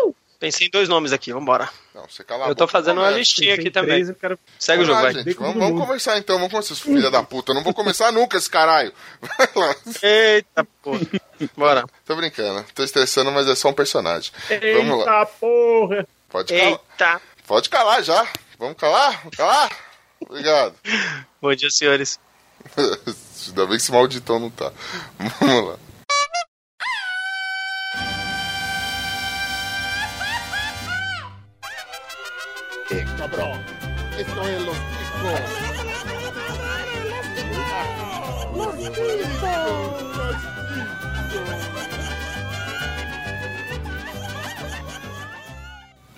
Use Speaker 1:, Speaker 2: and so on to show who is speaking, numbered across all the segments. Speaker 1: um
Speaker 2: Pensei em dois nomes aqui, vambora.
Speaker 3: Não, você cala a
Speaker 2: eu tô
Speaker 3: boca,
Speaker 2: fazendo uma
Speaker 3: conversa.
Speaker 2: listinha aqui
Speaker 1: Tem
Speaker 2: também.
Speaker 1: três, eu quero-
Speaker 2: Segue o jogo,
Speaker 3: Vai lá,
Speaker 2: vai.
Speaker 3: gente,
Speaker 1: Dentro
Speaker 3: vamos,
Speaker 1: do
Speaker 3: vamos
Speaker 1: mundo.
Speaker 3: conversar então, vamos conversar, seus filha da puta. Eu não vou começar nunca esse caralho. Vai lá.
Speaker 2: Eita porra. Bora.
Speaker 3: Tô brincando, tô estressando, mas é só um personagem. Vamos lá.
Speaker 1: Eita porra!
Speaker 3: Pode calar,
Speaker 2: Eita.
Speaker 3: pode calar já. Vamos calar? Vamos calar? Obrigado.
Speaker 2: Bom dia, senhores.
Speaker 3: Ainda bem que esse malditão não tá. Vamos lá.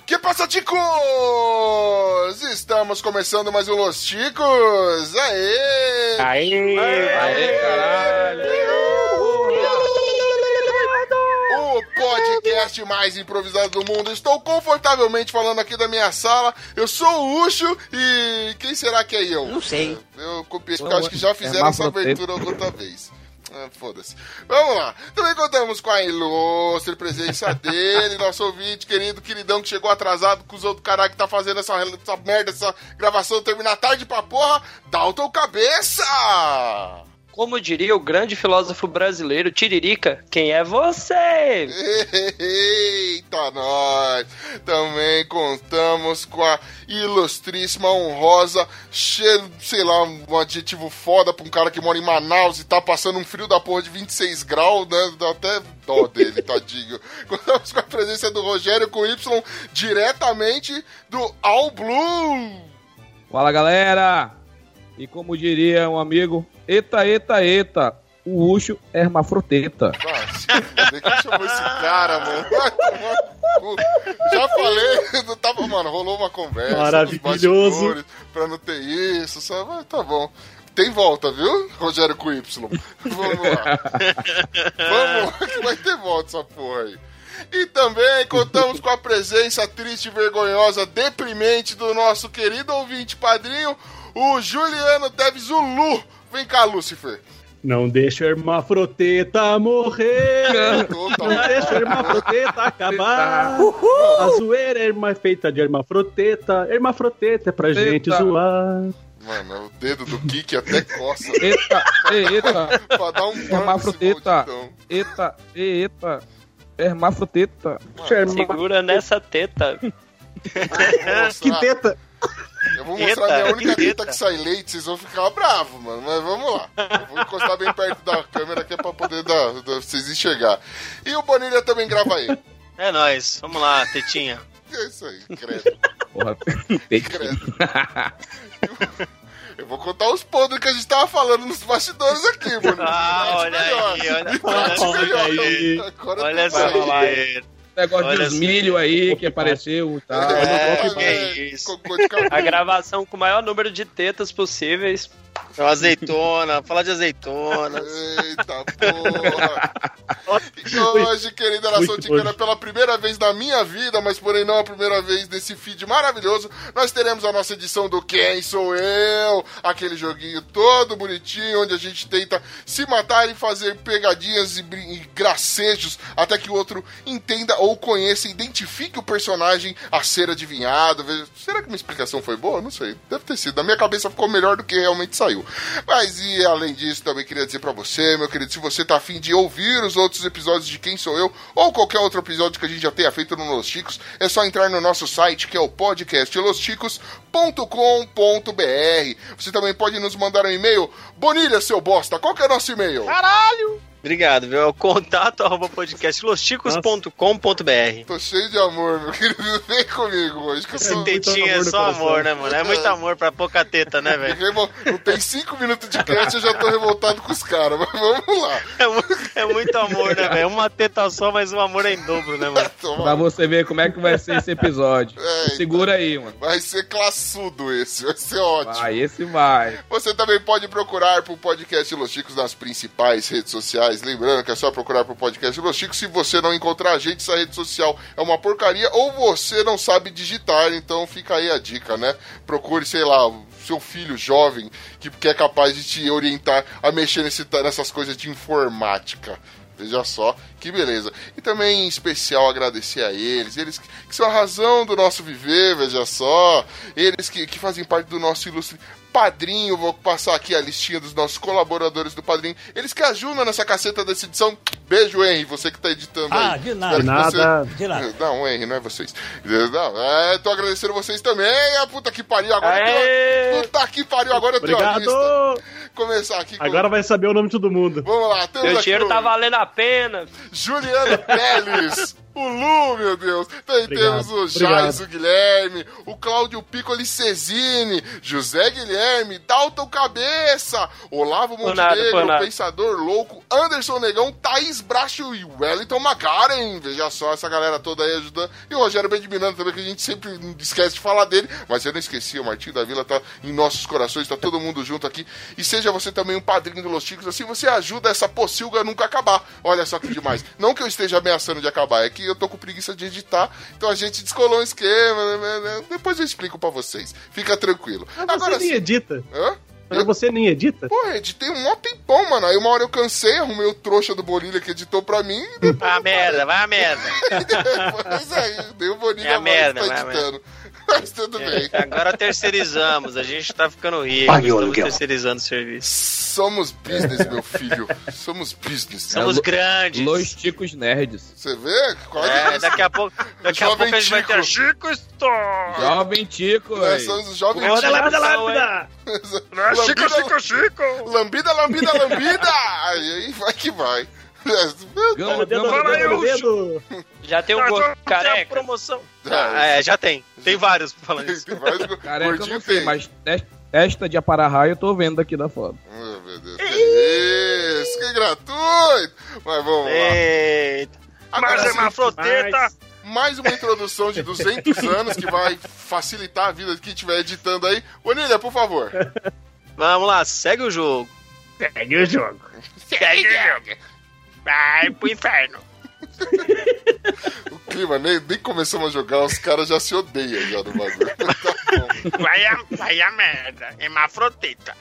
Speaker 3: Que passa, ticos? Estamos começando mais um Los Ticos. Aê!
Speaker 1: Aê!
Speaker 4: Aê, caralho!
Speaker 3: O podcast mais improvisado do mundo. Estou confortavelmente falando aqui da minha sala. Eu sou o Ucho e quem será que é eu? Não sei. é Eu copiei porque eu acho que já fizeram essa abertura outra vez. Ah, Foda-se. Vamos lá. Também contamos com a ilustre presença dele, nosso ouvinte querido, queridão que chegou atrasado com os outros caras que tá fazendo essa, essa merda, essa gravação terminar tarde pra porra. Dalton Cabeça!
Speaker 2: Como diria o grande filósofo brasileiro Tiririca, quem é você?
Speaker 3: Eita, nós! Também contamos com a ilustríssima, honrosa, che- sei lá, um adjetivo foda pra um cara que mora em Manaus e tá passando um frio da porra de 26 graus, né? Dá até dó dele, tadinho. Contamos com a presença do Rogério com Y diretamente do All Blue!
Speaker 4: Fala galera! E como diria um amigo, eta, eta, eta, o Ucho é hermafroteta.
Speaker 3: Nossa, cadê que chamou esse cara, mano? Vai tomar no cu. Já falei, não tava, mano, rolou uma conversa. nos
Speaker 1: Maravilhoso.
Speaker 3: bastidores, Pra não ter isso, sabe? Mas tá bom. Tem volta, viu, Rogério com Y? Vamos lá. Vamos lá, que vai ter volta essa porra aí. E também contamos com a presença triste, vergonhosa, deprimente do nosso querido ouvinte padrinho, o Juliano Teves Zulu. Vem cá, Lúcifer.
Speaker 1: Não deixa a hermafroteta morrer! Não
Speaker 3: Totalmente.
Speaker 1: deixa a hermafroteta acabar! A zoeira é irmã- feita de hermafroteta. Hermafroteta é pra
Speaker 4: Eita.
Speaker 1: gente zoar.
Speaker 3: Mano, é o dedo do Kiki até coça.
Speaker 4: Eta, e, eta,
Speaker 3: pra dar um
Speaker 4: Hermafrodita.
Speaker 3: malditão.
Speaker 4: eta, e, eta, hermafroteta.
Speaker 1: Herma-
Speaker 2: Segura nessa teta.
Speaker 3: Eu vou mostrar-
Speaker 1: teta!
Speaker 3: Eu vou mostrar
Speaker 2: Eita,
Speaker 3: minha única
Speaker 2: que
Speaker 3: teta
Speaker 2: teta.
Speaker 3: que sai leite, vocês vão ficar bravos, mano. Mas vamos lá. Eu vou encostar bem perto da câmera que é pra poder dar, dar- vocês enxergar. E o Bonilha também grava aí.
Speaker 2: É nóis. Vamos lá, tetinha.
Speaker 3: É isso aí, credo,
Speaker 4: Porra, tem que-
Speaker 3: credo. Eu vou contar os podres que a gente tava falando nos bastidores aqui, mano.
Speaker 2: Ah, olha aí, olha, olha aí.
Speaker 3: Agora
Speaker 2: Olha
Speaker 3: tem mais.
Speaker 2: só aí.
Speaker 4: um negócio
Speaker 2: Olha
Speaker 4: de
Speaker 2: só.
Speaker 4: milho aí que apareceu e tal.
Speaker 2: É,
Speaker 3: Olha,
Speaker 2: que
Speaker 3: olha,
Speaker 2: isso.
Speaker 3: cocô de cabelo.
Speaker 2: A gravação com o maior número de tetas possíveis. É Azeitona, falar de azeitona.
Speaker 3: Eita porra! E Hoje, querida nação
Speaker 1: Muito
Speaker 3: ticana,
Speaker 1: hoje.
Speaker 3: pela primeira vez na minha vida, mas porém não a primeira vez nesse feed maravilhoso, nós teremos a nossa edição do Quem Sou Eu? Aquele joguinho todo bonitinho, onde a gente tenta se matar e fazer pegadinhas e, brin- e gracejos até que o outro entenda ou conheça, identifique o personagem a ser adivinhado. Veja- Será que minha explicação foi boa? Não sei. Deve ter sido. Na minha cabeça ficou melhor do que realmente saiu. Mas e além disso, também queria dizer pra você, meu querido, se você tá afim de ouvir os outros episódios de Quem Sou Eu ou qualquer outro episódio que a gente já tenha feito no Los Chicos, é só entrar no nosso site que é o podcastlosticos.com.br. Você também pode nos mandar um e-mail. Bonilha, seu bosta, qual que é o nosso e-mail?
Speaker 2: Obrigado, viu? É o contato arroba podcastlosticos.com.br.
Speaker 3: Tô cheio de amor, meu querido. Vem comigo hoje. Que eu
Speaker 2: Esse
Speaker 3: tô...
Speaker 2: tetinha é
Speaker 1: amor no
Speaker 2: só
Speaker 1: coração.
Speaker 2: amor, né, mano? É muito amor pra pouca teta, né, velho?
Speaker 3: Revol... Não tem cinco minutos de cast, eu já tô revoltado com os caras, mas vamos lá.
Speaker 2: É, mu- é muito amor, né, velho? Uma teta só, mas o amor é em dobro, né, mano?
Speaker 3: Toma.
Speaker 4: Pra você ver como é que vai ser esse episódio.
Speaker 3: É,
Speaker 4: Segura aí, mano.
Speaker 3: Vai ser classudo esse, vai ser ótimo.
Speaker 4: Vai, esse vai.
Speaker 3: Você também pode procurar pro podcast Los Chicos nas principais redes sociais. Lembrando que é só procurar pro podcast Los Chicos. Se você não encontrar a gente, essa rede social é uma porcaria ou você não sabe digitar, então fica aí a dica, né? Procure, sei lá, o seu filho jovem que, que é capaz de te orientar a mexer nesse, nessas coisas de informática. Veja só, que beleza. E também em especial agradecer a eles, eles que, que são a razão do nosso viver, veja só. Eles que, que fazem parte do nosso ilustre padrinho. Vou passar aqui a listinha dos nossos colaboradores do padrinho. Eles que ajudam nessa caceta dessa edição. Beijo, Henry, você que tá editando
Speaker 5: Ah,
Speaker 3: aí.
Speaker 5: de nada.
Speaker 3: Espero que você-
Speaker 1: Nada.
Speaker 5: De nada.
Speaker 3: Não, Henry, não é vocês. Não, é, tô agradecendo vocês também. Ah, puta que pariu, agora eu tenho-
Speaker 2: Aê!
Speaker 3: Puta que pariu, agora eu tenho a
Speaker 1: Obrigado!
Speaker 3: lista. Começar aqui com...
Speaker 1: Agora vai saber o nome de todo mundo.
Speaker 3: Vamos lá, temos
Speaker 2: Meu
Speaker 3: aqui
Speaker 2: dinheiro
Speaker 3: o-
Speaker 2: tá valendo a pena.
Speaker 3: Juliano Pérez, o Lu, meu Deus. Também
Speaker 1: Obrigado,
Speaker 3: temos o
Speaker 1: obrigado.
Speaker 3: Jais, o Guilherme, o Cláudio Piccoli Cesini, José Guilherme, Dalton Cabeça, Olavo
Speaker 2: Foi nada, foi
Speaker 3: Montenegro,
Speaker 2: nada.
Speaker 3: Pensador Louco, Anderson Negão, Thaís Bracho e Wellington Macaren. Veja só essa galera toda aí ajudando. E o Rogério Bendiminando também, que a gente sempre esquece de falar dele, mas eu não esqueci, o Martinho da Vila tá em nossos corações, tá todo mundo junto aqui. E seja você também um padrinho do Los Chicos, assim você ajuda essa pocilga a nunca acabar. Olha só que demais. Não que eu esteja ameaçando de acabar, é que eu tô com preguiça de editar, então a gente descolou um esquema, né, né, né. depois eu explico pra vocês. Fica tranquilo.
Speaker 1: Mas
Speaker 3: Agora
Speaker 1: você nem
Speaker 3: sim.
Speaker 1: edita.
Speaker 3: Hã?
Speaker 1: Mas você nem edita?
Speaker 3: Porra, editei um mó tempão, mano. Aí uma hora eu cansei, arrumei o trouxa do Bonilha que editou pra mim. E depois,
Speaker 2: Vai a merda, vai a merda.
Speaker 3: depois aí, dei o Bonilha
Speaker 2: É a
Speaker 3: mais
Speaker 2: merda,
Speaker 3: pra
Speaker 2: vai É. a
Speaker 3: tá editando. Mas tudo bem.
Speaker 2: Agora terceirizamos, a gente tá ficando rico. Estamos terceirizando o serviço.
Speaker 3: Somos business, meu filho. Somos business. né?
Speaker 2: Somos
Speaker 4: lo-
Speaker 2: grandes.
Speaker 4: Los Ticos Nerds.
Speaker 3: Você vê? Qual
Speaker 2: É,
Speaker 3: é,
Speaker 2: daqui a pouco, daqui a,
Speaker 3: Jovem
Speaker 2: pouco a gente vai
Speaker 3: Tico.
Speaker 2: ter Chico Store.
Speaker 4: Jovem Tico,
Speaker 3: Nós
Speaker 4: velho.
Speaker 3: somos os jovens.
Speaker 2: Porra,
Speaker 3: Lambida,
Speaker 1: Lambda,
Speaker 2: Não,
Speaker 1: lambda!
Speaker 3: Lambida,
Speaker 2: Chico.
Speaker 3: lambida, lambida, lambida. Aí, aí vai que vai.
Speaker 2: Ah, é.
Speaker 4: Gama,
Speaker 1: é. Dedo,
Speaker 4: gama,
Speaker 2: Fala aí,
Speaker 4: gama.
Speaker 1: dedo,
Speaker 2: eu-
Speaker 1: dedo.
Speaker 2: Já tem um
Speaker 5: Nós
Speaker 2: gordo
Speaker 5: vamos ter a
Speaker 2: careca. promoção. é, já tem. Tem vários falando isso.
Speaker 3: Vai,
Speaker 4: Careca, eu
Speaker 3: gordinho
Speaker 4: não sei,
Speaker 3: tem.
Speaker 4: mas te- testa de apararraio eu tô vendo aqui da foto.
Speaker 3: Ai, meu Deus. Que isso, que gratuito. Mas vamos
Speaker 2: É.
Speaker 3: lá.
Speaker 2: Eita.
Speaker 3: Agora sim,
Speaker 2: froteta.
Speaker 1: Mas-
Speaker 3: mais uma introdução de 200 anos que vai facilitar a vida de quem estiver editando aí. Bonilha, por favor.
Speaker 2: Vamos lá, segue o jogo.
Speaker 5: Segue o jogo.
Speaker 2: Segue o jogo. Vai pro inferno.
Speaker 3: O clima, nem, nem começamos a jogar, os caras já se odeiam já no bagulho. Tá bom.
Speaker 2: Vai a, vai a merda. É uma froteta.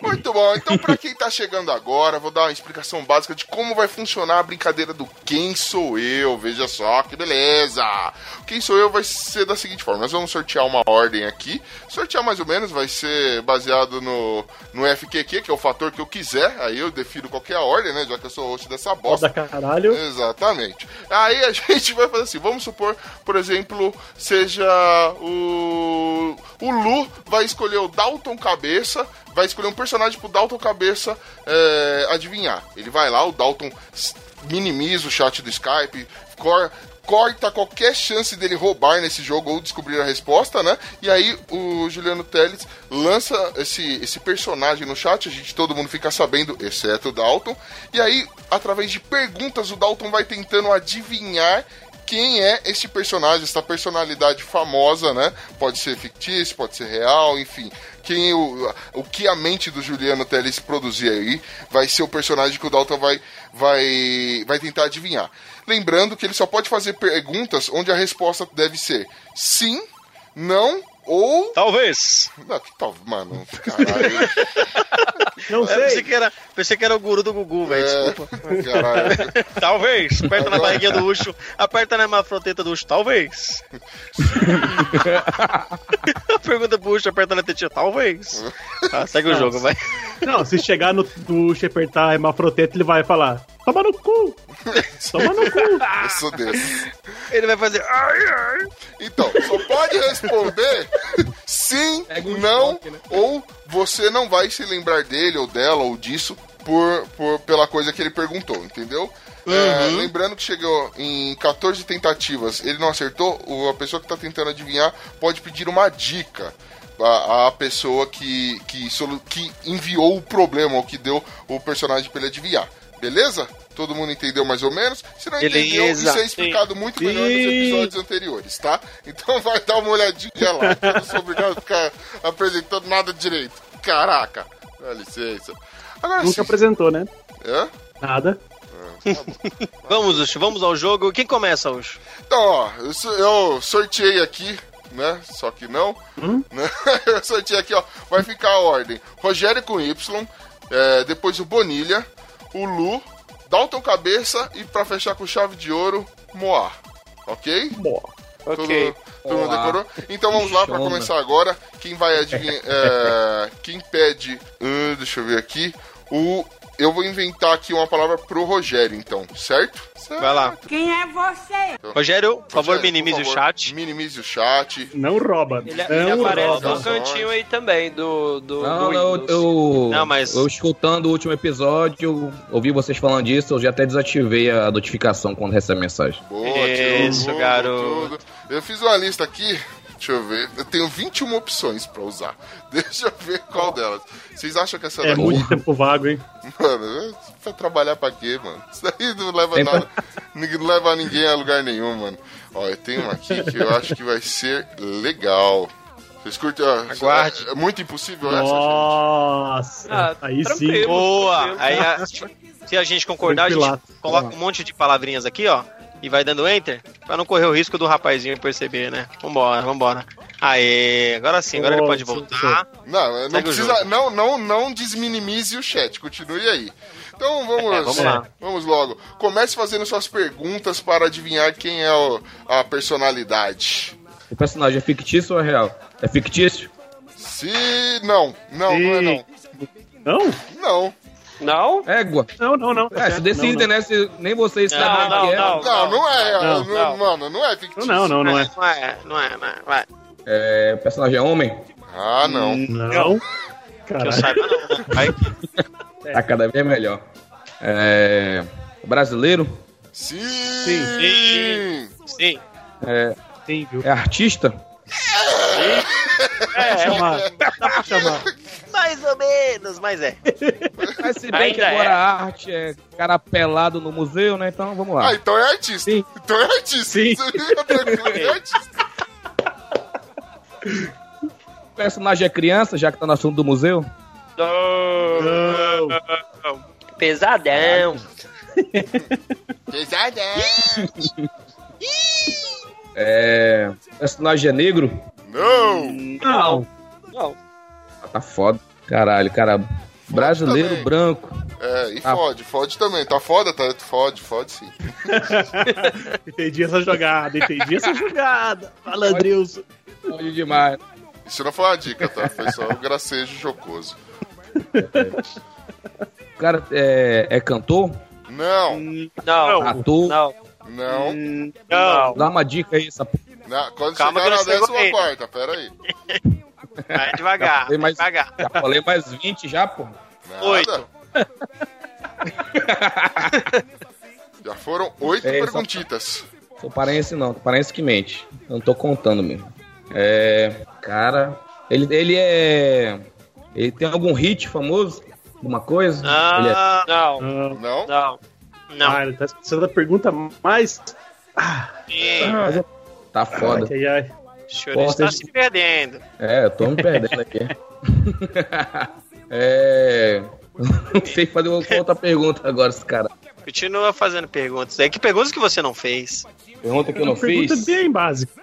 Speaker 3: Muito bom, então pra quem tá chegando agora, vou dar uma explicação básica de como vai funcionar a brincadeira do Quem Sou Eu. Veja só que beleza! O Quem Sou Eu vai ser da seguinte forma: nós vamos sortear uma ordem aqui. Sortear mais ou menos vai ser baseado no, no FQQ, que é o fator que eu quiser. Aí eu defino qualquer ordem, né? Já que eu sou host dessa bosta.
Speaker 1: Foda caralho.
Speaker 3: Exatamente. Aí a gente vai fazer assim, vamos supor, por exemplo, seja o o Lu vai escolher o Dalton Cabeça, vai escolher um personagem pro Dalton Cabeça é, adivinhar. Ele vai lá, o Dalton s- minimiza o chat do Skype, cor- corta qualquer chance dele roubar nesse jogo ou descobrir a resposta, né? E aí o Juliano Teles lança esse, esse personagem no chat, a gente todo mundo fica sabendo, exceto o Dalton. E aí, através de perguntas, o Dalton vai tentando adivinhar quem é este personagem, essa personalidade famosa, né? Pode ser fictício, pode ser real, enfim. Quem o, o que a mente do Juliano Teles produzir aí vai ser o personagem que o Dalton vai, vai, vai tentar adivinhar. Lembrando que ele só pode fazer perguntas onde a resposta deve ser sim, não
Speaker 2: Tá.
Speaker 3: ou.
Speaker 2: Talvez.
Speaker 3: Não, que tal, mano? Caralho.
Speaker 1: Não
Speaker 2: Eu pensei
Speaker 1: sei.
Speaker 2: que, era, pensei que era o guru do Gugu, velho. Desculpa.
Speaker 3: É, caralho.
Speaker 2: Talvez. Aperta na barriguinha do Ucho. Aperta na mafroteta do Ucho. Talvez. Pergunta pro Ucho, aperta na tetinha. Talvez. Tá, segue o jogo, vai.
Speaker 1: Não, se chegar no Tuxo e apertar hemafroteta, ele vai falar: Toma no cu! Toma no cu!
Speaker 3: Eu sou desse.
Speaker 2: Ele vai fazer. "Ah!" Ai, ai.
Speaker 3: Então, só pode responder sim,
Speaker 4: Pega um
Speaker 3: não,
Speaker 4: choque, né?
Speaker 3: ou você não vai se lembrar dele ou dela ou disso por, por- pela coisa que ele perguntou, entendeu? É,
Speaker 4: Uhum.
Speaker 3: lembrando que chegou em 14 tentativas, ele não acertou, o- a pessoa que está tentando adivinhar pode pedir uma dica à, à pessoa que, que, solu- que enviou o problema ou que deu o personagem para ele adivinhar. Beleza? todo mundo entendeu mais ou menos. Se não
Speaker 2: Beleza.
Speaker 3: entendeu, isso é explicado muito melhor nos
Speaker 4: Sim.
Speaker 3: episódios anteriores, tá? Então vai dar uma olhadinha lá. que Eu não sou obrigado a ficar apresentando nada direito. Caraca, dá licença. Agora sim.
Speaker 1: Nunca apresentou, né?
Speaker 3: Hã?
Speaker 1: Nada.
Speaker 2: Vamos, Ucho, vamos ao jogo. Quem começa, Ucho?
Speaker 3: Então, ó, eu, so- eu sorteei aqui, né? Só que não. Né? Eu sorteei aqui, ó. Vai ficar a ordem: Rogério com Y, é, depois o Bonilha, o Lu, Dalton Cabeça e pra fechar com chave de ouro, Moá. Ok?
Speaker 2: Ok.
Speaker 3: Todo, todo mundo
Speaker 4: Olá.
Speaker 3: decorou? Então vamos lá pra
Speaker 4: Chama.
Speaker 3: começar agora. Quem vai adivinhar. é, quem pede. hum, deixa eu ver aqui. O. Eu vou inventar aqui uma palavra pro Rogério, então, certo? certo.
Speaker 2: Vai lá.
Speaker 5: Quem é você?
Speaker 2: Rogério, por favor,
Speaker 3: Rogério,
Speaker 2: minimize
Speaker 3: por
Speaker 2: o
Speaker 3: favor,
Speaker 2: chat.
Speaker 3: Minimize o chat.
Speaker 1: Não rouba.
Speaker 2: Ele, ele
Speaker 1: não
Speaker 2: aparece
Speaker 1: rouba.
Speaker 2: no cantinho aí também do. do
Speaker 4: Não,
Speaker 2: do
Speaker 4: não, eu,
Speaker 2: Windows.
Speaker 4: eu,
Speaker 2: Não, mas-
Speaker 4: eu escutando o último episódio, ouvi vocês falando disso, eu já até desativei a notificação quando recebe mensagem.
Speaker 3: Boa,
Speaker 2: Isso,
Speaker 3: tirou o
Speaker 2: garoto.
Speaker 3: tudo. Eu fiz uma lista aqui. Deixa eu ver. Eu tenho 21 opções pra usar. Deixa eu ver qual delas. Vocês acham que essa
Speaker 1: É
Speaker 3: daqui,
Speaker 1: muito tempo vago, hein?
Speaker 3: mano, é pra trabalhar pra quê, mano? Isso aí não leva
Speaker 1: É
Speaker 4: Tem pra-
Speaker 3: nada. ninguém- Não leva ninguém a lugar nenhum, mano. Ó, eu tenho uma aqui que eu acho que vai ser legal. Vocês curtem? ó,
Speaker 2: Aguarde.
Speaker 3: É, é muito impossível essa,
Speaker 1: Nossa.
Speaker 2: Ah,
Speaker 1: aí sim.
Speaker 2: tranquilo, Boa! Aí a- se a gente concordar, a gente
Speaker 1: Tranquilaço.
Speaker 2: coloca um monte de palavrinhas aqui, ó. E vai dando enter, pra não correr o risco do rapazinho perceber, né? Vambora, vambora. Aê, agora sim, agora ele pode
Speaker 1: Nossa,
Speaker 2: voltar.
Speaker 3: gente. Não, não
Speaker 2: Segue o
Speaker 3: precisa. Não, não, não desminimize o chat. Continue aí. Então vamos,
Speaker 2: É, vamos lá.
Speaker 3: Vamos logo. Comece fazendo suas perguntas para adivinhar quem é o- a personalidade.
Speaker 4: O personagem é fictício ou é real? É fictício?
Speaker 3: Se não, não, não é não.
Speaker 1: Não?
Speaker 3: Não,
Speaker 2: Não?
Speaker 4: Égua.
Speaker 1: Não, não, não.
Speaker 4: É, se
Speaker 1: não,
Speaker 4: decidem,
Speaker 1: não.
Speaker 4: né? Se nem vocês
Speaker 2: Não,
Speaker 4: sabem
Speaker 2: não,
Speaker 4: o que é.
Speaker 2: não.
Speaker 3: não, não é.
Speaker 1: não,
Speaker 3: não,
Speaker 2: não.
Speaker 3: Mano, não é fictício.
Speaker 1: Não, não, não é.
Speaker 2: Não é, não é, não é. Vai. Que
Speaker 4: É, o personagem é homem?
Speaker 3: Ah, não.
Speaker 1: Hum. Não.
Speaker 2: eu
Speaker 1: Caralho.
Speaker 2: saiba, não. né? Vai que-
Speaker 4: Tá cada vez melhor. É. Brasileiro?
Speaker 3: Sim.
Speaker 1: Sim.
Speaker 2: Sim.
Speaker 4: É,
Speaker 1: Sim, viu?
Speaker 4: é artista?
Speaker 2: É.
Speaker 1: Dá pra chamar. Dá pra chamar.
Speaker 2: Mais ou menos, mas é.
Speaker 4: Mas se bem que
Speaker 2: Ainda
Speaker 4: agora
Speaker 2: é.
Speaker 4: a arte é cara pelado no museu, né? Então vamos lá.
Speaker 3: Ah, então é artista.
Speaker 1: Sim.
Speaker 3: Então é artista.
Speaker 1: Sim.
Speaker 3: é artista.
Speaker 4: O personagem é criança, já que tá no assunto do museu?
Speaker 2: Não. Pesadão.
Speaker 3: Pesadão.
Speaker 4: É. O personagem é negro?
Speaker 3: Não.
Speaker 1: Não.
Speaker 2: Não.
Speaker 4: Ah, tá foda. Caralho, cara. Brasileiro
Speaker 3: também.
Speaker 4: branco.
Speaker 3: É, e
Speaker 4: Ah.
Speaker 3: fode, fode também. Tá foda, tá? Fode, fode sim.
Speaker 1: Entendi essa jogada, entendi essa jogada. Malandrilson.
Speaker 4: Pode demais.
Speaker 3: Isso não foi uma dica, tá? Foi só um gracejo jocoso.
Speaker 4: O cara é, é cantor?
Speaker 3: Não,
Speaker 2: Não.
Speaker 4: Ator?
Speaker 2: Não.
Speaker 3: não.
Speaker 2: Não.
Speaker 4: Dá uma dica aí, essa porra.
Speaker 3: Na- quando
Speaker 2: Calma
Speaker 3: chegar na
Speaker 2: que eu não chego
Speaker 3: décima
Speaker 2: ainda.
Speaker 3: quarta, pera aí.
Speaker 2: Vai devagar.
Speaker 4: Já falei
Speaker 2: Vai
Speaker 4: mais-
Speaker 2: devagar.
Speaker 4: Já falei mais 20 já, pô.
Speaker 3: Nada.
Speaker 2: Oito.
Speaker 3: Já foram oito
Speaker 4: É, só-
Speaker 3: perguntitas.
Speaker 4: Sou paraense não, paraense que mente. Eu não tô contando mesmo. É. Cara. Ele, ele é. Ele tem algum hit famoso? Alguma coisa? Ele é-
Speaker 2: Não. Ah, Não.
Speaker 1: Não.
Speaker 3: Não?
Speaker 2: Não. Não.
Speaker 1: Ah, ele tá esquecendo a pergunta mais.
Speaker 2: Sim.
Speaker 4: Tá foda.
Speaker 1: Ai, ai, ai.
Speaker 2: O senhor está tá se perdendo.
Speaker 4: É, eu tô me perdendo aqui. é. Não sei fazer uma outra pergunta agora, esse cara.
Speaker 2: Continua fazendo perguntas. É que perguntas que você não fez.
Speaker 4: Pergunta que eu não
Speaker 1: É pergunta
Speaker 4: fiz.
Speaker 1: bem básica.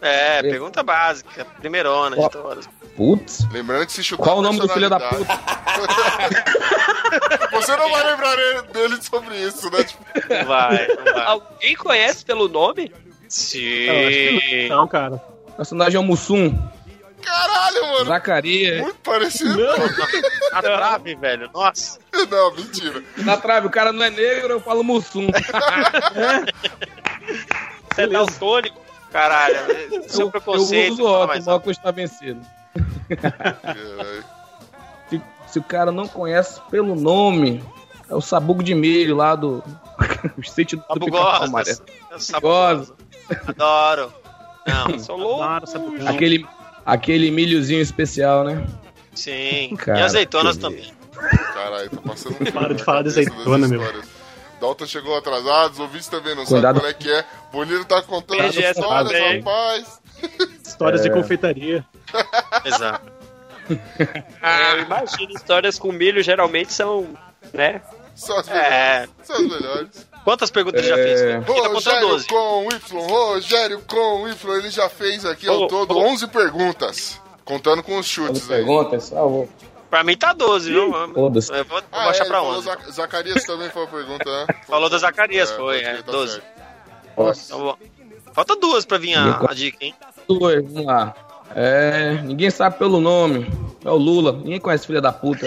Speaker 2: É, pergunta básica. Primeirona de
Speaker 4: Ó.
Speaker 2: todas.
Speaker 4: Putz.
Speaker 3: Lembrando que se chutar.
Speaker 4: Qual o nome do filho da puta?
Speaker 3: personalidade- Você não vai lembrar ele- dele sobre isso, né? Tipo,
Speaker 2: Não vai, não vai.
Speaker 6: Alguém conhece pelo nome?
Speaker 2: Sim.
Speaker 1: Não, cara.
Speaker 4: O personagem é o Mussum.
Speaker 3: caralho, mano.
Speaker 4: Zacarias.
Speaker 3: Muito parecido.
Speaker 1: Não.
Speaker 2: A Tá trave, velho. Nossa.
Speaker 3: Não, mentira.
Speaker 4: Na trave, o cara não é negro, eu falo Mussum.
Speaker 6: Você é daltônico?
Speaker 2: tá Caralho. Seu
Speaker 4: Eu, eu
Speaker 2: preconceito.
Speaker 4: uso óculos, o
Speaker 2: fala mais.
Speaker 4: óculos tá vencido.
Speaker 3: Caralho.
Speaker 4: Se, se o cara não conhece pelo nome, é o sabugo de milho lá do. o sítio do Pica-Pau Amarelo.
Speaker 2: Sabugosas.
Speaker 4: Gosto.
Speaker 2: Adoro. Não,
Speaker 6: São loucos.
Speaker 1: Claro, sabe por quê?
Speaker 4: Aquele, aquele milhozinho especial, né?
Speaker 2: sim.
Speaker 4: Cara,
Speaker 2: e azeitonas
Speaker 4: que
Speaker 2: também.
Speaker 3: Caralho, tá passando um filme
Speaker 1: Para de
Speaker 3: na
Speaker 1: falar de
Speaker 3: cabeça
Speaker 1: azeitona,
Speaker 3: das
Speaker 1: meu.
Speaker 3: histórias. Dalton chegou atrasado, os ouvintes também não
Speaker 4: Cuidado.
Speaker 3: sabem qual é que é. Bolívar tá contando
Speaker 6: Cuidado com
Speaker 3: histórias,
Speaker 6: essa frase aí.
Speaker 3: rapaz.
Speaker 1: Histórias de
Speaker 4: É.
Speaker 1: confeitaria.
Speaker 2: Exato.
Speaker 6: É, eu imagino, histórias com milho geralmente são, né?
Speaker 3: São as melhores.
Speaker 2: É.
Speaker 3: São as melhores.
Speaker 2: Quantas perguntas ele já fez?
Speaker 4: É.
Speaker 2: Aqui tá contando
Speaker 3: Rogério
Speaker 2: 12.
Speaker 3: com Y, Rogério com Y, ele já fez aqui ao
Speaker 6: Ô,
Speaker 3: todo
Speaker 6: ô.
Speaker 3: 11 perguntas. Contando com os chutes aí.
Speaker 4: Perguntas, ah, vou-
Speaker 2: Pra mim tá 12, viu?
Speaker 4: foda-se.
Speaker 2: Eu vou, vou
Speaker 3: Ah,
Speaker 2: baixar
Speaker 3: é,
Speaker 2: pra
Speaker 3: ele falou
Speaker 2: 11.
Speaker 3: Zac- Zacarias também foi uma pergunta, né?
Speaker 2: Falou da Zacarias, foi,
Speaker 3: pode
Speaker 2: é,
Speaker 3: crer, tá
Speaker 2: 12.
Speaker 3: certo.
Speaker 4: Nossa.
Speaker 2: Então, bom. Falta duas pra vir a, a dica, hein?
Speaker 4: Dois, vamos lá. É, ninguém sabe pelo nome. É o Lula. Ninguém conhece filha da puta.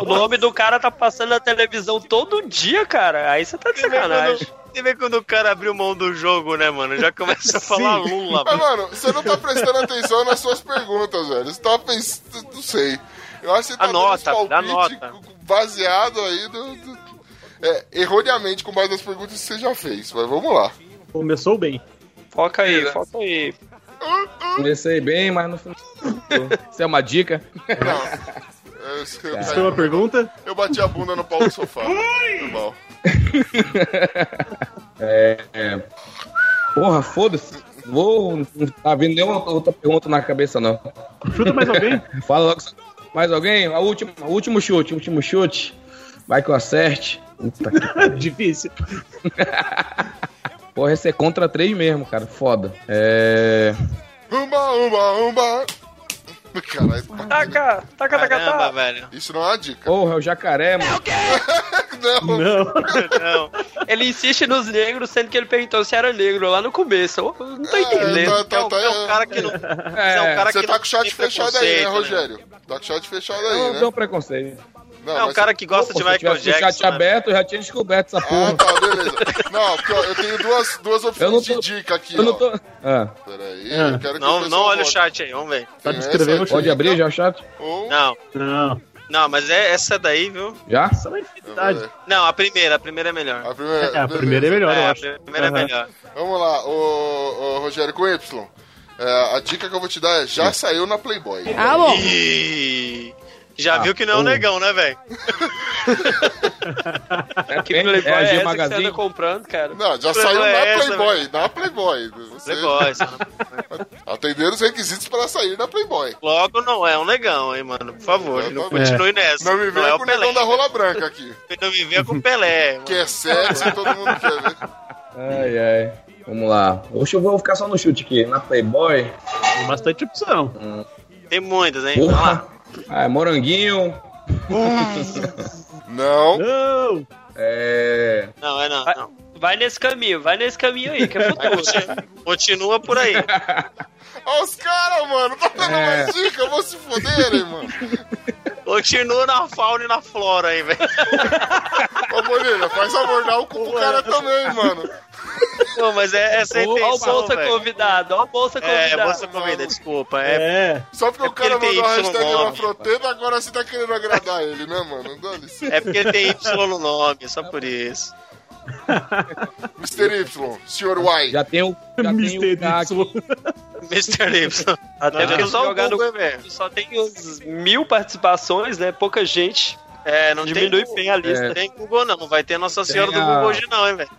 Speaker 6: O nome do cara tá passando na televisão todo dia, cara. Aí você tá de
Speaker 2: Você vê, quando,
Speaker 6: sacanagem.
Speaker 2: você vê quando o cara abriu mão do jogo, né, mano? Já começa a falar Lula,
Speaker 3: Mas,
Speaker 2: mano.
Speaker 3: mano, você não tá prestando atenção nas suas perguntas, velho. Você tá pensando. Não sei. Eu acho que você tá
Speaker 2: Anota,
Speaker 3: dando uns palpites
Speaker 2: anota.
Speaker 3: co- baseado aí do. do- É, erroneamente com mais das perguntas que você já fez, mas vamos lá.
Speaker 1: Começou bem.
Speaker 6: Foca aí, foca aí.
Speaker 4: Comecei bem, mas no final. Isso é uma dica.
Speaker 3: Não. Eu, é eu,
Speaker 1: Isso foi uma pergunta?
Speaker 3: eu bati a bunda no pau do sofá. né? Foi mal.
Speaker 4: Porra, foda-se. Vou. Não tá vindo nenhuma outra pergunta na cabeça, não.
Speaker 1: Chuta mais alguém?
Speaker 4: Fala logo. Mais alguém? A última, o último chute, o último chute. Vai que eu acerte. Puta que
Speaker 1: Difícil.
Speaker 4: porra, esse é contra três mesmo, cara. Foda. É.
Speaker 3: Umba, umba, umba. Caralho, tá.
Speaker 6: Taca, taca, taca,
Speaker 2: Caramba,
Speaker 6: taca.
Speaker 2: velho.
Speaker 3: isso não é uma dica.
Speaker 4: Porra, é o jacaré, mano.
Speaker 3: Não, é,
Speaker 1: Não.
Speaker 2: Não.
Speaker 6: Ele insiste nos negros, sendo que ele perguntou se era negro lá no começo. Eu não tô entendendo.
Speaker 3: É, tá, tá,
Speaker 2: É um,
Speaker 3: tá,
Speaker 2: é um cara que não. É um cara
Speaker 3: Você
Speaker 2: que
Speaker 3: tá
Speaker 2: não
Speaker 3: com o chat
Speaker 2: tem
Speaker 3: fechado aí, né,
Speaker 2: preconceito,
Speaker 3: Rogério? Tá com o chat fechado aí,
Speaker 4: Eu não
Speaker 3: né?
Speaker 4: tenho um é preconceito.
Speaker 3: Não,
Speaker 2: É um
Speaker 3: mas-
Speaker 2: cara que gosta
Speaker 4: Pô,
Speaker 2: de
Speaker 4: se eu
Speaker 2: Michael
Speaker 4: tivesse o chat
Speaker 2: Jackson. né?
Speaker 4: aberto, eu já tinha descoberto essa
Speaker 3: Ah,
Speaker 4: porra.
Speaker 3: tá, beleza. Não, porque ó, eu tenho duas, duas opções
Speaker 4: Eu não
Speaker 3: de
Speaker 4: tô-
Speaker 3: dica aqui,
Speaker 4: Eu
Speaker 3: ó.
Speaker 4: não tô. Ah,
Speaker 3: Peraí,
Speaker 1: Ah.
Speaker 3: eu quero que
Speaker 2: Não, não
Speaker 3: pessoal
Speaker 2: olha o
Speaker 3: vote.
Speaker 2: chat aí, vamos ver.
Speaker 1: Tá
Speaker 3: Tem
Speaker 1: descrevendo o
Speaker 3: essa é
Speaker 1: chat.
Speaker 4: pode abrir já o chat?
Speaker 3: Ou...
Speaker 2: Não,
Speaker 1: Não.
Speaker 2: não, mas é essa daí, viu?
Speaker 4: Já?
Speaker 1: Isso é uma infinidade.
Speaker 3: Beleza.
Speaker 2: Não, a primeira, a primeira é melhor.
Speaker 3: A primeira,
Speaker 1: É, a
Speaker 3: beleza.
Speaker 1: primeira é melhor,
Speaker 2: é,
Speaker 1: eu
Speaker 2: a
Speaker 1: acho.
Speaker 2: primeira é
Speaker 1: Aham.
Speaker 2: melhor.
Speaker 3: Vamos lá, ô, ô, Rogério com Y. É, a dica que eu vou te dar é já saiu na Playboy.
Speaker 5: Ah, bom.
Speaker 2: Ih, já
Speaker 4: Ah,
Speaker 2: viu que não é um
Speaker 4: pô.
Speaker 2: negão, né, velho?
Speaker 4: É,
Speaker 6: Que Playboy é,
Speaker 4: a G
Speaker 6: essa que você anda
Speaker 4: Magazine.
Speaker 6: comprando, cara?
Speaker 3: Não, já
Speaker 2: Playboy
Speaker 3: saiu na
Speaker 2: é essa,
Speaker 3: Playboy, na Playboy. Você
Speaker 2: Playboy, isso não-
Speaker 3: Atender os requisitos para sair na Playboy.
Speaker 2: Logo não é um negão, hein, mano. Por favor, não
Speaker 3: Exatamente.
Speaker 2: continue nessa.
Speaker 3: Não me
Speaker 2: é
Speaker 3: venha
Speaker 2: o
Speaker 3: com o
Speaker 2: Pelé.
Speaker 3: negão da rola branca aqui.
Speaker 2: Não me venha com o Pelé. mano.
Speaker 3: Que é sexo, todo mundo quer ver.
Speaker 4: Ai, ai. Vamos lá. Oxe, eu vou ficar só no chute aqui. Na Playboy.
Speaker 1: Tem bastante opção.
Speaker 2: Tem muitas, hein? Vamos lá.
Speaker 4: Porra. Ah, moranguinho.
Speaker 1: Né?
Speaker 3: Não,
Speaker 1: Não.
Speaker 4: É.
Speaker 2: Não, é não.
Speaker 6: Vai-
Speaker 2: não.
Speaker 6: Vai nesse caminho, vai nesse caminho aí, que é futuro.
Speaker 2: Continua por aí.
Speaker 3: olha os caras, mano, tá dando
Speaker 4: É.
Speaker 3: mais dica, vão se foderem, mano.
Speaker 2: Continua na fauna e na flora aí, velho.
Speaker 3: Ô, Bonilha, faz abordar o cu pro cara também, mano.
Speaker 2: Não, mas é essa é a
Speaker 6: Olha o
Speaker 2: intenção,
Speaker 6: bolsa
Speaker 2: velho.
Speaker 6: convidado, olha o bolsa
Speaker 2: É,
Speaker 6: convidado.
Speaker 2: bolsa convida, desculpa. É,
Speaker 1: É.
Speaker 3: Só porque
Speaker 2: É
Speaker 3: o
Speaker 2: porque
Speaker 3: cara
Speaker 2: ele tem
Speaker 3: mandou a
Speaker 2: Y no
Speaker 3: hashtag na
Speaker 2: nome.
Speaker 3: froteta, agora você tá querendo agradar ele, né, mano? Dá licença.
Speaker 2: é porque tem Y no nome, só por isso.
Speaker 3: Mr. Y, Sr. Y.
Speaker 4: Já tem o. Já tem
Speaker 1: Mr.
Speaker 4: o K aqui.
Speaker 1: Y.
Speaker 2: Mr. Y.
Speaker 6: Até
Speaker 2: Não,
Speaker 6: porque
Speaker 2: só
Speaker 6: só
Speaker 2: o
Speaker 6: jogar no
Speaker 2: Google, é velho.
Speaker 6: só tem uns mil participações, né? Pouca gente.
Speaker 2: É, não
Speaker 6: Diminui
Speaker 2: tem,
Speaker 6: bem a lista.
Speaker 2: Não tem Google, não. Vai ter Nossa Senhora
Speaker 4: Tem
Speaker 2: do
Speaker 4: a-
Speaker 2: Google hoje, não, hein, velho.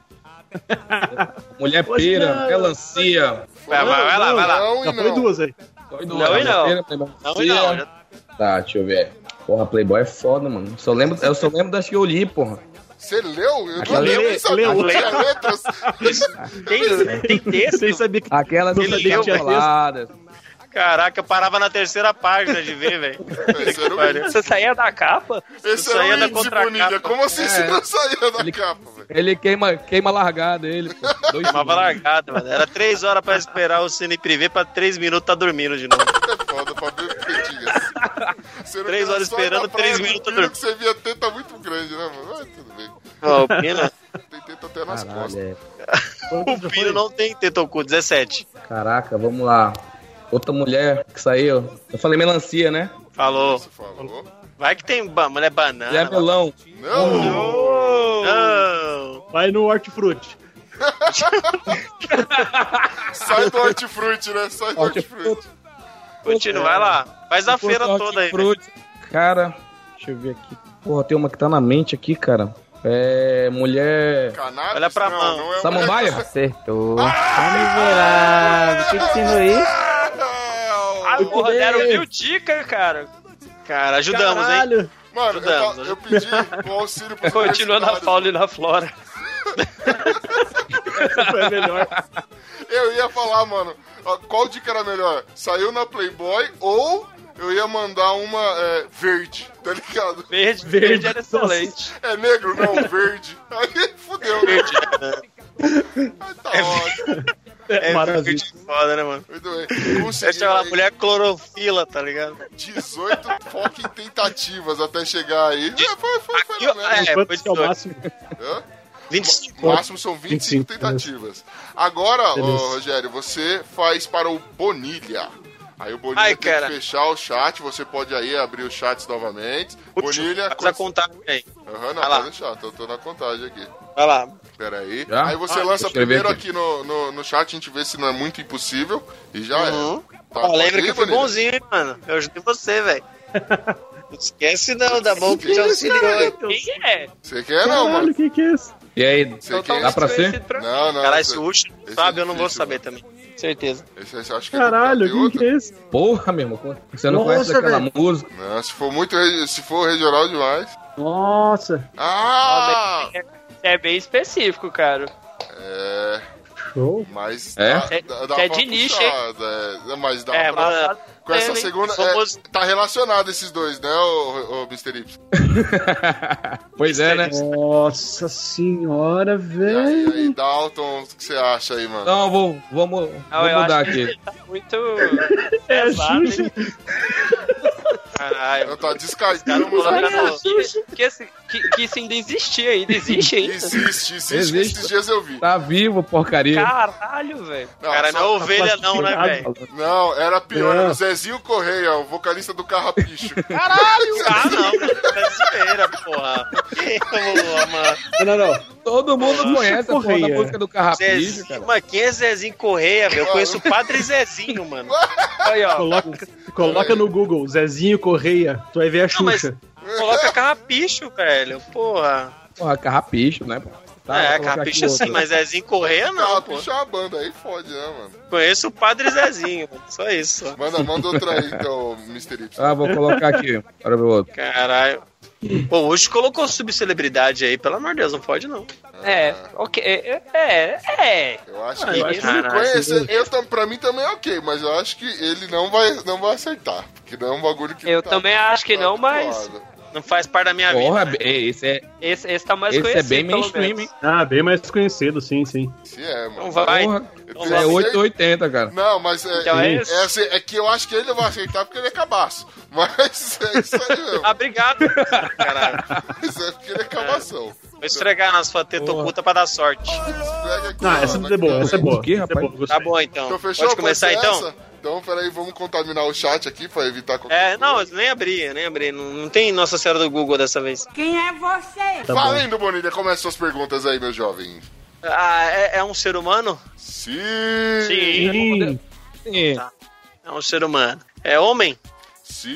Speaker 4: Mulher
Speaker 1: Hoje
Speaker 4: pera,
Speaker 1: não.
Speaker 4: melancia.
Speaker 2: Vai, vai, vai lá,
Speaker 1: Não,
Speaker 2: vai lá.
Speaker 3: Não
Speaker 1: Já
Speaker 3: e
Speaker 1: foi
Speaker 3: não.
Speaker 1: duas aí.
Speaker 6: Não e não.
Speaker 4: Mulher
Speaker 2: Não, e não.
Speaker 4: melancia.
Speaker 2: Já-
Speaker 4: Tá, deixa eu ver. Porra, Playboy é foda, mano. Só lembro, eu só lembro das que eu li, porra.
Speaker 3: Você leu? Eu não
Speaker 4: Aquela-
Speaker 3: leu, nem
Speaker 1: Leu,
Speaker 3: sabia que
Speaker 1: leu.
Speaker 3: tinha letras.
Speaker 6: Tem, tem texto?
Speaker 1: Sem saber que
Speaker 4: Aquelas
Speaker 1: Ele
Speaker 4: que
Speaker 1: leu,
Speaker 4: eu
Speaker 1: velho.
Speaker 4: faladas.
Speaker 2: Caraca, eu parava na terceira página de ver, velho.
Speaker 3: Esse era o
Speaker 2: pariu.
Speaker 6: Você saía da capa?
Speaker 3: Esse
Speaker 2: Isso aí é
Speaker 3: era
Speaker 2: da
Speaker 3: o índice,
Speaker 2: contracapa.
Speaker 3: Bonilha. Como assim você
Speaker 1: É.
Speaker 3: não saía da capa, velho?
Speaker 4: Ele queima, queima largada, ele. pô. Dois
Speaker 2: Tomava largada, mano. Era três horas pra esperar o Cine Privé, pra três minutos tá dormindo de novo.
Speaker 3: É foda, Fabrício Petinha.
Speaker 2: Três horas esperando, três minutos
Speaker 3: que você via teta muito grande, né, mano? Mas tudo bem.
Speaker 2: Ó, o Pino,
Speaker 3: Tem teta até nas
Speaker 4: Caralho,
Speaker 3: costas.
Speaker 4: é.
Speaker 2: o Pino não tem tetocu, 17.
Speaker 4: Caraca, vamos lá. Outra mulher que saiu. Eu falei melancia, né?
Speaker 2: Falou.
Speaker 3: Você falou.
Speaker 2: Vai que tem ba mulher banana.
Speaker 4: Mulher melão.
Speaker 3: Não!
Speaker 2: Não.
Speaker 1: Vai no hortifruti.
Speaker 3: Sai do hortifruti, né? Sai do hortifruti.
Speaker 2: Continua, vai lá. Faz a feira toda aí. velho.
Speaker 4: Cara, deixa eu ver aqui. Porra, tem uma que tá na mente aqui, cara. É. Mulher.
Speaker 3: Cannabis?
Speaker 2: Olha pra
Speaker 3: não,
Speaker 2: mão.
Speaker 3: não é
Speaker 4: Samambaia?
Speaker 5: Acertou. Tá miserável.
Speaker 3: tá
Speaker 5: O que que te ensinou isso?
Speaker 6: Ah,
Speaker 3: Não!
Speaker 6: porra, deram mil dicas, cara.
Speaker 2: Cara, ajudamos, hein?
Speaker 1: Caralho.
Speaker 3: Mano, eu,
Speaker 2: Ajudamos,
Speaker 3: ta- eu pedi o auxílio pro
Speaker 6: Continua na Paula e na Flora.
Speaker 1: É melhor.
Speaker 3: Eu ia falar, mano, ó, qual dica era melhor? Saiu na Playboy ou eu ia mandar uma é, verde, tá ligado?
Speaker 6: Verde,
Speaker 1: Verde,
Speaker 6: verde, era
Speaker 1: nossa.
Speaker 6: excelente.
Speaker 3: É negro? Não, verde. Aí fudeu, né?
Speaker 2: Verde.
Speaker 3: Aí tá ótimo.
Speaker 2: É,
Speaker 1: Maravilha.
Speaker 2: verde foda, né, mano?
Speaker 3: Muito bem.
Speaker 2: Você
Speaker 3: Conseguimos
Speaker 2: chama a
Speaker 3: aí
Speaker 2: é mulher clorofila, tá ligado?
Speaker 3: 18 foco em tentativas até chegar aí. É, foi, foi, foi.
Speaker 2: Aqui,
Speaker 3: na merda.
Speaker 2: É,
Speaker 1: Quantos
Speaker 2: foi
Speaker 1: que é o
Speaker 2: dois.
Speaker 1: máximo?
Speaker 2: 25.
Speaker 3: O né? máximo são 25
Speaker 1: 25,
Speaker 3: tentativas. Agora, ô,
Speaker 1: Beleza.
Speaker 3: Rogério, você faz para o Bonilha. Aí o Bonilha
Speaker 2: Ai,
Speaker 3: tem
Speaker 2: cara.
Speaker 3: que fechar o chat, você pode aí abrir os chats novamente. Bonilha,
Speaker 2: Faz a
Speaker 3: cons-
Speaker 2: contagem aí.
Speaker 3: Aham, não,
Speaker 2: Vai lá.
Speaker 3: pode deixar, tô, tô na contagem aqui.
Speaker 2: Vai lá.
Speaker 3: Pera aí.
Speaker 4: Já?
Speaker 3: Aí você
Speaker 4: Ah,
Speaker 3: lança
Speaker 4: deixa eu ver
Speaker 3: primeiro
Speaker 4: aqui.
Speaker 3: aqui, no, no, no chat, a gente vê se não é muito impossível. E já
Speaker 2: Uhum.
Speaker 3: é. Tá,
Speaker 2: Ó, lembra
Speaker 3: pode ir,
Speaker 2: que eu fui
Speaker 3: Bonilha?
Speaker 2: bonzinho, hein, mano? Eu ajudei você, velho. Não esquece não, tá da mão que te auxiliou. hein?
Speaker 6: Quem é?
Speaker 3: Você quer não,
Speaker 1: Caralho,
Speaker 3: mano?
Speaker 1: o que que é isso?
Speaker 4: E aí?
Speaker 3: Você quer?
Speaker 4: Dá pra ser?
Speaker 6: Conhecido pra-
Speaker 3: Não, não.
Speaker 2: Caralho,
Speaker 3: esse-
Speaker 2: se o Ucho não
Speaker 3: esse
Speaker 2: sabe,
Speaker 3: é
Speaker 2: eu não vou
Speaker 3: difícil,
Speaker 2: saber também. Certeza.
Speaker 3: Esse, esse acho que é do
Speaker 1: Caralho, o que que
Speaker 3: conteúdo.
Speaker 1: é isso?
Speaker 4: Porra, meu irmão. Você não
Speaker 1: Nossa,
Speaker 4: conhece aquela música?
Speaker 3: Não, se for muito, re- se for regional demais.
Speaker 1: Nossa.
Speaker 3: Ah!
Speaker 6: É bem específico, cara.
Speaker 3: É,
Speaker 1: Show.
Speaker 3: mas
Speaker 4: É?
Speaker 3: dá, dá, dá
Speaker 6: É
Speaker 3: pra
Speaker 6: de nicho,
Speaker 3: puxar, é, mas dá
Speaker 6: É,
Speaker 3: pra...
Speaker 6: mas
Speaker 3: Com essa
Speaker 6: é, hein?
Speaker 3: segunda...
Speaker 2: Somos-
Speaker 3: é, tá relacionado esses dois, né, ô, ô, Mr. Y?
Speaker 4: pois é, né?
Speaker 1: Nossa senhora,
Speaker 3: E aí, e aí,
Speaker 1: velho.
Speaker 3: Dalton, o que você acha aí, mano?
Speaker 4: Não, Então, vou, vamos,
Speaker 6: Não,
Speaker 4: vou
Speaker 6: eu
Speaker 4: mudar
Speaker 6: acho
Speaker 4: aqui.
Speaker 6: que tá muito.
Speaker 1: É a
Speaker 6: pesado, né? hein?
Speaker 1: Xuxa.
Speaker 2: Caralho.
Speaker 3: Eu tá descartando uma
Speaker 2: Olha,
Speaker 3: coisa.
Speaker 2: não.
Speaker 6: que, esse- que- que isso ainda existia ainda. Existe ainda.
Speaker 3: Existe, existe,
Speaker 4: Existe.
Speaker 3: Esses dias eu vi.
Speaker 4: Tá vivo, porcaria.
Speaker 6: Caralho, velho.
Speaker 3: Não,
Speaker 2: Cara, não é
Speaker 3: só-
Speaker 2: ovelha não, né, velho?
Speaker 3: não, era pior. Era o
Speaker 1: É.
Speaker 3: Zezinho Correia, o vocalista do Carrapicho.
Speaker 2: Caralho! Ah, não. É zoeira, porra. Que boa, mano.
Speaker 1: Não, não, não.
Speaker 4: Todo mundo conhece a porra da
Speaker 1: Correia.
Speaker 4: música do Carrapicho,
Speaker 2: Zezinho,
Speaker 4: Tá cara.
Speaker 2: mas quem é Zezinho Correia, velho? Eu conheço o Padre Zezinho, mano.
Speaker 6: Aí, ó.
Speaker 1: Coloca, coloca no Google, Zezinho Correia. Tu vai ver a
Speaker 2: mas-
Speaker 1: Xuxa.
Speaker 2: Coloca carrapicho, velho. Porra.
Speaker 4: Porra, Carrapicho, né? pô?
Speaker 2: é,
Speaker 4: Tá, vou colocar aqui
Speaker 2: carrapicho sim,
Speaker 4: outra.
Speaker 2: mas Zezinho Correia não, pô.
Speaker 3: Carrapicho é uma banda, aí fode, né, mano?
Speaker 2: Conheço o Padre Zezinho, mano. Só isso. ó.
Speaker 3: Manda, manda outra aí, então, Mr. Y.
Speaker 4: Ah, vou colocar aqui. Para ver o outro.
Speaker 2: Caralho. Pô, hoje colocou subcelebridade aí, pelo amor de Deus, não pode não.
Speaker 6: É, ok. É, é. é.
Speaker 3: Eu acho
Speaker 1: Ah,
Speaker 3: que
Speaker 1: eu
Speaker 3: ele
Speaker 1: acho
Speaker 2: que-
Speaker 3: conhece. né? Eu, tam- pra mim também é ok, mas eu acho que ele não vai, não vai acertar. Porque não é um bagulho que.
Speaker 6: Eu
Speaker 3: tá-
Speaker 6: também acho que
Speaker 3: tá
Speaker 6: não, mas
Speaker 3: habituado.
Speaker 2: Não faz parte da minha
Speaker 4: Porra,
Speaker 2: vida.
Speaker 4: é- esse é,
Speaker 6: esse, esse tá mais
Speaker 4: esse é
Speaker 6: conhecido.
Speaker 4: bem
Speaker 6: pelo
Speaker 4: mainstream,
Speaker 6: menos.
Speaker 4: hein?
Speaker 1: Ah, bem mais conhecido, sim, sim.
Speaker 3: Se é, mano.
Speaker 2: Não Então vai.
Speaker 4: Porra,
Speaker 2: não
Speaker 3: Eu tenho
Speaker 4: esse é
Speaker 2: vai.
Speaker 3: certeza-
Speaker 4: 880, cara.
Speaker 3: Não, mas é,
Speaker 6: Então é
Speaker 3: é
Speaker 6: isso.
Speaker 3: assim, é que eu acho que ele não vai acertar porque ele é cabaço. Mas é isso aí mesmo.
Speaker 2: Ah, obrigado. Caralho.
Speaker 3: Isso é porque ele é cabação.
Speaker 2: Vou esfregar na sua teta
Speaker 4: Porra.
Speaker 2: oculta pra dar sorte.
Speaker 3: Esfrega aqui,
Speaker 1: Ah,
Speaker 3: ó,
Speaker 1: essa
Speaker 3: aqui
Speaker 1: é boa,
Speaker 3: também.
Speaker 1: essa é boa.
Speaker 4: Aqui,
Speaker 1: Essa é
Speaker 4: rapaz.
Speaker 1: boa, gostei.
Speaker 2: Tá bom, então.
Speaker 3: Então fechou?
Speaker 2: Pode começar,
Speaker 3: Pode ser
Speaker 2: então?
Speaker 3: essa? Então, peraí, vamos contaminar o chat aqui pra evitar qualquer
Speaker 2: É, não, eu nem abri, eu nem abri. Não, não tem Nossa Senhora do Google dessa vez.
Speaker 7: Quem é você?
Speaker 1: Tá bom.
Speaker 3: Valendo, Bonilha, é comece suas perguntas aí, meu jovem.
Speaker 2: Ah, é, é um ser humano?
Speaker 3: Sim!
Speaker 1: Sim,
Speaker 4: Sim. tá,
Speaker 2: É um ser humano. É homem?
Speaker 3: Sim!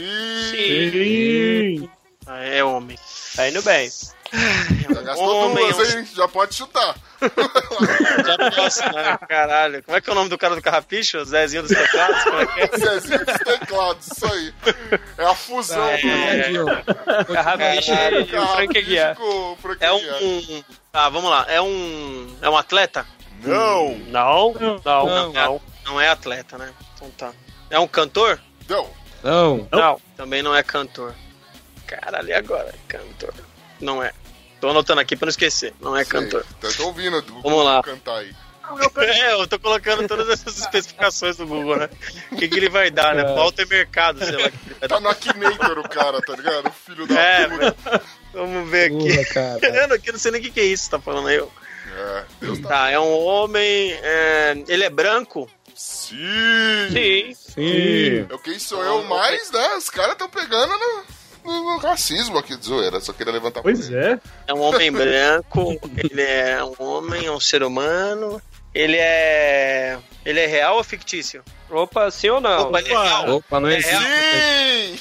Speaker 1: sim.
Speaker 2: Ah, é homem.
Speaker 6: Tá indo bem.
Speaker 3: Já gastou
Speaker 2: Homem, é um
Speaker 3: duas, hein? Já pode chutar.
Speaker 2: Já não posso, não, caralho. Como é que é o nome do cara do carrapicho? Zezinho dos teclados? Como é que é?
Speaker 3: Zezinho dos teclados, isso aí. É a fusão
Speaker 2: Ah,
Speaker 3: do
Speaker 2: é.
Speaker 4: tá Aqui, ó.
Speaker 6: Carrapicho
Speaker 3: é
Speaker 6: e o Frank Aguiar.
Speaker 3: com o Frank
Speaker 2: É
Speaker 3: Aguiar.
Speaker 2: um. Ah, vamos lá. É um. É um atleta?
Speaker 3: Não!
Speaker 6: Não, não,
Speaker 4: Não.
Speaker 2: Não, não é atleta, né? Então tá. É um cantor?
Speaker 3: Não!
Speaker 4: Não,
Speaker 6: não.
Speaker 2: Também não é cantor. Caralho, e agora? Cantor. Não é. Tô anotando aqui pra não esquecer. Não é
Speaker 3: Sei.
Speaker 2: cantor.
Speaker 3: Tá tô ouvindo o
Speaker 2: Vamos lá.
Speaker 3: cantar aí.
Speaker 2: É, eu tô colocando todas essas especificações do Google, né? O que, que ele vai dar,
Speaker 4: É.
Speaker 2: né? Pauta e mercado, sei lá. o que ele vai
Speaker 3: Tá
Speaker 2: dar.
Speaker 3: no Akinator o cara, tá ligado? O filho da
Speaker 2: É,
Speaker 3: puta.
Speaker 2: Vamos ver aqui.
Speaker 4: porra, cara.
Speaker 2: Eu não, eu não sei nem o que, que é isso, tá falando aí.
Speaker 3: É. Deus tá.
Speaker 2: Tá, é um homem. é, Ele é branco?
Speaker 3: Sim!
Speaker 6: Sim.
Speaker 4: Sim.
Speaker 3: Eu quem sou eu mais, né? Os caras tão pegando no, no- no racismo aqui de zoeira. Só queria levantar
Speaker 1: Pois é.
Speaker 2: É um homem branco, ele é um homem, é um ser humano. Ele é. Ele é real ou fictício? é
Speaker 6: Opa, sim ou não?
Speaker 2: Opa, ele é real.
Speaker 4: Opa, não é isso.
Speaker 3: Sim!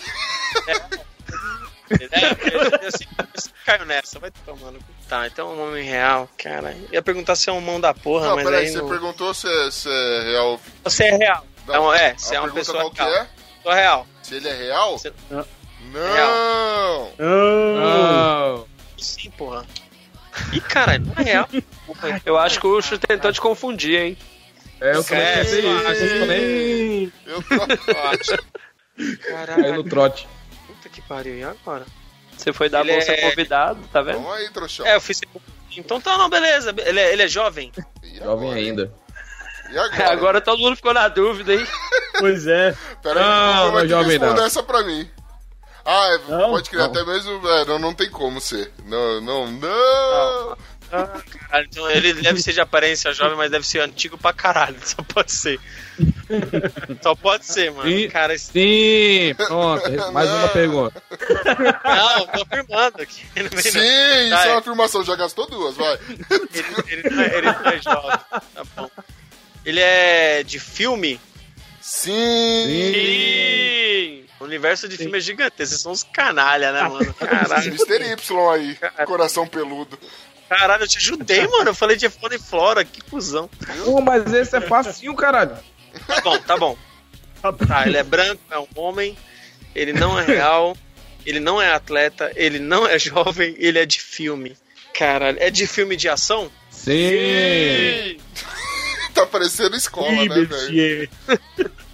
Speaker 2: É, eu, assim, caiu nessa, vai tomando. Tá, então é um homem real, cara. Eu ia perguntar se é um mão da porra,
Speaker 3: Não,
Speaker 2: mas
Speaker 3: peraí,
Speaker 2: aí.
Speaker 3: você
Speaker 2: não-
Speaker 3: perguntou se é, se é real.
Speaker 2: Você é real.
Speaker 3: Não,
Speaker 2: Então, é, você
Speaker 3: a
Speaker 2: é uma
Speaker 3: pergunta
Speaker 2: pessoa
Speaker 3: qual que
Speaker 2: real.
Speaker 3: é?
Speaker 2: Sou real.
Speaker 3: Se ele é real?
Speaker 2: Você- É
Speaker 3: Não!
Speaker 1: Ah,
Speaker 4: Não.
Speaker 2: Sim, porra. Ih, caralho, não é real.
Speaker 6: Eu acho que o Ucho tentou te confundir, hein?
Speaker 4: É, eu também
Speaker 2: É,
Speaker 4: pensei
Speaker 2: eu
Speaker 4: isso.
Speaker 2: acho
Speaker 4: Eu falei
Speaker 1: sim.
Speaker 3: Eu tô...
Speaker 4: aí no
Speaker 2: Caralho,
Speaker 4: trote.
Speaker 2: puta que pariu, e agora?
Speaker 6: Você foi dar
Speaker 2: Ele
Speaker 6: bom ser
Speaker 2: é-
Speaker 6: convidado, tá vendo?
Speaker 3: Vamos aí, trouxão.
Speaker 2: É, eu fiz. Então tá, não, beleza. Ele é, ele é jovem?
Speaker 3: E
Speaker 4: Jovem
Speaker 3: agora?
Speaker 4: ainda.
Speaker 3: E agora?
Speaker 2: É
Speaker 6: Agora todo mundo ficou na dúvida, hein?
Speaker 1: Pois é.
Speaker 3: Peraí,
Speaker 4: Não,
Speaker 3: você vai
Speaker 4: não,
Speaker 3: ter que
Speaker 4: jovem não.
Speaker 3: responder essa pra mim. Ah, é,
Speaker 1: Não?
Speaker 3: pode criar até mesmo. É, não, não tem como ser. Não, não, não!
Speaker 2: Caralho, então ele deve ser de aparência jovem, mas deve ser antigo pra caralho. Só pode ser. Só pode ser, mano.
Speaker 4: Ih.
Speaker 2: Cara, esse-
Speaker 4: Sim, pronto. Mais uma pergunta.
Speaker 2: não, tô afirmando aqui. Ele, não-
Speaker 3: Sim, isso
Speaker 2: Vai.
Speaker 3: é uma afirmação, já gastou duas, vai.
Speaker 2: ele, ele não é, ele não é jovem. Tá bom. Ele é de filme?
Speaker 3: Sim!
Speaker 2: Sim! O universo de filme é gigantesco. Vocês são uns canalha, né, mano? Caralho.
Speaker 3: Mr. Y aí, coração peludo.
Speaker 2: Caralho, eu te ajudei, mano. Eu falei de fauna e flora, que cuzão.
Speaker 4: Uh, mas esse é facinho, caralho.
Speaker 2: Tá bom, tá bom. Tá, ele é branco, é um homem, ele não é real, ele não é atleta, ele não é jovem, ele é de filme. Caralho, é de filme de ação?
Speaker 4: Sim.
Speaker 3: Tá parecendo escola,
Speaker 1: Ih,
Speaker 3: né, velho?
Speaker 1: Bertier.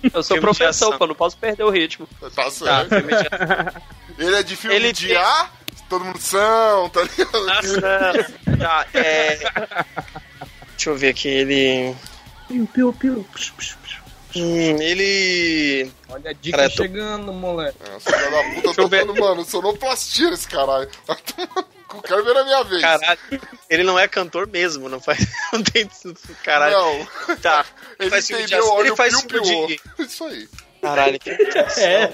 Speaker 6: Eu sou
Speaker 2: Filme de
Speaker 6: professor,
Speaker 2: ação.
Speaker 6: pô, não posso perder o ritmo.
Speaker 3: Tá
Speaker 2: Tá,
Speaker 3: certo.
Speaker 2: filme de ação.
Speaker 3: Ele é de filme
Speaker 2: Ele
Speaker 3: de
Speaker 2: tem- Ah.
Speaker 3: A, todo mundo são, tá ligado?
Speaker 2: Tá, é. Deixa eu ver aqui, ele.
Speaker 1: Piu, piu, piu. Psh, psh, psh.
Speaker 2: Hum, ele.
Speaker 4: Olha a dica
Speaker 2: Cara, eu tô-
Speaker 4: chegando, moleque.
Speaker 3: Nossa, filha da puta, eu
Speaker 2: Deixa eu
Speaker 3: tô
Speaker 2: ver.
Speaker 3: falando, mano, sonoplastia nesse caralho. Eu quero ver na minha vez.
Speaker 2: Caralho, ele não é cantor mesmo, não faz. Não tem. Caralho.
Speaker 3: Não,
Speaker 2: Tá.
Speaker 3: ele
Speaker 2: faz filme de
Speaker 3: entendeu,
Speaker 2: ação,
Speaker 3: olha
Speaker 2: ele
Speaker 3: o
Speaker 2: faz
Speaker 3: faz
Speaker 2: filme de-
Speaker 3: Isso aí.
Speaker 2: Caralho, que.
Speaker 1: É.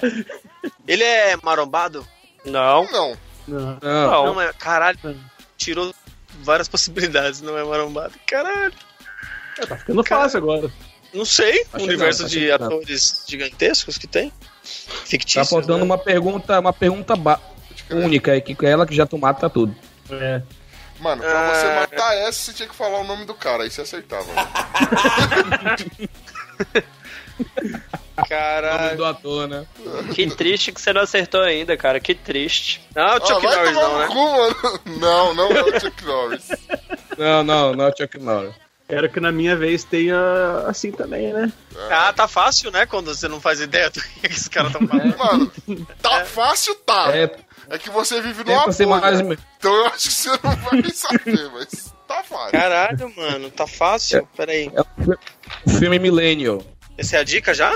Speaker 2: Ele é marombado?
Speaker 6: Não.
Speaker 3: Então, Não,
Speaker 1: Não.
Speaker 4: Não.
Speaker 2: Não, é. Caralho, tirou várias possibilidades, não é marombado. Caralho.
Speaker 1: Tá ficando fácil agora.
Speaker 2: Não sei,
Speaker 4: que
Speaker 2: um universo
Speaker 4: não, acho
Speaker 2: de
Speaker 4: que não.
Speaker 2: atores gigantescos que tem.
Speaker 4: Tá
Speaker 2: Fictícios.
Speaker 4: faltando
Speaker 2: né?
Speaker 4: uma pergunta, uma pergunta ba-
Speaker 2: é.
Speaker 4: única aí, que é ela que já tu mata tudo.
Speaker 1: É.
Speaker 3: mano, pra você
Speaker 2: Ah.
Speaker 3: matar essa, você tinha que falar o nome do cara, aí você acertava.
Speaker 2: Caralho.
Speaker 4: do ator, né?
Speaker 6: Que triste que você não acertou ainda, cara. Que triste.
Speaker 2: Não,
Speaker 3: Ah,
Speaker 2: Chuck
Speaker 3: vai
Speaker 2: Norris não, né?
Speaker 3: tomar no cu, mano. Não, não é o Chuck Norris.
Speaker 4: Não, não, não, é Chuck Norris.
Speaker 1: Quero que na minha vez tenha assim também, né?
Speaker 2: Ah, tá fácil, né? Quando você não faz ideia do que esses caras estão falando.
Speaker 3: Mano, tá fácil,
Speaker 2: Ah,
Speaker 3: tá.
Speaker 4: É,
Speaker 3: É que você vive no
Speaker 4: tenta ser
Speaker 3: apoio.
Speaker 2: né?
Speaker 4: mais.
Speaker 3: Então eu acho que você não vai saber, mas tá fácil.
Speaker 2: Caralho, mano, tá fácil. Peraí.
Speaker 4: É um filme Millennial.
Speaker 2: Essa é a dica já?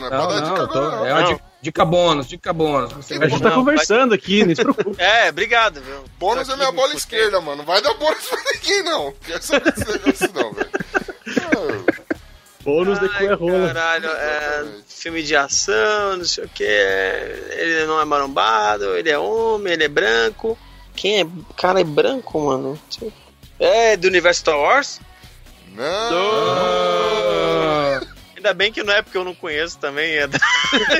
Speaker 2: Tá
Speaker 3: não é pra
Speaker 4: Não,
Speaker 3: dar
Speaker 4: não,
Speaker 3: dica
Speaker 4: eu tô-
Speaker 3: agora, não.
Speaker 4: é uma
Speaker 2: Não.
Speaker 4: dica, dica bônus, dica bônus. Você
Speaker 1: A
Speaker 4: vai
Speaker 1: gente
Speaker 4: ajudar.
Speaker 1: tá
Speaker 2: Não,
Speaker 1: conversando aqui, não se preocupe.
Speaker 2: É, obrigado, viu?
Speaker 3: Bônus
Speaker 2: Tô
Speaker 3: é
Speaker 2: aqui
Speaker 3: minha
Speaker 2: me
Speaker 3: bola
Speaker 2: fudendo.
Speaker 3: esquerda, mano. Não vai dar bônus pra ninguém, não. Quer saber esse negócio, não, velho. Ah,
Speaker 1: Bônus de cu é rola.
Speaker 2: Caralho, é filme de ação, não sei o que. Ele não é marombado, ele é homem, ele é branco. Quem é. O cara é branco, mano. É do universo Star Wars?
Speaker 3: Não.
Speaker 4: Ah,
Speaker 2: Ainda bem que não é porque eu não conheço também. É da...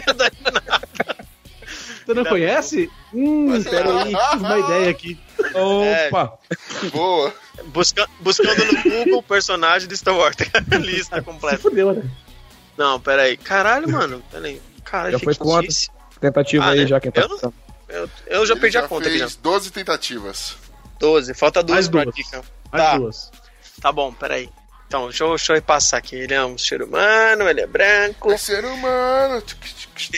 Speaker 2: é da-
Speaker 1: Você não conhece? Hum, espera aí, tive uma ideia aqui.
Speaker 2: É.
Speaker 4: Opa!
Speaker 3: Boa.
Speaker 2: Busca- Buscando no Google o personagem do Star Wars. Lista
Speaker 1: Se
Speaker 2: completa.
Speaker 1: fudeu, né?
Speaker 2: Não, peraí. Caralho, mano. Peraí. Caralho,
Speaker 4: Já foi
Speaker 2: fictício.
Speaker 4: Tentativa
Speaker 2: Ah,
Speaker 4: aí
Speaker 2: né?
Speaker 4: já quem tá.
Speaker 2: Eu não- Eu, eu já
Speaker 3: Ele
Speaker 2: perdi a conta,
Speaker 3: fez
Speaker 2: Guilherme.
Speaker 3: 12 tentativas.
Speaker 2: 12, falta
Speaker 1: Mais
Speaker 2: duas pra
Speaker 1: duas.
Speaker 2: dica.
Speaker 1: Mais
Speaker 2: Tá.
Speaker 1: duas.
Speaker 2: Tá bom, peraí. Então, deixa eu, deixa eu repassar aqui. Ele é um ser humano, ele é branco.
Speaker 3: É ser humano.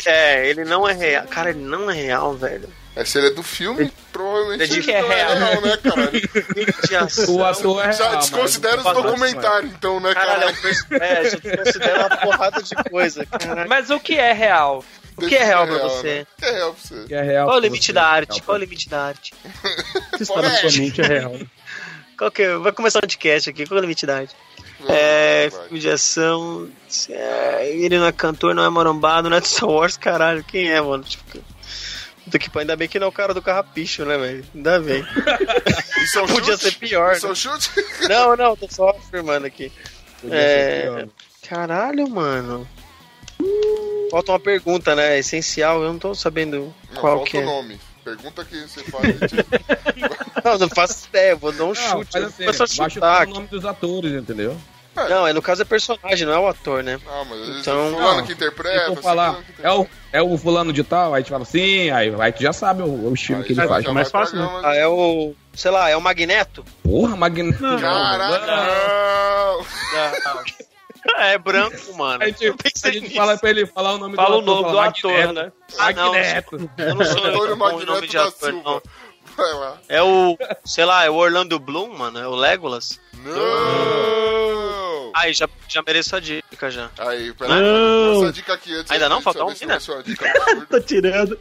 Speaker 2: É, ele não é real. Cara, ele não é real, velho.
Speaker 3: É se ele é do filme, provavelmente
Speaker 2: Ele é de
Speaker 3: ele
Speaker 2: que é
Speaker 3: não é
Speaker 2: real.
Speaker 3: real, né, caralho?
Speaker 2: De ação.
Speaker 4: O ator é
Speaker 3: Já
Speaker 4: real, mas
Speaker 3: desconsidera
Speaker 4: o
Speaker 3: os
Speaker 4: ator-
Speaker 3: documentários, então, né,
Speaker 2: Caralho, é
Speaker 3: caralho?
Speaker 2: um perso- é, já considera uma porrada de coisa. Caralho.
Speaker 6: Mas o que é real?
Speaker 2: O que é real pra
Speaker 3: né?
Speaker 2: você?
Speaker 3: O que é real pra você?
Speaker 4: É real
Speaker 2: Qual o
Speaker 4: pra
Speaker 2: limite
Speaker 4: você.
Speaker 2: da arte?
Speaker 4: Real
Speaker 2: Qual o
Speaker 4: pra-
Speaker 2: limite da arte?
Speaker 1: Essa história da sua mente é real.
Speaker 2: Qual que é? Vai começar o podcast aqui. Qual é o limite da arte?
Speaker 3: Vai,
Speaker 2: É,
Speaker 3: vai.
Speaker 2: filme de ação. é, ele não é cantor, não é marombado, não é de Star Wars, caralho. Quem é, mano? Tipo, puta que pariu. ainda bem que não é o cara do carrapicho, né, velho? Ainda bem.
Speaker 3: Isso é um
Speaker 2: Podia
Speaker 3: chute?
Speaker 2: ser pior.
Speaker 3: Isso é um chute?
Speaker 2: né? Não, não, tô só afirmando aqui.
Speaker 4: Podia ser
Speaker 2: É.
Speaker 4: pior.
Speaker 2: Caralho, mano. Falta uma pergunta, né? Essencial, eu não tô sabendo
Speaker 3: Não,
Speaker 2: qual
Speaker 3: falta
Speaker 2: que
Speaker 3: o
Speaker 2: é.
Speaker 3: nome. Pergunta que você faz.
Speaker 2: Não, não faço ideia, eu vou dar um chute.
Speaker 4: faz
Speaker 2: Eu
Speaker 4: assim,
Speaker 2: vou só
Speaker 4: baixa
Speaker 2: chutar.
Speaker 4: o nome dos atores, entendeu?
Speaker 2: Não, é, no caso é personagem, não é o ator, né?
Speaker 3: Ah, mas às vezes
Speaker 2: Então,
Speaker 3: fulano
Speaker 4: não.
Speaker 3: que
Speaker 4: É,
Speaker 3: interpreta.
Speaker 4: vão falar,
Speaker 3: fulano que
Speaker 4: é o, é o fulano de tal, aí tu fala assim, aí, aí tu já sabe o, o estilo
Speaker 3: Aí
Speaker 4: que ele
Speaker 3: já-
Speaker 4: faz.
Speaker 3: já
Speaker 1: mais
Speaker 3: vai
Speaker 1: fácil, né?
Speaker 3: pagar,
Speaker 2: Ah, é o. Sei lá, é o Magneto?
Speaker 4: Porra, Magneto.
Speaker 1: Não.
Speaker 3: Caraca, não.
Speaker 2: é branco, mano.
Speaker 4: A gente, a gente fala pra ele falar o nome
Speaker 6: Fala o
Speaker 4: ator,
Speaker 6: nome do
Speaker 4: fala,
Speaker 6: ator,
Speaker 4: Magneto.
Speaker 6: né?
Speaker 2: Ah, não,
Speaker 4: Magneto.
Speaker 2: eu não
Speaker 4: É
Speaker 2: sou
Speaker 3: Antônio
Speaker 2: eu bom em nome
Speaker 3: Magneto
Speaker 2: de
Speaker 3: da
Speaker 2: ator, não.
Speaker 3: Silva. Vai lá.
Speaker 2: É o. Sei lá, é o Orlando Bloom, mano. É o Legolas.
Speaker 3: Não!
Speaker 2: Aí, já, já mereço a dica já.
Speaker 3: Aí, peraí.
Speaker 1: Não,
Speaker 3: Essa dica aqui antes.
Speaker 2: Ainda não?
Speaker 3: antes,
Speaker 2: Falta
Speaker 3: deixa eu
Speaker 2: um
Speaker 3: ver se eu deixo uma dica absurda.
Speaker 1: tô Tá tirando.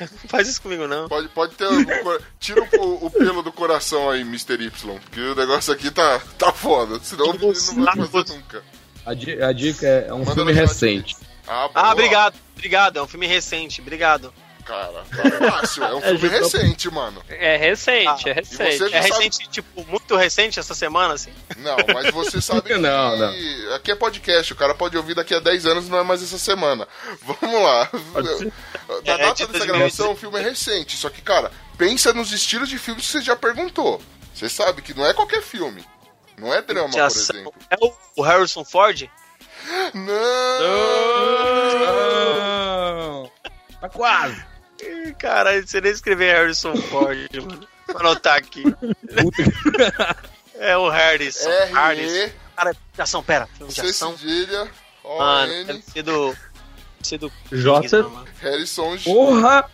Speaker 2: Não faz isso comigo, não.
Speaker 3: Pode, pode ter. algum cor- Tira o, o pelo do coração aí, Mr. Y. Porque o negócio aqui tá, tá foda. Senão o menino não vai fazer nunca.
Speaker 4: A, di- a dica é, é um
Speaker 3: Manda
Speaker 4: filme
Speaker 3: no chat.
Speaker 4: recente.
Speaker 3: Ah, boa.
Speaker 2: Ah, obrigado, obrigado. É um filme recente, obrigado.
Speaker 3: Cara, tá fácil. É um filme recente, mano.
Speaker 6: É recente, é
Speaker 3: você
Speaker 6: recente.
Speaker 3: já
Speaker 2: É
Speaker 3: sabe-
Speaker 2: recente, tipo, muito recente essa semana, assim.
Speaker 3: Não, mas você sabe
Speaker 4: Não,
Speaker 3: que aqui é podcast, o cara pode ouvir daqui a 10 anos, não é mais essa semana. Vamos lá. Da
Speaker 2: É,
Speaker 3: data
Speaker 2: de
Speaker 3: dessa
Speaker 2: 2016.
Speaker 3: gravação, o filme é recente. Só que, cara, pensa nos estilos de filmes que você já perguntou. Você sabe que não é qualquer filme. Não é drama,
Speaker 2: De
Speaker 3: por
Speaker 2: ação.
Speaker 3: exemplo.
Speaker 2: É o, o Harrison Ford?
Speaker 3: Não!
Speaker 4: Não. Tá quase.
Speaker 2: Ih, Caralho, você nem escrever Harrison Ford, mano. Vou anotar aqui.
Speaker 4: Puta que-
Speaker 2: É o Harrison. Harrison.
Speaker 3: R-E,
Speaker 2: Cara, de ação, pera. Filme de
Speaker 3: C
Speaker 2: ação.
Speaker 3: cedilha,
Speaker 2: Mano, deve
Speaker 3: O-N,
Speaker 2: ser do. Deve ser do.
Speaker 1: J.
Speaker 2: mano.
Speaker 3: Harrison J.
Speaker 4: Porra!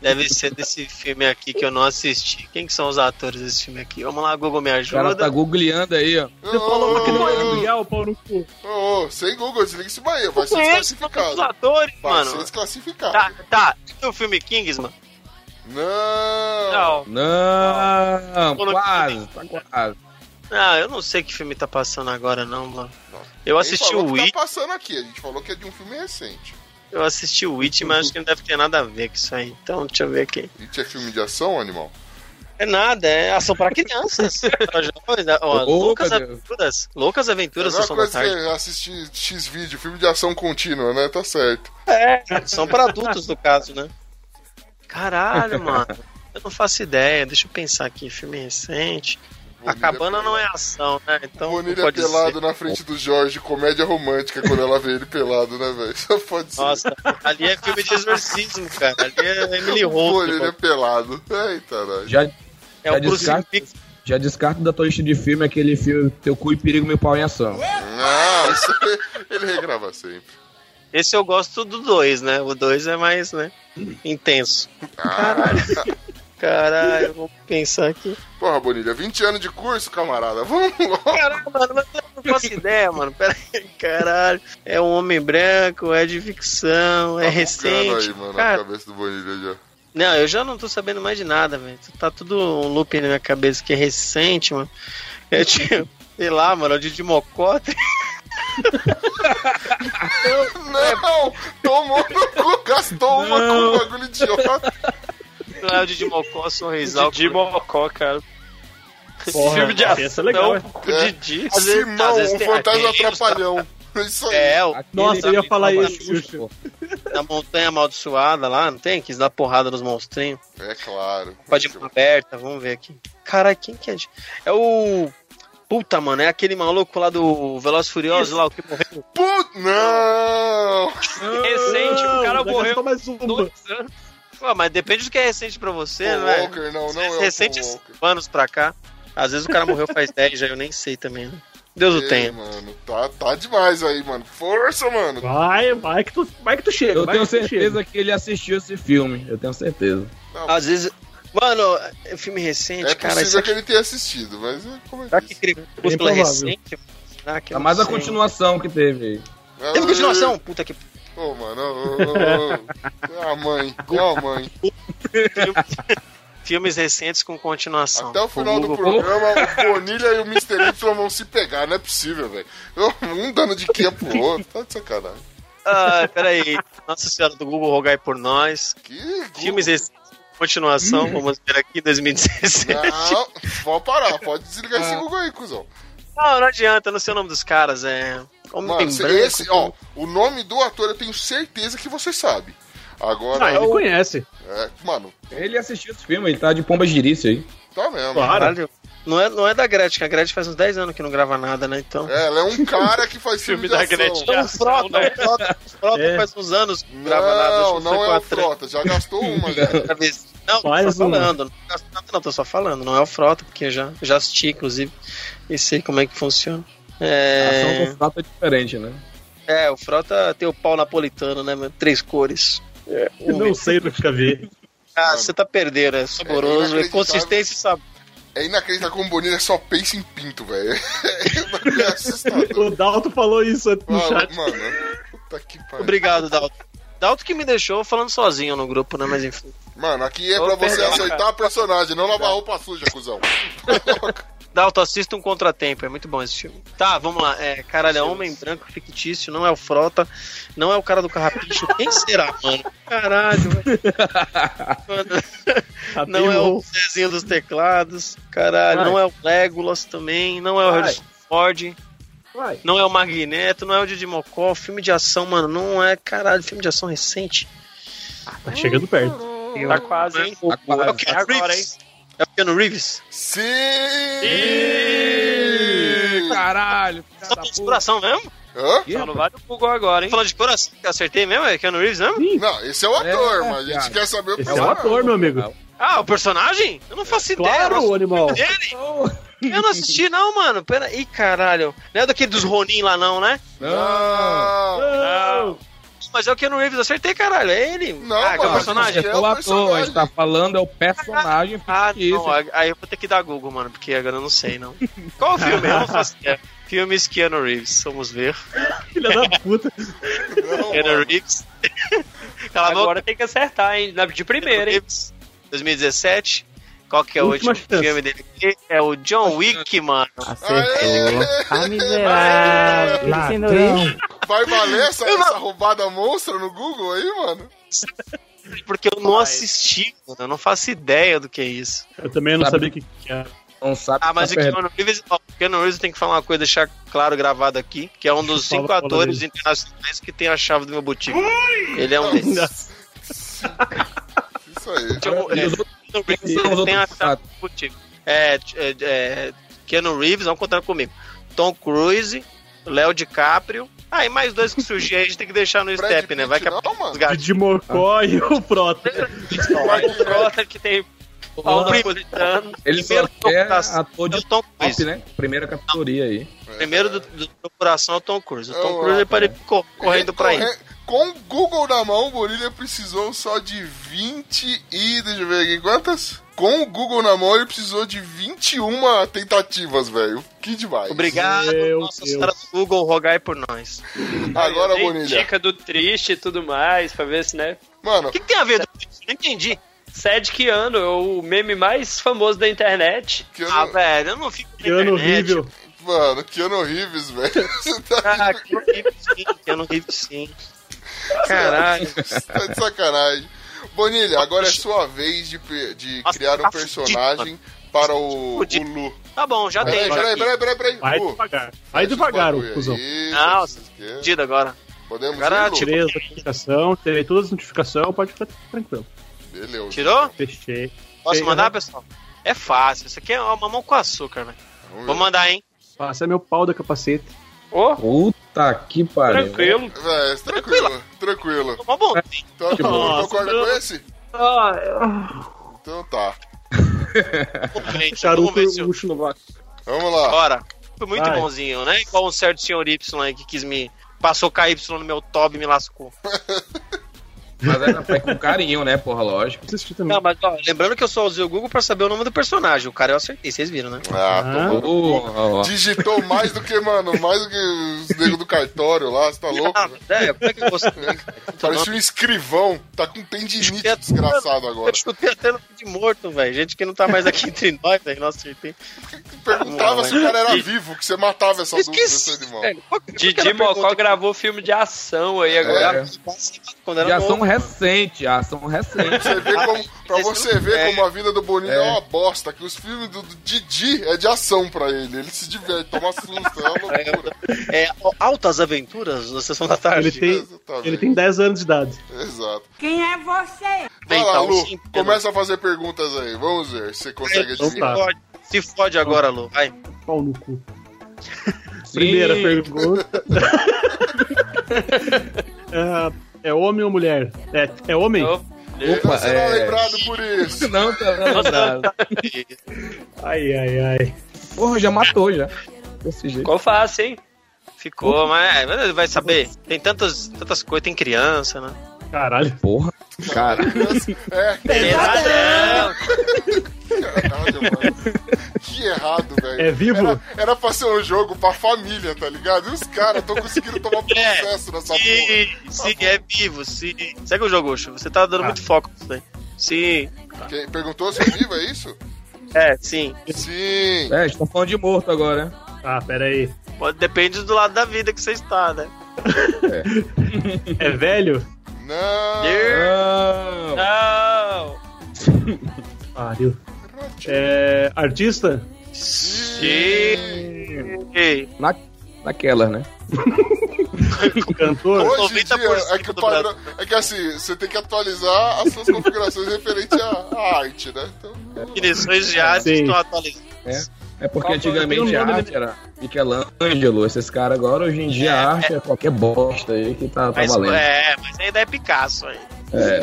Speaker 2: Deve ser desse filme aqui que eu não assisti. Quem que são os atores desse filme aqui? Vamos lá, Google, me
Speaker 4: O cara
Speaker 2: ajuda.
Speaker 4: tá googleando aí, ó.
Speaker 1: Você falou
Speaker 3: Ô,
Speaker 1: que não
Speaker 3: ô,
Speaker 1: é legal, pau no cu.
Speaker 3: ô, ô, Sem Google, desliga isso daí, vai ser
Speaker 2: Conheço os
Speaker 3: desclassificado.
Speaker 2: atores,
Speaker 3: Vai
Speaker 2: mano.
Speaker 3: ser desclassificado.
Speaker 2: Tá, tá. E o filme Kingsman?
Speaker 3: Não!
Speaker 2: Não.
Speaker 4: Não,
Speaker 2: Falou que
Speaker 4: quase, tá quase.
Speaker 2: Ah, eu não sei que filme tá passando agora, não, mano.
Speaker 3: Nossa.
Speaker 2: Eu assisti
Speaker 3: falou
Speaker 2: o
Speaker 3: que
Speaker 2: It,
Speaker 3: Tá passando aqui, a gente falou que é de um filme recente.
Speaker 2: eu assisti o It, mas acho que não deve ter nada a ver com isso aí. Então, deixa eu ver aqui.
Speaker 3: It é filme de ação, animal?
Speaker 2: É nada, é ação para crianças. Pra jovens, né? Ó,
Speaker 4: Ô,
Speaker 2: loucas
Speaker 4: meu Deus.
Speaker 2: aventuras. Loucas
Speaker 3: É a
Speaker 2: aventuras da
Speaker 3: mesma
Speaker 2: Sessão da
Speaker 3: coisa
Speaker 2: Tarde.
Speaker 3: que assistir X vídeo, filme de ação contínua, né? Tá certo.
Speaker 2: São para adultos, no caso, né? Caralho, mano. Eu não faço ideia. Deixa eu pensar aqui. Filme recente. a cabana não é ação, né? Então não
Speaker 3: Bonilha
Speaker 2: pode
Speaker 3: pelado
Speaker 2: ser.
Speaker 3: na frente do Jorge, comédia romântica quando ela vê ele pelado, né, velho? Só pode ser.
Speaker 2: Nossa, ali é filme de exorcismo, cara. Ali é Emily Rose.
Speaker 3: Bonilha pelado. Eita, nós.
Speaker 4: Já,
Speaker 2: É o
Speaker 4: Já descarta.
Speaker 2: crucifixo.
Speaker 4: já descarto da tua lista de filme aquele filme Teu Cu e Perigo, Meu Pau em Ação.
Speaker 3: Não, isso aí- ele regrava sempre.
Speaker 2: Esse eu gosto do 2, né? O 2 é mais, né? Intenso.
Speaker 3: Caralho.
Speaker 2: Caralho, vou pensar aqui.
Speaker 3: Porra, Bonilha, 20 anos de curso, camarada.
Speaker 2: É
Speaker 3: Vamos logo.
Speaker 2: Caralho, mano, mas eu não faço ideia, mano. Pera aí, caralho. É um homem branco, é de ficção, é
Speaker 3: Tá bugando
Speaker 2: recente.
Speaker 3: aí, mano, a
Speaker 2: cara,
Speaker 3: cabeça do Bonilha já.
Speaker 2: não, eu já não tô sabendo mais de nada, velho. Tá tudo um loop na minha cabeça que é recente, mano. Eu tinha, sei lá, mano, é o Didi Mocó.
Speaker 3: Não! é, Tomou no cu, gastou uma com um bagulho idiota.
Speaker 2: Não é o Didi Mocó, sorrisal.
Speaker 6: Didi Mocó, cara.
Speaker 1: Porra,
Speaker 6: filme de
Speaker 1: essa
Speaker 6: ação
Speaker 1: é legal, hein?
Speaker 6: com o
Speaker 3: É.
Speaker 6: Didi.
Speaker 2: Às vezes- às
Speaker 3: Simão,
Speaker 2: vezes
Speaker 3: um
Speaker 2: tem
Speaker 3: fantasma
Speaker 2: aqueles,
Speaker 3: atrapalhão. Isso aí.
Speaker 2: É, o-
Speaker 1: Nossa, eu ia falar
Speaker 4: Aquele
Speaker 1: isso,
Speaker 4: Xuxa,
Speaker 1: Xuxa.
Speaker 4: pô.
Speaker 2: da montanha amaldiçoada lá, não tem? Quis dar porrada nos monstrinhos.
Speaker 3: É claro.
Speaker 2: Pode ir aberta, vamos ver aqui. Cara, quem que é? de- É o. Puta, mano, é aquele maluco lá do Veloz Furioso lá, o que morreu.
Speaker 3: Put... Não!
Speaker 6: Recente, o cara
Speaker 1: Não,
Speaker 6: morreu.
Speaker 1: só mais uma.
Speaker 6: Dois anos.
Speaker 2: Pô, mas depende do que é recente pra você,
Speaker 3: Paul
Speaker 2: né?
Speaker 3: Walker, não, não é o
Speaker 2: recente
Speaker 3: Paul Walker.
Speaker 2: cinco anos pra cá. Às vezes o cara morreu faz 10 já, eu nem sei também, né? Deus o
Speaker 3: Ei,
Speaker 2: tenha.
Speaker 3: mano, tá, tá demais aí, mano. Força, mano.
Speaker 1: Vai, vai que tu, vai que tu chega.
Speaker 4: Eu
Speaker 1: vai
Speaker 4: tenho
Speaker 1: que tu chega.
Speaker 4: certeza que ele assistiu esse filme. Eu tenho certeza.
Speaker 2: Às vezes. Mano, é filme recente,
Speaker 3: É
Speaker 2: cara.
Speaker 3: possível
Speaker 2: Será
Speaker 3: que ele tenha assistido, mas é como é
Speaker 2: será que
Speaker 3: isso?
Speaker 2: Crepúsculo é
Speaker 1: Bem provável.
Speaker 2: recente? Será que eu
Speaker 4: Tá
Speaker 2: não
Speaker 4: mais a
Speaker 2: sei?
Speaker 4: continuação que teve aí.
Speaker 2: Teve continuação? Puta que.
Speaker 3: Ô, mano, ô, ô, ô. É a mãe, é a mãe.
Speaker 2: Filmes recentes com continuação.
Speaker 3: Até o final do
Speaker 2: Google-
Speaker 3: programa, o Bonilha e o Mr. Y vão se pegar, não é possível, velho. Um dando de quê pro outro, tá de sacanagem.
Speaker 2: Ah, peraí. Nossa Senhora do Google rogai por nós.
Speaker 3: Que
Speaker 2: Filmes recentes com continuação, vamos ver aqui, 2016.
Speaker 3: Não, pode parar, pode desligar
Speaker 2: Ah.
Speaker 3: esse Google aí, cuzão.
Speaker 2: Não, não adianta, eu não sei o nome dos caras, é. Homem
Speaker 3: Mano,
Speaker 2: branco.
Speaker 3: esse, ó, o nome do ator eu tenho certeza que você sabe. Agora.
Speaker 1: Ah, ele conhece.
Speaker 3: é, mano,
Speaker 4: Ele assistiu esse filme, ele tá de pombas de irício aí.
Speaker 3: tá mesmo.
Speaker 1: Claro.
Speaker 2: Caralho. Não é, não é da Gretchen, a Gretchen faz uns 10 anos que não grava nada, né? Então.
Speaker 3: É, ela é um cara que faz filme,
Speaker 6: Filme
Speaker 3: de
Speaker 6: da
Speaker 3: ação.
Speaker 6: Gretchen.
Speaker 2: Então, o Frota, o Frota, o Frota
Speaker 1: É.
Speaker 2: faz uns anos que não grava nada. acho
Speaker 3: Não,
Speaker 2: que
Speaker 3: não
Speaker 2: foi
Speaker 3: é o
Speaker 2: quatro,
Speaker 3: Frota, já gastou uma já.
Speaker 2: outra vez. Não, tô
Speaker 1: Faz um.
Speaker 2: só
Speaker 1: uma.
Speaker 2: falando. Não, gasto nada, não, tô só falando. Não é o Frota, porque eu já, já assisti, inclusive, e sei como é que funciona.
Speaker 4: A
Speaker 1: Ah, então
Speaker 4: ação
Speaker 2: É,
Speaker 4: com fato é diferente, né?
Speaker 2: é, o Frota tem o pau napolitano, né? meu? Três cores. É,
Speaker 1: Eu não sei do que eu vi.
Speaker 2: Ah, você tá perdendo, é saboroso, é,
Speaker 3: inacreditável.
Speaker 2: consistência e sabor.
Speaker 3: É inacreditável como o Bonilha só pensa em pinto, velho. É assustador.
Speaker 1: O Dalton falou isso antes no
Speaker 3: Mano,
Speaker 1: chat.
Speaker 3: mano, puta que pariu.
Speaker 2: Obrigado, Dalton. Dalton que me deixou falando sozinho no grupo, né? Mas enfim.
Speaker 3: Mano, aqui é
Speaker 2: Ô,
Speaker 3: pra você
Speaker 2: perdão,
Speaker 3: aceitar a personagem, não lavar roupa suja, cuzão.
Speaker 2: Dalton, assista um contratempo, é muito bom esse filme. Tá, vamos lá. É, caralho, é homem branco fictício, não é o Frota, não é o cara do carrapicho. Quem será, mano? Caralho, velho. Mano,
Speaker 1: Ah,
Speaker 2: não é
Speaker 1: teimou.
Speaker 2: o Zezinho dos teclados, caralho.
Speaker 1: Vai.
Speaker 2: Não é o Legolas também, não é o
Speaker 1: Vai.
Speaker 2: Harrison Ford,
Speaker 1: Vai.
Speaker 2: não é o Magneto, não é o Didi Mocó. Filme de ação, mano, não é, caralho, filme de ação recente.
Speaker 1: Tá chegando perto.
Speaker 6: Tá quase, hein?
Speaker 2: Não é o-
Speaker 4: Tá
Speaker 2: é o Keanu
Speaker 6: quase. Agora,
Speaker 2: Reeves. É o Keanu Reeves?
Speaker 3: Sim!
Speaker 4: Caralho,
Speaker 2: Só falando de coração mesmo?
Speaker 3: Hã?
Speaker 6: Só não vai no Google agora, hein?
Speaker 2: Falando de coração, que eu acertei mesmo? É Keanu Reeves mesmo?
Speaker 3: Não, esse é o ator,
Speaker 4: É,
Speaker 3: mas a gente
Speaker 4: cara.
Speaker 3: quer saber o
Speaker 1: Esse é um ator, meu amigo.
Speaker 2: Ah, o personagem? Eu não faço ideia.
Speaker 1: Claro, é. o animal.
Speaker 2: eu não assisti dele. Eu não assisti, não, mano. Pera aí, caralho. Não é daquele dos Ronin lá, não, né?
Speaker 4: Não,
Speaker 1: Não.
Speaker 2: Mas é o Keanu Reeves, acertei, caralho. É ele.
Speaker 3: Não,
Speaker 2: ah, que é o
Speaker 3: mano.
Speaker 2: personagem.
Speaker 3: É
Speaker 4: é
Speaker 3: o
Speaker 4: o ator, a gente tá falando, é o personagem
Speaker 2: Ah,
Speaker 4: fictício.
Speaker 2: não. Aí eu vou ter que dar Google, mano, porque agora eu não sei, não. Qual o filme? Eu não faço ideia. Filmes Keanu Reeves, vamos ver.
Speaker 1: Filha da puta.
Speaker 2: Keanu Reeves. Cala a boca,
Speaker 6: Agora tem que acertar, hein? Na- De primeira, hein?
Speaker 2: 2017. Qual que é o
Speaker 1: Última
Speaker 2: último
Speaker 1: chance.
Speaker 2: filme dele? aqui? É o John Wick, mano.
Speaker 5: Acertou. Ah, miserável. Esse não é.
Speaker 3: Vai valer essa, essa roubada monstra no Google aí, mano?
Speaker 2: Porque eu não
Speaker 6: Mas-
Speaker 2: assisti, mano. Eu não faço ideia do que é isso.
Speaker 1: Eu também não
Speaker 4: Sabe.
Speaker 1: sabia o que que era.
Speaker 4: Não sabe
Speaker 2: Ah, mas o
Speaker 4: tá perdendo.
Speaker 2: Keanu Reeves, ó, o Keanu Reeves tem que falar uma coisa, deixar claro gravado aqui, que é um dos
Speaker 1: Fala,
Speaker 2: cinco
Speaker 1: fala
Speaker 2: atores
Speaker 1: dele.
Speaker 2: internacionais que tem a chave do meu botico. Ele é um deles.
Speaker 3: Isso aí.
Speaker 2: Então, é,
Speaker 4: E os outros-
Speaker 2: Keanu
Speaker 4: e os
Speaker 2: Reeves
Speaker 4: outros
Speaker 2: tem a chave
Speaker 4: quatro?
Speaker 2: do botico. É, é, é, Keanu Reeves, vamos contar comigo. Tom Cruise, Léo DiCaprio. Ah, e mais dois que surgir aí, a gente tem que deixar no
Speaker 3: Brad
Speaker 2: step, né? Vai que
Speaker 3: Pitt
Speaker 2: a
Speaker 3: não, mano.
Speaker 2: gatos.
Speaker 1: De Mocó e o Frota.
Speaker 6: O Frota que tem pau napolitano.
Speaker 4: Ele só
Speaker 2: tá Primeiro
Speaker 4: quer
Speaker 2: colocação.
Speaker 4: ator
Speaker 2: É o
Speaker 4: de
Speaker 2: Tom Cruise.
Speaker 4: top, né? Primeira categoria aí.
Speaker 2: Primeiro do, do coração é o Tom Cruise. O
Speaker 3: É
Speaker 2: Tom
Speaker 3: o-
Speaker 2: Cruise ele parece co- correndo pra ele.
Speaker 3: Recorre- É, Com o Google na mão, o Bonilha precisou só de 20 e. Deixa eu ver aqui quantas? Com o Google na mão, ele precisou de 21 tentativas, velho. Que demais.
Speaker 2: Obrigado,
Speaker 1: Meu
Speaker 2: Nossa
Speaker 1: Deus.
Speaker 2: Senhora do Google, rogai por nós.
Speaker 3: Agora,
Speaker 6: Tem
Speaker 3: Bonilha.
Speaker 6: Dica do triste e tudo mais, pra ver se, né?
Speaker 3: Mano,
Speaker 2: O que, que tem a ver com isso? Não entendi.
Speaker 6: Sad que ano, é o meme mais famoso da internet.
Speaker 3: que
Speaker 2: Ah,
Speaker 3: ano,
Speaker 2: velho, eu não fico na
Speaker 1: Que ano
Speaker 2: internet.
Speaker 1: horrível.
Speaker 3: mano, que ano horríveis, velho. Você tá,
Speaker 2: Ah, que ano horrível sim, que ano horrível sim. Caralho.
Speaker 3: você tá de sacanagem. Bonilha, agora é sua vez de, pe- de
Speaker 2: Nossa,
Speaker 3: criar um
Speaker 2: tá fudido,
Speaker 3: personagem para o, o
Speaker 2: Fudido.
Speaker 3: Lu.
Speaker 2: Tá bom, já
Speaker 3: Peraí,
Speaker 2: tem. Já
Speaker 3: peraí,
Speaker 2: tem.
Speaker 3: peraí, peraí, peraí.
Speaker 1: Vai
Speaker 3: Lu,
Speaker 1: devagar. Vai
Speaker 3: faz esse
Speaker 1: devagar,
Speaker 3: bagulho
Speaker 1: ô
Speaker 3: aí,
Speaker 1: cuzão.
Speaker 2: Não,
Speaker 3: não sei o quê.
Speaker 2: Fudido agora.
Speaker 3: Podemos
Speaker 2: Agora
Speaker 3: ir, Lu?
Speaker 2: tira-
Speaker 1: Tirei as notificações, tirei todas as notificações, pode ficar tranquilo.
Speaker 3: Beleza.
Speaker 2: Tirou?
Speaker 1: Fechei.
Speaker 2: Posso
Speaker 1: Tem,
Speaker 2: mandar,
Speaker 1: né?
Speaker 2: pessoal? É fácil. Isso aqui é uma mão com açúcar, velho.
Speaker 3: Vamos
Speaker 2: Vou
Speaker 3: ver.
Speaker 2: mandar, hein?
Speaker 1: Passa meu pau da capacete.
Speaker 6: Ô,
Speaker 4: Puta que pariu.
Speaker 6: tranquilo.
Speaker 3: Véi, tranquilo, tranquilo.
Speaker 2: Tomou bom.
Speaker 3: Então, tu
Speaker 1: Nossa,
Speaker 3: concorda
Speaker 1: não.
Speaker 3: com esse? Então tá.
Speaker 2: Vamos ver, então,
Speaker 1: Charuto
Speaker 2: Vamos ver se eu...
Speaker 1: murcho no vácuo.
Speaker 3: Vamos lá.
Speaker 2: Bora. Foi muito
Speaker 1: Vai.
Speaker 2: bonzinho, né? Igual um certo senhor Y aí que quis me... Passou KY no meu top e me lascou.
Speaker 4: Mas era pra ir com carinho, né, porra, lógico.
Speaker 1: Assisti também.
Speaker 6: Tá
Speaker 2: Não, mas ó, lembrando que eu só usei o Google pra saber o nome do personagem. O cara eu acertei, vocês viram, né?
Speaker 3: Ah,
Speaker 1: Ah.
Speaker 4: Ô,
Speaker 3: tomou.
Speaker 4: ó, ó.
Speaker 3: Digitou mais do que, mano, mais do que os negros do cartório lá, você tá louco?
Speaker 2: Ah,
Speaker 3: velho?
Speaker 2: é, como é que eu gostei?
Speaker 3: Parece um escrivão, tá com tendinite
Speaker 2: Eu-
Speaker 3: desgraçado
Speaker 2: Eu
Speaker 3: agora.
Speaker 2: chutei até no fim de morto, velho. Gente que não tá mais aqui entre nós, velho. Nossa, acertei.
Speaker 3: Perguntava
Speaker 2: Não,
Speaker 3: se o cara era vivo, que você matava essa dúvida desse
Speaker 2: Esqueci.
Speaker 3: animal.
Speaker 2: velho. Qual que- qual que era
Speaker 6: Didi
Speaker 2: a pergunta
Speaker 6: Mocó
Speaker 2: que
Speaker 6: gravou filme de ação aí
Speaker 4: É.
Speaker 6: agora.
Speaker 2: eu faço Quando era
Speaker 4: Já
Speaker 2: novo.
Speaker 1: um
Speaker 4: são recente, a ação recente.
Speaker 3: Você vê como, pra
Speaker 2: Vocês
Speaker 3: você ver
Speaker 2: velho.
Speaker 3: como a vida do Bolinho é,
Speaker 4: É.
Speaker 3: uma bosta, que os filmes do, do Didi é de ação pra ele. Ele se diverte, toma susto, é uma loucura.
Speaker 2: É, ó, altas aventuras na sessão da tarde.
Speaker 1: Ele tem,
Speaker 3: Exatamente.
Speaker 1: ele tem 10 anos de idade.
Speaker 3: Exato.
Speaker 7: Quem é você?
Speaker 3: Vai
Speaker 2: Então,
Speaker 3: lá, Lu,
Speaker 2: sim, pelo-
Speaker 3: começa a fazer perguntas aí. Vamos ver se você consegue
Speaker 2: Se
Speaker 3: adivinhar.
Speaker 1: tá.
Speaker 2: fode, se fode agora, Lu. Vai.
Speaker 1: Pau no cu.
Speaker 4: Sim,
Speaker 1: Primeira pergunta. Ah, é homem ou mulher? É, é homem?
Speaker 4: Opa,
Speaker 3: Você não é lembrado por isso.
Speaker 4: Não, tá não, lembrado.
Speaker 1: Ai, ai, ai.
Speaker 4: Porra, já matou já. Desse jeito.
Speaker 6: Ficou fácil, hein?
Speaker 2: Ficou, mas é, mas vai saber. Tem tantas, tantas coisas, tem criança, né?
Speaker 1: Caralho.
Speaker 4: Porra. Cara,
Speaker 3: É,
Speaker 2: Pesadão!
Speaker 3: caralho, mano. Que errado, velho.
Speaker 1: É vivo?
Speaker 3: Era, era pra ser um jogo pra família, tá ligado? E os caras tão conseguindo tomar processo nessa porra.
Speaker 2: É. Sim, sim, é vivo, sim. Segue o jogo, Oxo. Você tá
Speaker 1: Ah.
Speaker 2: dando muito foco nisso aí. Sim.
Speaker 3: Quem perguntou se é vivo, é isso?
Speaker 2: É, sim.
Speaker 3: Sim.
Speaker 4: é, estão falando de morto agora, né?
Speaker 1: Ah, pera aí.
Speaker 2: Pode, depende do lado da vida que você está, né?
Speaker 1: É velho?
Speaker 3: Não.
Speaker 4: Não.
Speaker 2: Ah.
Speaker 6: Não!
Speaker 1: Pariu. É artista?
Speaker 2: Sim.
Speaker 4: Naquelas, né?
Speaker 1: Cantor?
Speaker 3: Hoje em
Speaker 2: 90%
Speaker 3: dia, é que, o
Speaker 2: do
Speaker 3: padrão, é que assim, você tem que atualizar as suas configurações referente à, à arte, né? Então,
Speaker 2: Definições de arte
Speaker 1: Ah, Sim.
Speaker 2: estão atualizadas.
Speaker 4: É porque
Speaker 6: Qual
Speaker 1: Tem
Speaker 6: foi?
Speaker 4: antigamente
Speaker 1: um
Speaker 4: a
Speaker 1: nome
Speaker 4: arte era Michelangelo, esses caras agora, hoje em dia a arte é, qualquer bosta aí que tá, tá
Speaker 2: Mas,
Speaker 4: valendo. É,
Speaker 2: é, mas ainda é Picasso aí.
Speaker 4: é.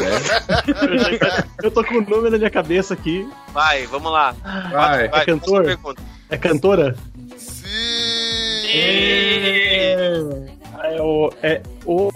Speaker 1: Eu tô com o nome na minha cabeça aqui.
Speaker 2: Vai, vamos lá.
Speaker 4: Vai.
Speaker 2: Vai,
Speaker 1: cantor?
Speaker 2: próxima pergunta.
Speaker 1: É cantora?
Speaker 3: se...
Speaker 1: É o, é o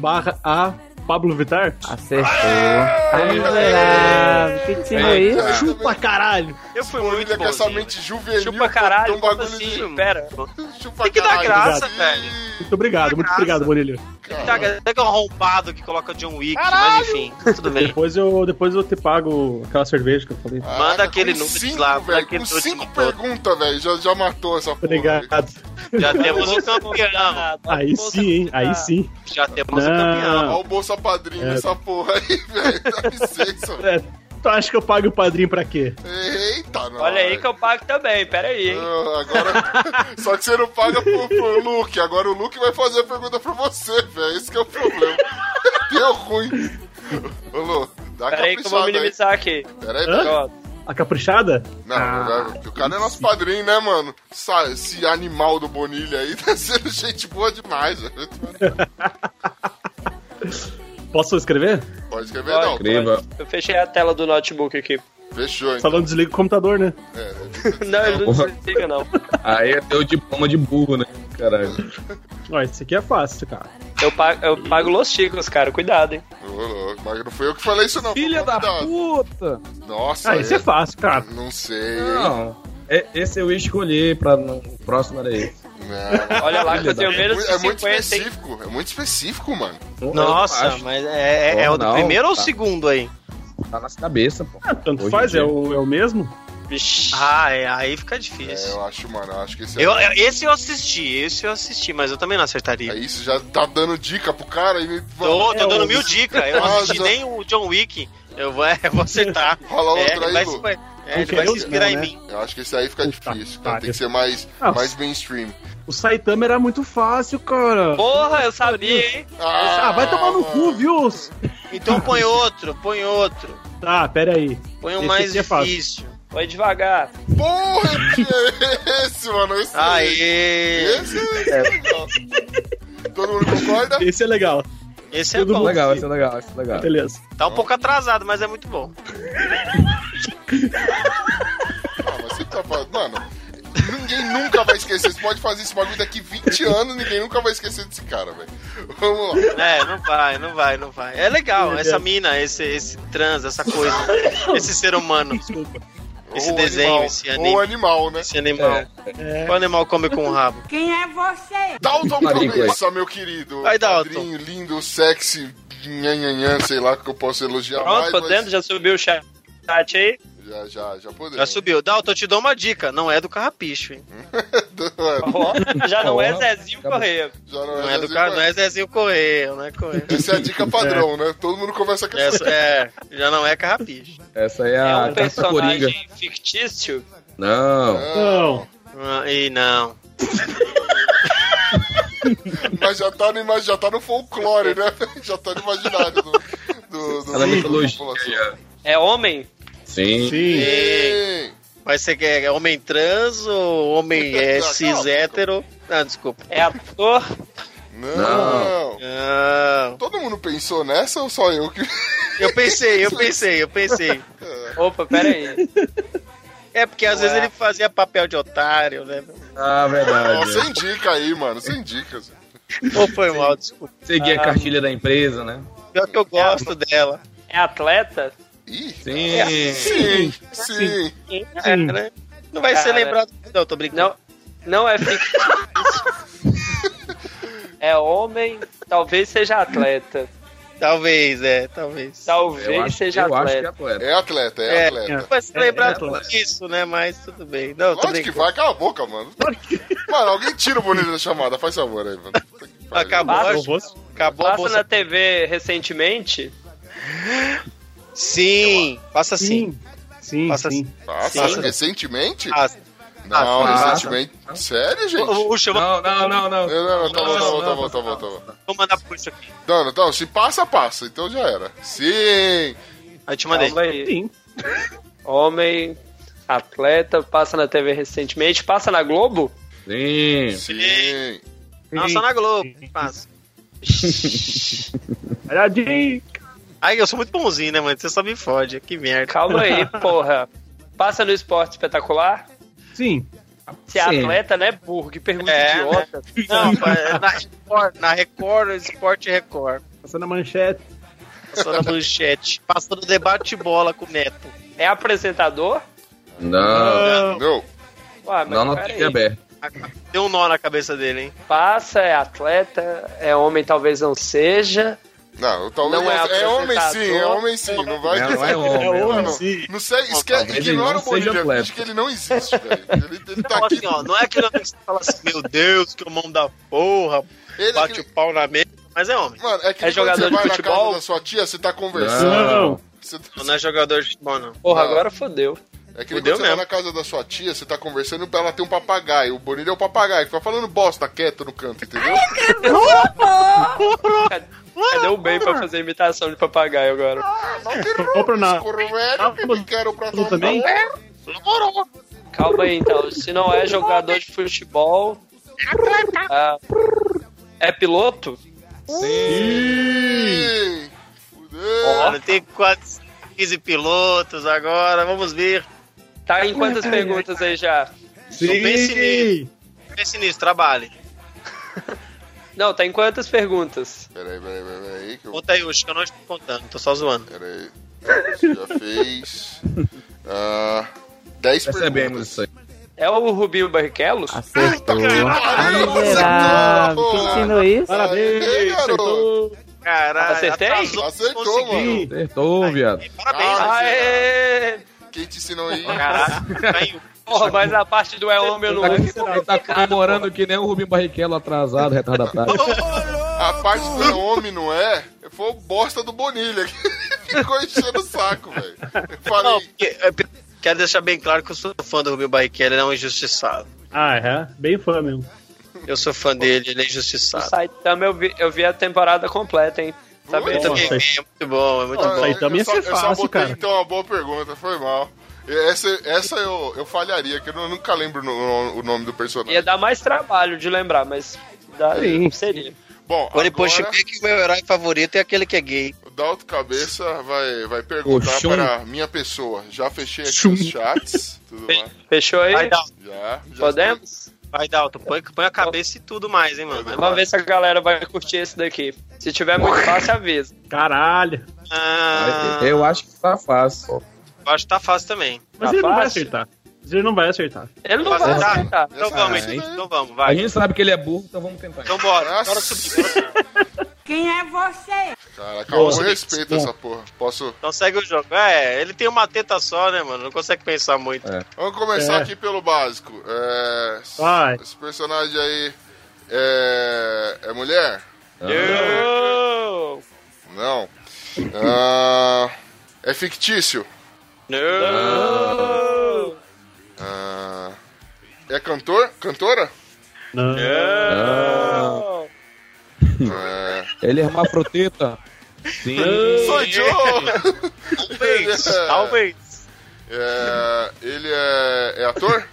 Speaker 1: barra A Pablo Vittar?
Speaker 5: Acertou. Tá miserável. Que ensino isso?
Speaker 3: cara.
Speaker 1: Chupa caralho!
Speaker 6: Eu fui
Speaker 3: Olha
Speaker 2: é
Speaker 6: muito
Speaker 3: com essa
Speaker 6: bom.
Speaker 3: mente juvenil.
Speaker 6: Chupa
Speaker 3: tem
Speaker 6: caralho,
Speaker 3: um
Speaker 6: como
Speaker 3: bagulho
Speaker 6: assim?
Speaker 3: de...
Speaker 6: Pera.
Speaker 3: Chupa
Speaker 2: Tem É que dar
Speaker 3: caralho.
Speaker 2: graça,
Speaker 3: Ih,
Speaker 2: velho.
Speaker 1: Muito obrigado, muito
Speaker 2: Graça.
Speaker 1: obrigado, Bonilha.
Speaker 2: Tá,
Speaker 3: Caralho.
Speaker 2: até que é um arrombado que coloca John Wick, mas enfim, tudo bem.
Speaker 1: Depois eu, depois eu te pago aquela cerveja que eu falei.
Speaker 3: Caraca,
Speaker 2: Manda aquele
Speaker 3: com
Speaker 2: nudes
Speaker 3: cinco,
Speaker 2: lá, manda
Speaker 3: velho.
Speaker 2: aquele
Speaker 3: Com
Speaker 2: nudes
Speaker 3: cinco
Speaker 2: no todo.
Speaker 3: perguntas, velho. Já, já matou
Speaker 1: Tá
Speaker 3: essa porra. velho.
Speaker 1: Obrigado.
Speaker 2: Já temos um campeão.
Speaker 6: um
Speaker 1: Aí sim, hein? Aí sim.
Speaker 2: Já temos um
Speaker 1: Não.
Speaker 2: campeão.
Speaker 3: Olha o Bolsa Padrinho
Speaker 1: É.
Speaker 3: nessa porra aí, velho. Dá licença. velho.
Speaker 1: É, tu acha que eu pago o padrinho pra quê?
Speaker 3: Eita, não.
Speaker 6: Olha aí que eu pago também, pera aí, hein?
Speaker 3: Ah, Agora, só que você não paga pro, pro Luke. Agora o Luke vai fazer a pergunta pra você, velho. Esse que é o problema. Deu ruim. Ô, Lu, dá
Speaker 6: Pera aí que
Speaker 3: caprichada Ah,
Speaker 6: eu vou
Speaker 3: tá aí.
Speaker 6: minimizar aqui.
Speaker 3: Peraí,
Speaker 1: Hã?
Speaker 3: peraí.
Speaker 6: Pronto.
Speaker 1: A caprichada?
Speaker 3: Não, não vai, porque o cara é nosso padrinho, né, mano? Sa- Esse animal do Bonilha aí tá sendo gente boa demais, velho.
Speaker 1: Posso escrever?
Speaker 3: Pode escrever,
Speaker 6: Pode.
Speaker 3: não.
Speaker 4: Incrível.
Speaker 6: Eu fechei a tela do notebook aqui.
Speaker 3: Fechou,
Speaker 1: Só
Speaker 3: então.
Speaker 1: não desliga o computador, né?
Speaker 6: Não, ele não desliga, não.
Speaker 4: Aí é ter o diploma de burro, né? Caralho.
Speaker 1: Ó, isso aqui é fácil, cara.
Speaker 6: Eu pago, eu pago Los Chicos, cara. Cuidado, hein?
Speaker 3: Ô, louco, Mas não foi eu que falei isso, não.
Speaker 4: Filha
Speaker 3: Foi
Speaker 4: da
Speaker 3: convidado.
Speaker 4: puta!
Speaker 3: Nossa,
Speaker 1: Ah, isso é
Speaker 3: é...
Speaker 1: fácil, cara.
Speaker 3: não sei. hein?
Speaker 4: Não. é- Esse eu ia escolher pra no o próximo era esse.
Speaker 3: Não.
Speaker 6: Olha lá que eu tenho
Speaker 3: É,
Speaker 6: menos
Speaker 3: mu-
Speaker 6: de
Speaker 3: é muito
Speaker 6: 50, hein?
Speaker 3: específico, é muito específico, mano.
Speaker 4: Não, eu
Speaker 2: Nossa,
Speaker 4: acho.
Speaker 2: mas é, é- é o do
Speaker 4: Não,
Speaker 2: primeiro ou o
Speaker 4: tá.
Speaker 2: segundo aí?
Speaker 4: Tá nas cabeças, pô.
Speaker 1: Ah, tanto
Speaker 4: Hoje
Speaker 1: faz,
Speaker 4: em
Speaker 1: é
Speaker 4: dia.
Speaker 1: o, é o mesmo?
Speaker 6: Vixi.
Speaker 2: Ah, é, aí fica
Speaker 3: É,
Speaker 2: difícil.
Speaker 3: eu acho, mano, eu acho que esse é...
Speaker 2: Eu, eu- esse eu assisti, esse eu assisti, mas eu também não acertaria.
Speaker 3: É isso, já tá dando dica pro cara e
Speaker 2: Tô,
Speaker 1: É,
Speaker 2: tô dando
Speaker 1: eu-
Speaker 2: mil dicas, eu não assisti
Speaker 3: Nossa.
Speaker 2: nem o John Wick, eu vou, eu vou acertar.
Speaker 3: rola
Speaker 2: É,
Speaker 3: outro
Speaker 2: ele
Speaker 3: aí,
Speaker 2: vai,
Speaker 3: Lu.
Speaker 2: se- é, ele
Speaker 1: Porque
Speaker 2: vai se
Speaker 1: eu-
Speaker 2: inspirar em
Speaker 1: não, né?
Speaker 2: mim.
Speaker 3: Eu acho que esse aí fica
Speaker 1: Puta
Speaker 3: difícil, cara. Tem
Speaker 1: pariu.
Speaker 3: que ser mais,
Speaker 1: Ah,
Speaker 3: mais mainstream.
Speaker 1: O Saitama era muito fácil, cara.
Speaker 6: Porra, eu sabia, hein?
Speaker 1: Ah, vai tomar no cu,
Speaker 3: mano.
Speaker 1: viu?
Speaker 2: Então põe outro, põe outro.
Speaker 1: Tá, pera aí.
Speaker 2: Põe o
Speaker 1: Esse
Speaker 2: mais
Speaker 1: aqui é fácil.
Speaker 2: difícil.
Speaker 6: Vai devagar.
Speaker 3: Porra, que é esse, mano? Esse
Speaker 2: Aê!
Speaker 3: Esse é legal. Todo mundo concorda?
Speaker 1: Esse é legal.
Speaker 2: Esse é
Speaker 1: Todo
Speaker 2: bom.
Speaker 1: mundo-
Speaker 4: Legal, esse é legal, esse é legal.
Speaker 1: Beleza.
Speaker 2: Tá um pouco atrasado, mas é muito bom.
Speaker 3: Ah, mas você tá falando. Mano, ninguém nunca vai esquecer. Você pode fazer esse bagulho daqui 20 anos, ninguém nunca vai esquecer desse cara, velho. Vamos lá.
Speaker 2: É, não vai, não vai, não vai. É legal,
Speaker 1: Meu
Speaker 2: essa
Speaker 1: Deus.
Speaker 2: mina, esse, esse trans, essa coisa, esse ser humano,
Speaker 1: Desculpa.
Speaker 2: Esse
Speaker 3: Ou
Speaker 2: desenho,
Speaker 3: animal,
Speaker 2: esse
Speaker 3: Ou
Speaker 2: anime.
Speaker 3: animal, né?
Speaker 2: esse animal.
Speaker 1: É.
Speaker 2: Qual animal come com o rabo?
Speaker 7: Quem é você?
Speaker 3: Dalton
Speaker 4: Rodrigo,
Speaker 3: Proença, meu querido.
Speaker 2: Vai, Dalton.
Speaker 3: Padrinho lindo, sexy, nhanhanhã, sei lá que eu posso elogiar
Speaker 6: Pronto,
Speaker 3: mais. mas
Speaker 6: podendo, já subiu o chat aí.
Speaker 3: Já, já, já
Speaker 2: Já
Speaker 3: podemos.
Speaker 2: subiu. Dalton, eu te dou uma dica. Não é do Carrapicho, hein?
Speaker 6: Ó, já não é
Speaker 4: Ó,
Speaker 6: Zezinho
Speaker 4: acabou.
Speaker 6: Correia.
Speaker 3: Já não,
Speaker 2: Não é do
Speaker 3: Zezinho
Speaker 2: Car...
Speaker 3: Correia.
Speaker 2: Não é Zezinho Correia, não é Correia.
Speaker 3: Essa é a dica padrão, né? Todo mundo conversa com essa.
Speaker 2: Essa, é, já não é Carrapicho.
Speaker 4: Essa aí é
Speaker 6: É
Speaker 4: a
Speaker 6: um
Speaker 4: carta coringa.
Speaker 6: personagem fictício.
Speaker 4: Não.
Speaker 1: Não.
Speaker 2: Ah, E não.
Speaker 3: Mas já tá, no, ima- já tá no folclore, né? Já tá no imaginário do. do, do
Speaker 4: Ela
Speaker 3: da
Speaker 4: é mitologia.
Speaker 3: população.
Speaker 6: É homem?
Speaker 4: Sim.
Speaker 1: Sim.
Speaker 3: Sim.
Speaker 2: Mas você quer é homem trans ou homem é,
Speaker 3: Não,
Speaker 2: cis
Speaker 3: calma.
Speaker 2: hétero? Ah, desculpa.
Speaker 6: É ator?
Speaker 3: Não.
Speaker 4: Não.
Speaker 2: Não.
Speaker 3: Todo mundo pensou nessa ou só eu que.
Speaker 2: Ah, Eu pensei, eu pensei, eu pensei.
Speaker 6: Opa, pera aí.
Speaker 2: É porque às
Speaker 6: Ué.
Speaker 2: vezes ele fazia papel de otário, né?
Speaker 4: Ah,
Speaker 3: Ó,
Speaker 4: verdade.
Speaker 3: sem dica aí, mano. Sem dicas.
Speaker 2: Ou foi mal, desculpa.
Speaker 4: Seguir a cartilha da empresa, né?
Speaker 2: Pior que eu gosto dela.
Speaker 6: É atleta?
Speaker 3: Ih. é assim.
Speaker 4: Sim.
Speaker 3: Sim, sim.
Speaker 2: É, né? Não vai ser
Speaker 6: Cara.
Speaker 2: lembrado. Não, tô brincando.
Speaker 6: Não, não é fictício. é homem, talvez seja atleta.
Speaker 2: Talvez, é, talvez.
Speaker 6: Talvez
Speaker 4: Eu acho,
Speaker 6: seja
Speaker 4: eu acho que é
Speaker 6: atleta.
Speaker 4: atleta.
Speaker 3: É atleta, é,
Speaker 2: É.
Speaker 3: atleta.
Speaker 2: Não vai ser lembrado
Speaker 4: É, é,
Speaker 2: disso, né? Mas tudo bem. Não, tô
Speaker 3: Lógico que
Speaker 2: brincando.
Speaker 3: vai, cala a boca, mano. Mano, alguém tira o bonito da chamada, faz favor aí, mano. Puta que pariu.
Speaker 2: Acabou,
Speaker 6: Passa-
Speaker 2: acho- acabou a
Speaker 6: Passa na
Speaker 2: bolsa.
Speaker 6: TV recentemente.
Speaker 2: Sim, assim. passa sim.
Speaker 1: Sim. Sim,
Speaker 2: Passa
Speaker 1: sim.
Speaker 3: Passa
Speaker 2: Sim. Ah,
Speaker 3: recentemente?
Speaker 2: Passa.
Speaker 3: não,
Speaker 4: passa.
Speaker 3: recentemente. Sério, gente? Não,
Speaker 2: O, o Chama,
Speaker 4: Não, não, não, não.
Speaker 3: não, tá bom, tá bom, tá
Speaker 4: Não,
Speaker 3: bom,
Speaker 4: não,
Speaker 3: tá bom, tá bom.
Speaker 2: vou mandar pro isso aqui.
Speaker 3: Não, não, não, se passa, passa. Então já era. Sim!
Speaker 2: Aí eu te mandei.
Speaker 6: Calma aí.
Speaker 1: Sim.
Speaker 6: Homem, atleta, passa na TV recentemente. Passa na Globo?
Speaker 4: Sim.
Speaker 3: Sim!
Speaker 2: Não, só na Globo. Passa.
Speaker 1: Olha a dica.
Speaker 2: Ai, eu sou muito bonzinho, né, mano? Você só me fode. Que merda.
Speaker 6: Calma aí, porra. Passa no esporte espetacular?
Speaker 1: Sim.
Speaker 6: Se é
Speaker 4: Sim.
Speaker 6: atleta, né, burro? Que pergunta
Speaker 2: É,
Speaker 6: idiota.
Speaker 2: Não, é na Record, na Record, Esporte Record.
Speaker 1: Passando a manchete.
Speaker 2: Passou na manchete. Passou no debate bola com o Neto.
Speaker 6: É apresentador?
Speaker 4: Não.
Speaker 1: Ah,
Speaker 3: Não,
Speaker 6: Ué, mas
Speaker 4: Não, não
Speaker 6: peraí.
Speaker 4: tem aberto.
Speaker 2: Deu um nó na cabeça dele, hein?
Speaker 6: Passa, é atleta, é homem, talvez não seja.
Speaker 3: não, talvez.
Speaker 6: Não é
Speaker 3: é, homem sim, é
Speaker 6: apresentador.
Speaker 3: homem sim, não vai.
Speaker 4: Não, é homem. é homem.
Speaker 3: Mano, não sei, esquece,
Speaker 4: talvez ele
Speaker 3: ignora
Speaker 4: não
Speaker 3: o Bonilha,
Speaker 4: seja atleta.
Speaker 3: finge que ele não existe, velho. Ele, ele tá
Speaker 2: Não,
Speaker 3: aqui,
Speaker 2: assim, ó, não é aquele homem que você fala assim, meu Deus, que mão da porra,
Speaker 3: ele é
Speaker 2: bate
Speaker 3: aquele-
Speaker 2: o pau na mesa, mas é homem.
Speaker 3: Mano, é que
Speaker 6: É
Speaker 3: quando
Speaker 6: jogador
Speaker 3: você
Speaker 6: de
Speaker 3: vai na
Speaker 6: futebol?
Speaker 3: casa da sua tia, você tá conversando.
Speaker 1: Não.
Speaker 3: Você tá-
Speaker 2: Não é jogador de futebol, não.
Speaker 6: Porra,
Speaker 3: Não.
Speaker 6: agora fodeu.
Speaker 3: É que quando
Speaker 2: Fudeu
Speaker 3: você vai
Speaker 2: mesmo.
Speaker 3: na casa da sua tia, você tá conversando pra ela ter um papagaio. O Bonilha é um papagaio, fica falando bosta quieto no canto, entendeu?
Speaker 6: Cadê o um bem pra fazer imitação de papagaio agora?
Speaker 1: Compra na.
Speaker 3: Correio que me quero pra um
Speaker 1: Tudo também?
Speaker 6: Calma aí então. Se não é jogador de futebol. ah, é piloto?
Speaker 3: Sim! Fudeu!
Speaker 2: Olha, tem quase 15 pilotos agora, vamos ver.
Speaker 6: Tá em quantas perguntas aí já?
Speaker 2: Sim.
Speaker 1: Sim.
Speaker 2: Pense nisso, trabalhe.
Speaker 6: Não, tá em quantas perguntas?
Speaker 3: Peraí, peraí, peraí, peraí, que eu...
Speaker 2: Conta aí, Ucho, que eu não estou contando, tô só zoando.
Speaker 3: Peraí. Já fez... Ah... 10
Speaker 4: Percebemos isso aí.
Speaker 6: É o Rubinho Barrichello?
Speaker 5: Acertou. Ah,
Speaker 3: caralho,
Speaker 5: miserável.
Speaker 3: acertou.
Speaker 5: Quem ensinou isso?
Speaker 1: Parabéns.
Speaker 3: Ei, garoto.
Speaker 1: acertou.
Speaker 2: Caralho,
Speaker 6: Acertei?
Speaker 2: atrasou,
Speaker 3: Acertou,
Speaker 2: consegui.
Speaker 3: mano.
Speaker 1: Sim.
Speaker 4: Acertou, viado.
Speaker 2: Parabéns,
Speaker 3: Ah,
Speaker 6: Aê!
Speaker 3: Quem te ensinou aí?
Speaker 2: caralho. Tá em-
Speaker 6: Porra, mas a parte do é homem eu não lembro.
Speaker 4: Ele tá comemorando que nem o Rubinho Barrichello atrasado, retardatário.
Speaker 3: A parte do homem não é? Foi o bosta do Bonilha que ficou enchendo o saco, velho. Eu
Speaker 2: Não,
Speaker 3: falei,
Speaker 2: porque, é, p- quero deixar bem claro que eu sou fã do Rubinho Barrichello, ele é um injustiçado.
Speaker 1: Ah, é. Bem fã mesmo.
Speaker 2: Eu sou fã dele, ele é
Speaker 6: No
Speaker 2: injustiçado.
Speaker 6: site também eu vi, eu vi a temporada completa, hein? Tá
Speaker 3: Boa.
Speaker 2: Eu
Speaker 6: bem,
Speaker 2: também, é muito bom, é muito
Speaker 3: "Ah,
Speaker 2: bom.
Speaker 1: aí também ia
Speaker 3: só-
Speaker 1: ser
Speaker 3: Eu só
Speaker 1: fácil,
Speaker 3: botei
Speaker 1: cara.
Speaker 3: então uma boa pergunta, foi mal. Essa, essa eu, eu falharia, que eu nu- nunca lembro no- o nome do personagem.
Speaker 6: Ia dar mais trabalho de lembrar, mas dá,
Speaker 1: Sim.
Speaker 6: seria.
Speaker 3: Bom,
Speaker 2: Agora, depois
Speaker 3: agora
Speaker 2: que o meu herói favorito é aquele que é gay.
Speaker 3: o Dalto Cabeça vai, vai perguntar
Speaker 4: Ô, Shun.
Speaker 3: para a minha pessoa. Já fechei aqui os chats, tudo
Speaker 6: Fe-
Speaker 3: mais.
Speaker 6: Fechou aí?
Speaker 2: Vai, Dalton,
Speaker 3: Já, já
Speaker 6: Podemos?
Speaker 2: vai, Dalton. Põe, põe a cabeça e tudo mais, hein, mano. Vai
Speaker 6: Vamos
Speaker 2: embora.
Speaker 6: ver se a galera vai curtir esse daqui. Se tiver muito fácil, avisa.
Speaker 1: Caralho.
Speaker 2: Ah,
Speaker 4: Mas Eu acho que tá fácil.
Speaker 2: eu acho que tá fácil também.
Speaker 1: Mas
Speaker 6: Tá
Speaker 1: ele não vai
Speaker 6: fácil?
Speaker 1: acertar. Ele não vai acertar.
Speaker 6: Ele não
Speaker 2: Vai
Speaker 6: vai
Speaker 2: acertar?
Speaker 6: acertar.
Speaker 2: Então
Speaker 3: Essa-
Speaker 2: vamos,
Speaker 3: essa
Speaker 2: hein?
Speaker 3: daí.
Speaker 2: Então vamos,
Speaker 4: A
Speaker 2: vai.
Speaker 4: gente sabe que ele é burro, então vamos tentar.
Speaker 2: Então bora.
Speaker 3: Nossa.
Speaker 2: Bora subir.
Speaker 7: Quem é você?
Speaker 3: Cara, calma,
Speaker 1: Nossa,
Speaker 3: respeita
Speaker 1: bom.
Speaker 3: essa porra. Posso.
Speaker 2: Consegue Então o jogo. É, ele tem uma teta só, né, mano? Não consegue pensar muito.
Speaker 4: É.
Speaker 3: Vamos começar
Speaker 1: É.
Speaker 3: aqui pelo básico. É, s-
Speaker 1: Vai.
Speaker 3: Esse personagem aí é, é mulher?
Speaker 2: Não!
Speaker 3: Não. Ah, é fictício?
Speaker 2: Não!
Speaker 3: Ah, é cantor? Cantora?
Speaker 1: Não.
Speaker 2: Não!
Speaker 1: Hum.
Speaker 3: É.
Speaker 4: Ele é hermafroteta. Sim.
Speaker 3: Sou
Speaker 2: é
Speaker 3: Joe!
Speaker 2: Talvez, talvez.
Speaker 3: É, ele é, é ator?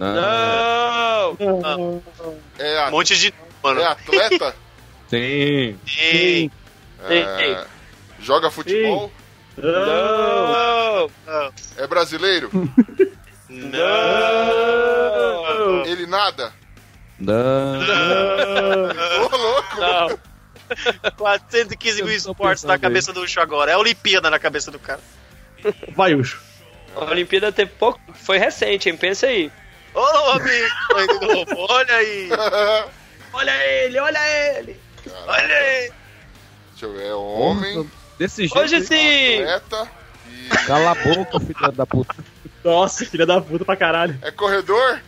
Speaker 4: Ah,
Speaker 2: Não!
Speaker 3: É,
Speaker 2: Um
Speaker 3: a-
Speaker 2: monte de. Mano.
Speaker 3: é atleta?
Speaker 4: Sim.
Speaker 2: Ei,
Speaker 3: É, joga futebol?
Speaker 1: Não.
Speaker 2: Não!
Speaker 3: É brasileiro?
Speaker 2: Não!
Speaker 3: Ele nada?
Speaker 4: Não.
Speaker 3: Ô, louco!
Speaker 2: Não! 415 mil esportes na cabeça do Ucho agora. É a Olimpíada na cabeça do cara.
Speaker 1: Vai, Ucho.
Speaker 6: A Olimpíada teve pouco. Foi recente, hein? Pensa aí.
Speaker 2: Ô, homem! Olha aí! Olha ele, olha ele! Olha ele!
Speaker 3: Deixa eu ver, é homem,
Speaker 4: Desse jeito.
Speaker 6: Hoje sim!
Speaker 3: atleta e
Speaker 4: Cala a boca, filha da puta.
Speaker 1: Nossa, filha da puta pra caralho.
Speaker 3: é corredor?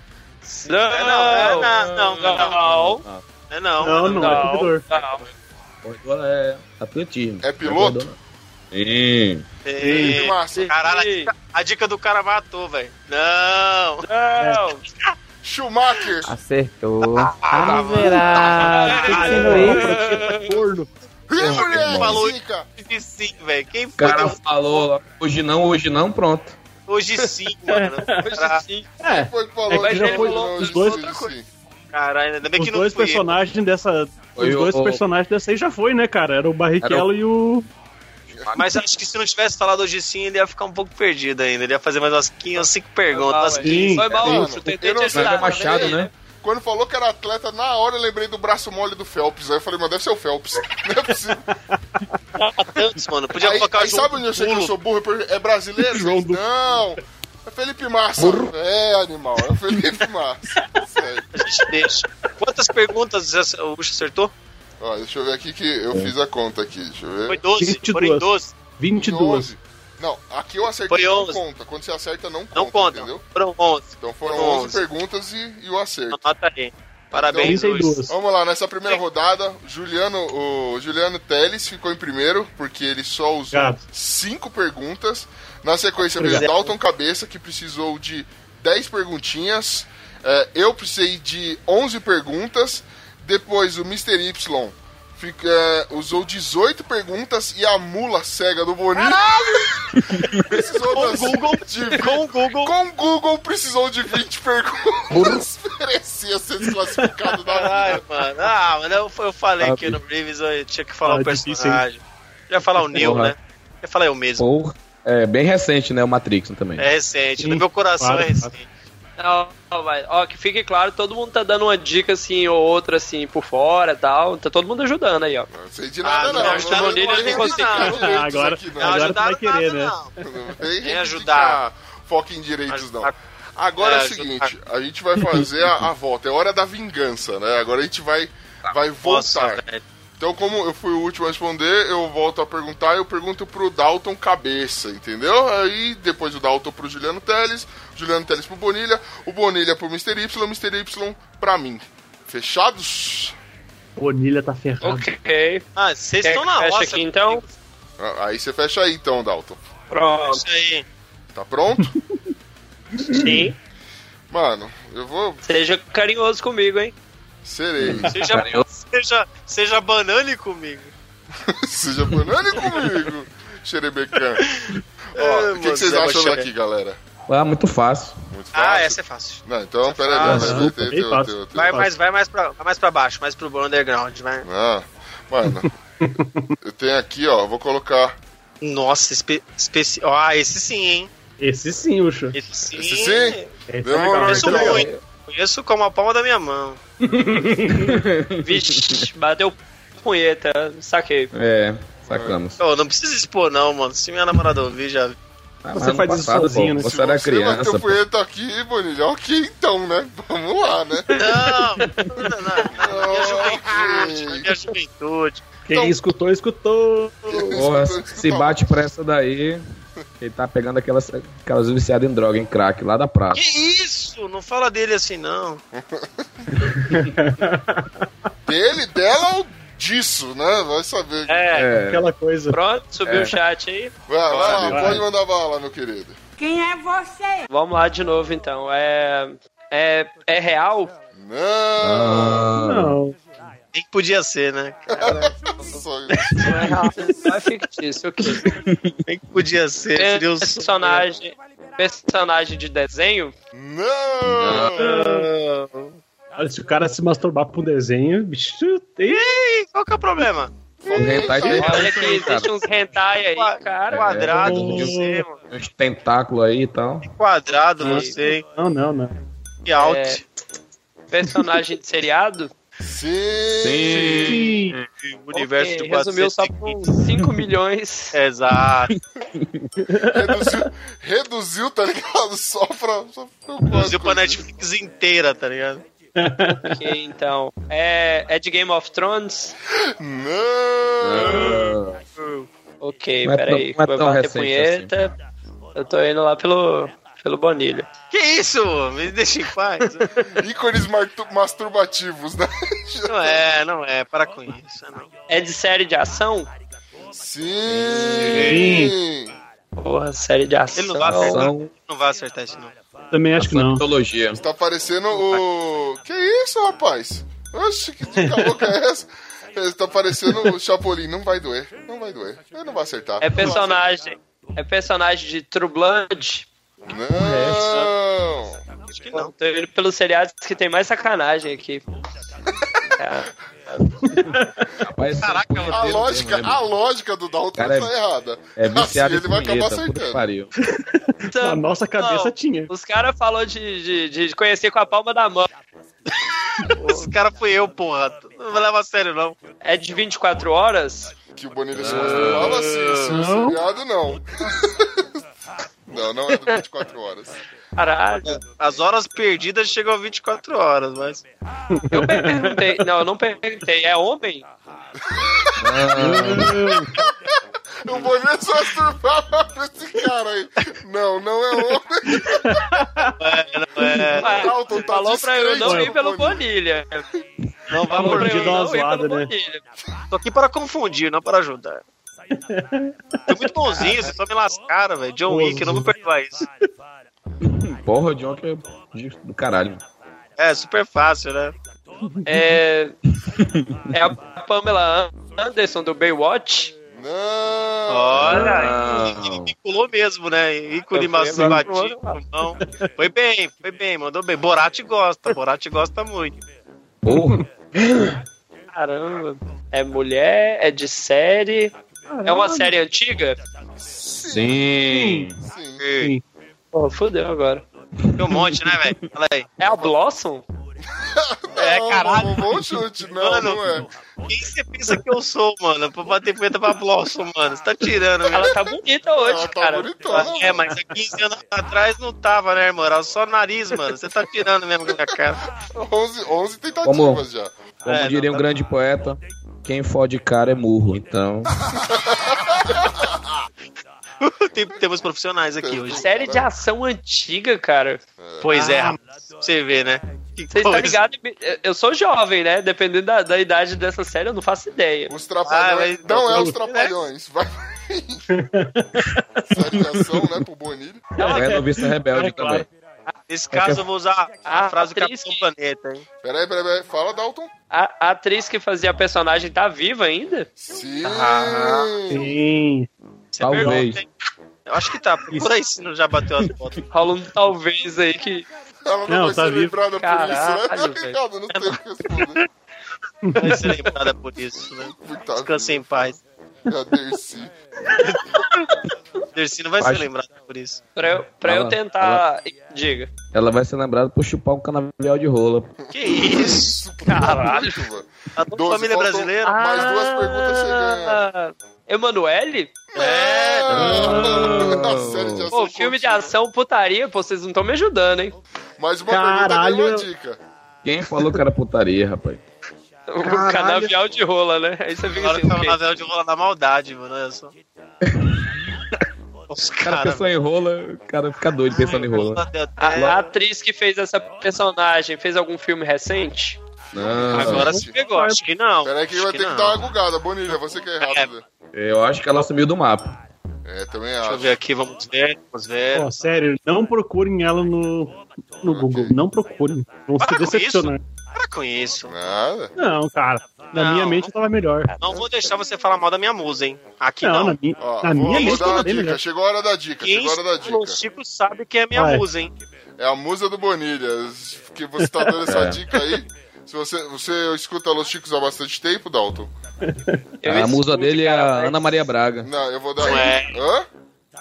Speaker 6: Não,
Speaker 2: É não, é na- não, não, não.
Speaker 6: não,
Speaker 2: É não,
Speaker 1: Não,
Speaker 2: mano.
Speaker 1: não é corredor.
Speaker 6: não.
Speaker 4: Agora é atletismo.
Speaker 3: É piloto?
Speaker 4: Sim.
Speaker 2: Ei,
Speaker 3: Massa.
Speaker 2: É. Caralho, a
Speaker 6: Ei.
Speaker 2: dica, a dica do cara matou, velho. Não!
Speaker 6: Não,
Speaker 3: Schumacher!
Speaker 5: Acertou. Ah, miserável. Fica
Speaker 1: um
Speaker 5: sendo isso.
Speaker 1: tá Corno.
Speaker 3: Ih, mulher!
Speaker 2: Falou.
Speaker 3: zica.
Speaker 2: Hoje sim, velho. Quem
Speaker 4: O
Speaker 2: foi?
Speaker 4: cara falou lá, hoje não, hoje não, pronto.
Speaker 2: Hoje sim, mano.
Speaker 6: hoje sim.
Speaker 1: É,
Speaker 3: Foi que falou
Speaker 1: É que
Speaker 3: de
Speaker 1: já
Speaker 3: novo,
Speaker 1: foi-
Speaker 3: não,
Speaker 1: os
Speaker 3: de
Speaker 1: dois-
Speaker 3: novo, sim.
Speaker 2: Caralho, ainda bem
Speaker 1: os
Speaker 2: que não
Speaker 1: dois
Speaker 2: fui eu.
Speaker 1: personagens dessa.
Speaker 4: Foi
Speaker 1: os
Speaker 4: o-
Speaker 1: dois
Speaker 4: o-
Speaker 1: personagens dessa aí já foi, né, cara? Era o Barrichello
Speaker 4: Era
Speaker 1: e o.
Speaker 2: Mas acho que se não tivesse falado hoje sim, ele ia ficar um pouco perdido ainda. Ele ia fazer mais umas 15 ou 5 perguntas.
Speaker 6: mal,
Speaker 2: Umas
Speaker 6: hein?
Speaker 2: 15.
Speaker 6: Foi mal,
Speaker 3: Mano,
Speaker 6: Ucho. Tentei
Speaker 3: eu não
Speaker 6: te
Speaker 3: sei
Speaker 4: Mas é
Speaker 6: ajudar.
Speaker 4: Machado, né?
Speaker 3: Quando falou que era atleta, na hora eu lembrei do braço mole do Phelps. Aí eu falei, mas deve ser o Phelps. Não é possível.
Speaker 2: Tantos, mano. Podia
Speaker 3: Aí,
Speaker 2: colocar
Speaker 3: aí
Speaker 2: João
Speaker 3: sabe onde eu sei que eu
Speaker 2: Pulo.
Speaker 3: sou burro? Eu perguntei, É brasileiro?
Speaker 1: João do-
Speaker 3: Não! É Felipe Massa. É, animal. É o Felipe Massa. Sério.
Speaker 2: A gente deixa. Quantas perguntas essa- o Ucho acertou?
Speaker 3: Ó, deixa eu ver aqui que eu
Speaker 1: É.
Speaker 3: fiz a conta aqui. Deixa eu ver.
Speaker 2: Foi 12.
Speaker 1: 22.
Speaker 2: Foram em 12.
Speaker 1: 22.
Speaker 3: Não, aqui eu acertei
Speaker 2: Foi
Speaker 3: não
Speaker 2: 11.
Speaker 3: conta. Quando você acerta, não conta,
Speaker 2: Não conta.
Speaker 3: entendeu?
Speaker 2: Foram 11.
Speaker 3: Então foram
Speaker 2: Foram
Speaker 3: 11,
Speaker 2: 11.
Speaker 3: perguntas e, e o acerto.
Speaker 2: Anota aí. Parabéns, Ucho.
Speaker 1: 32.
Speaker 3: Vamos lá, nessa primeira rodada, Juliano, o Juliano Teles ficou em primeiro, porque ele só usou
Speaker 1: Obrigado.
Speaker 3: cinco perguntas. Na sequência veio
Speaker 1: Obrigado.
Speaker 3: Dalton Cabeça, que precisou de 10 perguntinhas. É, eu precisei de 11 perguntas. Depois o Mr. Y fica- é, usou 18 perguntas e a mula cega do Boninho precisou das- de
Speaker 2: Com o Google.
Speaker 3: com o Google precisou de 20 perguntas. Merecia ser desclassificado da vida.
Speaker 2: Caralho, mano. Ah, mas eu, eu falei
Speaker 4: Sabe.
Speaker 2: aqui no Reeves, eu tinha que falar
Speaker 1: Ah,
Speaker 2: o
Speaker 1: difícil, hein?
Speaker 2: personagem. Já falar o Neil,
Speaker 4: Porra.
Speaker 2: né? Já falar eu mesmo.
Speaker 4: Porra. É bem recente, né? O Matrix também.
Speaker 2: É recente, no
Speaker 1: Sim,
Speaker 2: meu coração
Speaker 1: claro.
Speaker 2: é recente.
Speaker 6: Não, não, mas, ó, que fique claro, todo mundo tá dando uma dica assim ou outra assim por fora e tal. Tá todo mundo ajudando aí, ó.
Speaker 3: Não sei de nada,
Speaker 2: Ah,
Speaker 3: não.
Speaker 2: não, ajudaram
Speaker 3: Não
Speaker 2: nele,
Speaker 3: vou
Speaker 2: ele não
Speaker 3: reivindicar
Speaker 2: conseguiu.
Speaker 3: direitos
Speaker 1: Ah, agora-
Speaker 3: aqui,
Speaker 2: Não
Speaker 3: não.
Speaker 1: agora- tu vai
Speaker 2: ajudaram
Speaker 1: querer,
Speaker 2: nada,
Speaker 1: né?
Speaker 2: não.
Speaker 3: Não vem
Speaker 2: Nem
Speaker 3: reivindicar
Speaker 2: ajudar.
Speaker 3: foco em direitos, não.
Speaker 2: Ajudar.
Speaker 3: Agora é, o
Speaker 2: É,
Speaker 3: seguinte, a gente vai fazer a, a volta. É hora da vingança, né? Agora a gente vai, vai voltar.
Speaker 2: Nossa, velho.
Speaker 3: Então, como eu fui o último a responder, eu volto a perguntar e eu pergunto pro Dalton cabeça, entendeu? Aí depois o Dalton pro Juliano Teles, o Juliano Teles pro Bonilha, o Bonilha pro Mr. Y, o Mr. Y pra mim. Fechados?
Speaker 1: Bonilha tá ferrado.
Speaker 6: Ok.
Speaker 2: Ah, vocês
Speaker 6: Quer
Speaker 2: estão
Speaker 6: que
Speaker 2: na
Speaker 6: feche
Speaker 2: roça. né?
Speaker 6: aqui então?
Speaker 3: Ah, Aí você fecha aí então, Dalton.
Speaker 6: Pronto.
Speaker 2: Isso aí.
Speaker 3: Tá pronto?
Speaker 6: Sim.
Speaker 3: Mano, eu vou.
Speaker 6: Seja carinhoso comigo, hein?
Speaker 3: Serei.
Speaker 2: Seja, seja, seja banane comigo.
Speaker 3: Seja banane comigo, xerebecan.
Speaker 2: Ah,
Speaker 3: Ó, o que, que
Speaker 2: mano,
Speaker 3: vocês
Speaker 2: Zé
Speaker 3: acham
Speaker 2: Bachelet.
Speaker 3: daqui, galera?
Speaker 4: Ah, muito fácil.
Speaker 3: Muito fácil.
Speaker 2: Ah, essa é fácil.
Speaker 3: Não, então, pera
Speaker 1: Ah,
Speaker 3: aí.
Speaker 1: desculpa,
Speaker 3: tem-
Speaker 1: bem
Speaker 3: tem-
Speaker 1: fácil.
Speaker 3: tem- tem-
Speaker 2: Vai
Speaker 1: Fácil.
Speaker 2: mais, vai mais pra, vai mais pra baixo, mais pro underground. Vai.
Speaker 3: Ah, mano. eu tenho aqui, ó, vou colocar.
Speaker 2: Nossa, espe, especi... Ah, esse sim, hein?
Speaker 1: Esse sim, Ucho.
Speaker 2: Esse sim.
Speaker 3: Esse sim?
Speaker 1: Esse é
Speaker 3: Demorou,
Speaker 1: legal.
Speaker 2: Conheço
Speaker 3: Legal.
Speaker 2: muito. Conheço como a palma da minha mão.
Speaker 6: Vixe, bateu punheta, saquei.
Speaker 4: É, sacamos.
Speaker 2: Ô, não precisa expor, não, mano. Se minha namorada ouvir, já.
Speaker 4: Ah,
Speaker 1: Você
Speaker 4: mas no
Speaker 1: faz isso sozinho, né?
Speaker 4: Você era criança.
Speaker 3: bateu
Speaker 4: pô.
Speaker 3: punheta aqui, Bonilha, ok então, né? Vamos lá, né?
Speaker 2: Não, não, não. não. Na minha juventude, na minha juventude.
Speaker 1: Quem escutou, escutou.
Speaker 4: Porra, se bate pra essa daí, ele tá pegando aquelas, aquelas viciadas em droga, em crack, lá da praça.
Speaker 2: Que isso? Não fala dele assim, não.
Speaker 3: Dele, dela ou disso, né? Vai saber.
Speaker 6: É,
Speaker 4: É,
Speaker 1: Aquela coisa.
Speaker 6: pronto, subiu
Speaker 4: É.
Speaker 6: o chat aí.
Speaker 3: Vai, vai lá,
Speaker 1: Vai.
Speaker 3: pode mandar bala, meu querido.
Speaker 7: Quem é você?
Speaker 6: Vamos lá de novo então. É. É, é real?
Speaker 3: Não,
Speaker 4: Ah,
Speaker 1: Não.
Speaker 2: Nem que podia ser, né?
Speaker 3: só
Speaker 6: Não é real. Não é fictício, ok.
Speaker 2: Nem que podia ser.
Speaker 6: É.
Speaker 2: seria o-
Speaker 6: Personagem, personagem de desenho?
Speaker 3: Não!
Speaker 1: Olha, se o cara se masturbar pra um desenho, bicho. Ih,
Speaker 2: Ih, qual que é o problema?
Speaker 4: um hentai tem
Speaker 6: Olha
Speaker 4: vários
Speaker 6: que
Speaker 4: aí, cara.
Speaker 6: existe uns hentai aí, cara.
Speaker 2: Quadrado,
Speaker 4: É.
Speaker 6: Hum.
Speaker 2: você, mano.
Speaker 4: Uns tentáculos aí e tal.
Speaker 2: Quadrado, você. hein?
Speaker 1: Não, não, não.
Speaker 2: Que alto.
Speaker 6: Hum. É. Personagem de seriado?
Speaker 3: Sim!
Speaker 2: O universo
Speaker 6: Ok,
Speaker 2: de é
Speaker 6: resumiu só um.
Speaker 2: 400
Speaker 6: com 5 milhões.
Speaker 2: Exato.
Speaker 3: Reduziu, reduziu, tá ligado? Só pra. Só pra um
Speaker 2: Reduziu pra Netflix inteira, tá ligado?
Speaker 6: Ok, então. É, é de Game of Thrones?
Speaker 3: Não!
Speaker 4: Ah,
Speaker 6: Ok,
Speaker 4: Não é
Speaker 6: peraí.
Speaker 4: tão- não é
Speaker 6: Vai
Speaker 4: tão
Speaker 6: bater
Speaker 4: recente assim.
Speaker 6: punheta. Eu tô indo lá pelo, pelo Bonilha.
Speaker 2: Que isso? Me deixa em paz.
Speaker 3: Ícones martu- masturbativos, né?
Speaker 2: não é, não é. Para com isso. Não.
Speaker 6: É de série de ação?
Speaker 3: Sim!
Speaker 6: Porra, série de ação.
Speaker 2: Ele não vai acertar.
Speaker 4: São
Speaker 2: Não vai acertar isso, não.
Speaker 1: Também acho que não.
Speaker 4: mitologia.
Speaker 3: Tá parecendo o. Que é isso, rapaz? Oxe, que dica louca é essa? Ele tá parecendo o Chapolin, não vai doer, não vai doer. Ele não vai acertar.
Speaker 6: É personagem. É personagem de True Blood.
Speaker 2: É,
Speaker 3: Não!
Speaker 2: Acho que
Speaker 6: Pô,
Speaker 2: não.
Speaker 6: Tô indo pelos seriados que tem mais sacanagem aqui. É,
Speaker 4: Rapaz,
Speaker 2: Caraca,
Speaker 4: são
Speaker 3: A
Speaker 4: punheteiros
Speaker 3: lógica,
Speaker 4: mesmo, né,
Speaker 3: a lógica do Dalton
Speaker 4: Cara,
Speaker 3: tá errada.
Speaker 4: É viciado
Speaker 3: Assim,
Speaker 4: em
Speaker 3: ele vai acabar
Speaker 4: punheta, puta que
Speaker 3: acertando.
Speaker 4: pariu.
Speaker 1: Na
Speaker 6: então,
Speaker 1: nossa cabeça
Speaker 6: não.
Speaker 1: tinha.
Speaker 6: Os caras falaram de, de, de conhecer com a palma da mão.
Speaker 2: Esse cara fui eu, porra. Não leva a sério, não.
Speaker 6: É de 24 horas?
Speaker 3: Que o Bonilha
Speaker 2: Ah.
Speaker 3: se masturbava assim, o seu
Speaker 1: Não.
Speaker 3: seriado não. Não, não é do 24 horas.
Speaker 6: Caralho.
Speaker 2: As horas perdidas chegam a 24 horas, mas.
Speaker 6: Eu perguntei. Não, eu não perguntei. É homem?
Speaker 4: Ah.
Speaker 3: O Bonilha se masturbava pra esse cara aí. Não, não é homem.
Speaker 2: Não é.
Speaker 6: Ah,
Speaker 3: Dalton tá
Speaker 6: falou pra eu não
Speaker 3: descrente
Speaker 6: ir pelo
Speaker 3: no
Speaker 6: Bonilha.
Speaker 2: Não vá
Speaker 6: Falou pra
Speaker 1: mordido
Speaker 6: eu
Speaker 1: uma
Speaker 2: morder.
Speaker 6: Tá não ir
Speaker 1: zoada,
Speaker 6: pelo
Speaker 1: né?
Speaker 6: Bonilha.
Speaker 2: Tô aqui para confundir, não para ajudar. Foi muito bonzinho, vocês só me lascaram, velho. John Wick, não vou perdoar isso.
Speaker 4: Porra, John que é de- do caralho.
Speaker 2: É, super fácil, né?
Speaker 6: É, é a Pamela Anderson do Baywatch.
Speaker 2: Ah,
Speaker 3: Não!
Speaker 2: Olha,
Speaker 4: Não.
Speaker 2: ele me pulou mesmo, né? Ícone
Speaker 6: Ah. Eu fui agora
Speaker 2: masturbativo.
Speaker 6: pro outro
Speaker 2: Não. Foi bem, foi bem, mandou bem. Borat gosta, Borat gosta muito.
Speaker 4: Porra.
Speaker 6: Caramba. É mulher, é de série. É uma série antiga?
Speaker 4: Sim.
Speaker 3: Sim.
Speaker 2: Tem
Speaker 6: Pô, fudeu agora.
Speaker 2: um monte, né, velho? Fala aí.
Speaker 6: É a Blossom?
Speaker 2: É,
Speaker 3: Não,
Speaker 2: caralho.
Speaker 3: Bom, bom chute, não,
Speaker 2: Mano. um
Speaker 3: não é.
Speaker 2: Quem você pensa que eu sou, mano? Pra bater punheta pra Blossom, mano. Você tá tirando, velho.
Speaker 6: Ela tá bonita hoje,
Speaker 3: Ela tá
Speaker 6: cara.
Speaker 3: bonitona,
Speaker 2: É, mas há 15 anos atrás não tava, né, irmão? Era só nariz, mano. Você tá tirando mesmo com a minha cara.
Speaker 3: 11, 11 tentativas
Speaker 4: Como-
Speaker 3: já.
Speaker 4: Como
Speaker 2: É, não,
Speaker 4: diria um
Speaker 2: tá-
Speaker 4: grande poeta, quem fode cara é murro. Então,
Speaker 2: Tem, temos profissionais aqui hoje.
Speaker 6: Série de ação antiga, cara.
Speaker 2: Pois é, rapaz, pra você vê, né? Que
Speaker 6: Ah. Vocês tá estão
Speaker 2: coisa.
Speaker 6: ligados? Eu sou jovem, né? Dependendo da, da idade dessa série, eu não faço ideia.
Speaker 3: Os trapalhões.
Speaker 2: Ah, mas-
Speaker 3: não é os
Speaker 2: né?
Speaker 3: trapalhões. Vai. Série de ação, né, pro Bonilho.
Speaker 4: é noviça rebelde
Speaker 1: É, claro.
Speaker 4: também.
Speaker 2: Nesse caso, eu vou usar a
Speaker 6: Ah,
Speaker 2: frase do
Speaker 6: atriz
Speaker 2: Capitão
Speaker 6: que-
Speaker 2: Planeta, hein?
Speaker 3: Peraí, peraí, peraí. Fala, Dalton.
Speaker 6: A, a atriz que fazia a personagem tá viva ainda?
Speaker 3: Sim.
Speaker 1: Sim.
Speaker 2: Você
Speaker 4: Talvez.
Speaker 2: pergunta, hein? Eu acho que tá. Procura aí se não já bateu as botas.
Speaker 6: Rola um talvez aí que.
Speaker 3: Ela não,
Speaker 1: Não,
Speaker 3: vai
Speaker 1: tá
Speaker 3: ser
Speaker 1: vivo.
Speaker 3: lembrada por isso, né?
Speaker 6: Caralho,
Speaker 3: Tá ligado? Não tem o que responder.
Speaker 2: Vai ser lembrada por isso, né?
Speaker 3: Coitado.
Speaker 2: Descansa em paz.
Speaker 3: tá É A Dercy.
Speaker 2: Dercy não vai ser
Speaker 4: Acho-
Speaker 2: lembrada por isso.
Speaker 6: Pra eu, pra
Speaker 4: Ela-
Speaker 6: eu tentar. Diga.
Speaker 4: Ela vai ser lembrada por chupar um canavial de rola.
Speaker 2: Que isso?
Speaker 3: Isso, Caralho. mano.
Speaker 2: A tua
Speaker 3: Doze,
Speaker 2: Tá família
Speaker 3: faltam-
Speaker 2: brasileira?
Speaker 3: Mais duas
Speaker 1: Ah.
Speaker 3: perguntas você ganha.
Speaker 6: Emanuele?
Speaker 2: É,
Speaker 3: Ah, série de ação
Speaker 6: Pô, filme de
Speaker 3: contínua.
Speaker 2: né?
Speaker 6: ação, putaria, pô, vocês não estão me ajudando, hein?
Speaker 3: Mais uma pergunta
Speaker 1: Caralho.
Speaker 3: ganhou uma dica.
Speaker 4: Quem falou que era putaria, rapaz?
Speaker 6: O canavial de rola, né? Aí você fica
Speaker 2: Agora
Speaker 6: assim,
Speaker 2: que é
Speaker 6: o
Speaker 2: o
Speaker 6: quê?
Speaker 2: Navel de rola na maldade, mano. Olha só. Os
Speaker 4: O cara,
Speaker 2: caras.
Speaker 4: pensando em rola, o cara fica doido pensando em rola.
Speaker 6: A, a
Speaker 3: Ah, é?
Speaker 2: Agora,
Speaker 6: atriz que fez essa personagem fez algum filme recente?
Speaker 4: Não,
Speaker 2: agora se pegou,
Speaker 1: Ah,
Speaker 2: acho que não.
Speaker 3: Peraí que
Speaker 2: acho
Speaker 3: vai ter que
Speaker 2: não.
Speaker 3: dar uma gugada. Bonilha, você que é rápido.
Speaker 4: eu acho que ela sumiu do mapa.
Speaker 3: É, também
Speaker 2: Deixa eu
Speaker 3: acho.
Speaker 2: ver aqui, vamos ver, vamos ver.
Speaker 1: Ó, sério, não procurem ela no, no Google. Não procurem. Vão
Speaker 2: Para
Speaker 1: se
Speaker 2: com
Speaker 1: decepcionar.
Speaker 2: Para com isso.
Speaker 3: Nada.
Speaker 1: Não, cara. Na
Speaker 2: Não.
Speaker 1: minha mente tava melhor.
Speaker 2: Não vou deixar você falar mal da minha musa, hein? Aqui
Speaker 1: não,
Speaker 2: não.
Speaker 1: na minha,
Speaker 3: Ó,
Speaker 1: na
Speaker 3: vou,
Speaker 1: minha
Speaker 3: vou
Speaker 1: mente
Speaker 3: dar uma
Speaker 1: tava bem
Speaker 3: dica.
Speaker 1: melhor.
Speaker 3: Chegou a hora da dica.
Speaker 2: Quem
Speaker 3: Chegou a hora da
Speaker 2: escuta o
Speaker 3: dica.
Speaker 2: Chico sabe que é minha
Speaker 1: Vai.
Speaker 2: musa, hein?
Speaker 3: É a musa do Bonilha. Que você tá dando essa
Speaker 4: É.
Speaker 3: dica aí. Se você, você escuta Los Chicos há bastante tempo, Dalton?
Speaker 6: Eu
Speaker 4: a musa
Speaker 6: escuto,
Speaker 4: dele é
Speaker 6: cara,
Speaker 4: a
Speaker 6: mas-
Speaker 4: Ana Maria Braga.
Speaker 3: Não, eu vou dar.
Speaker 2: Não é.
Speaker 3: Hã?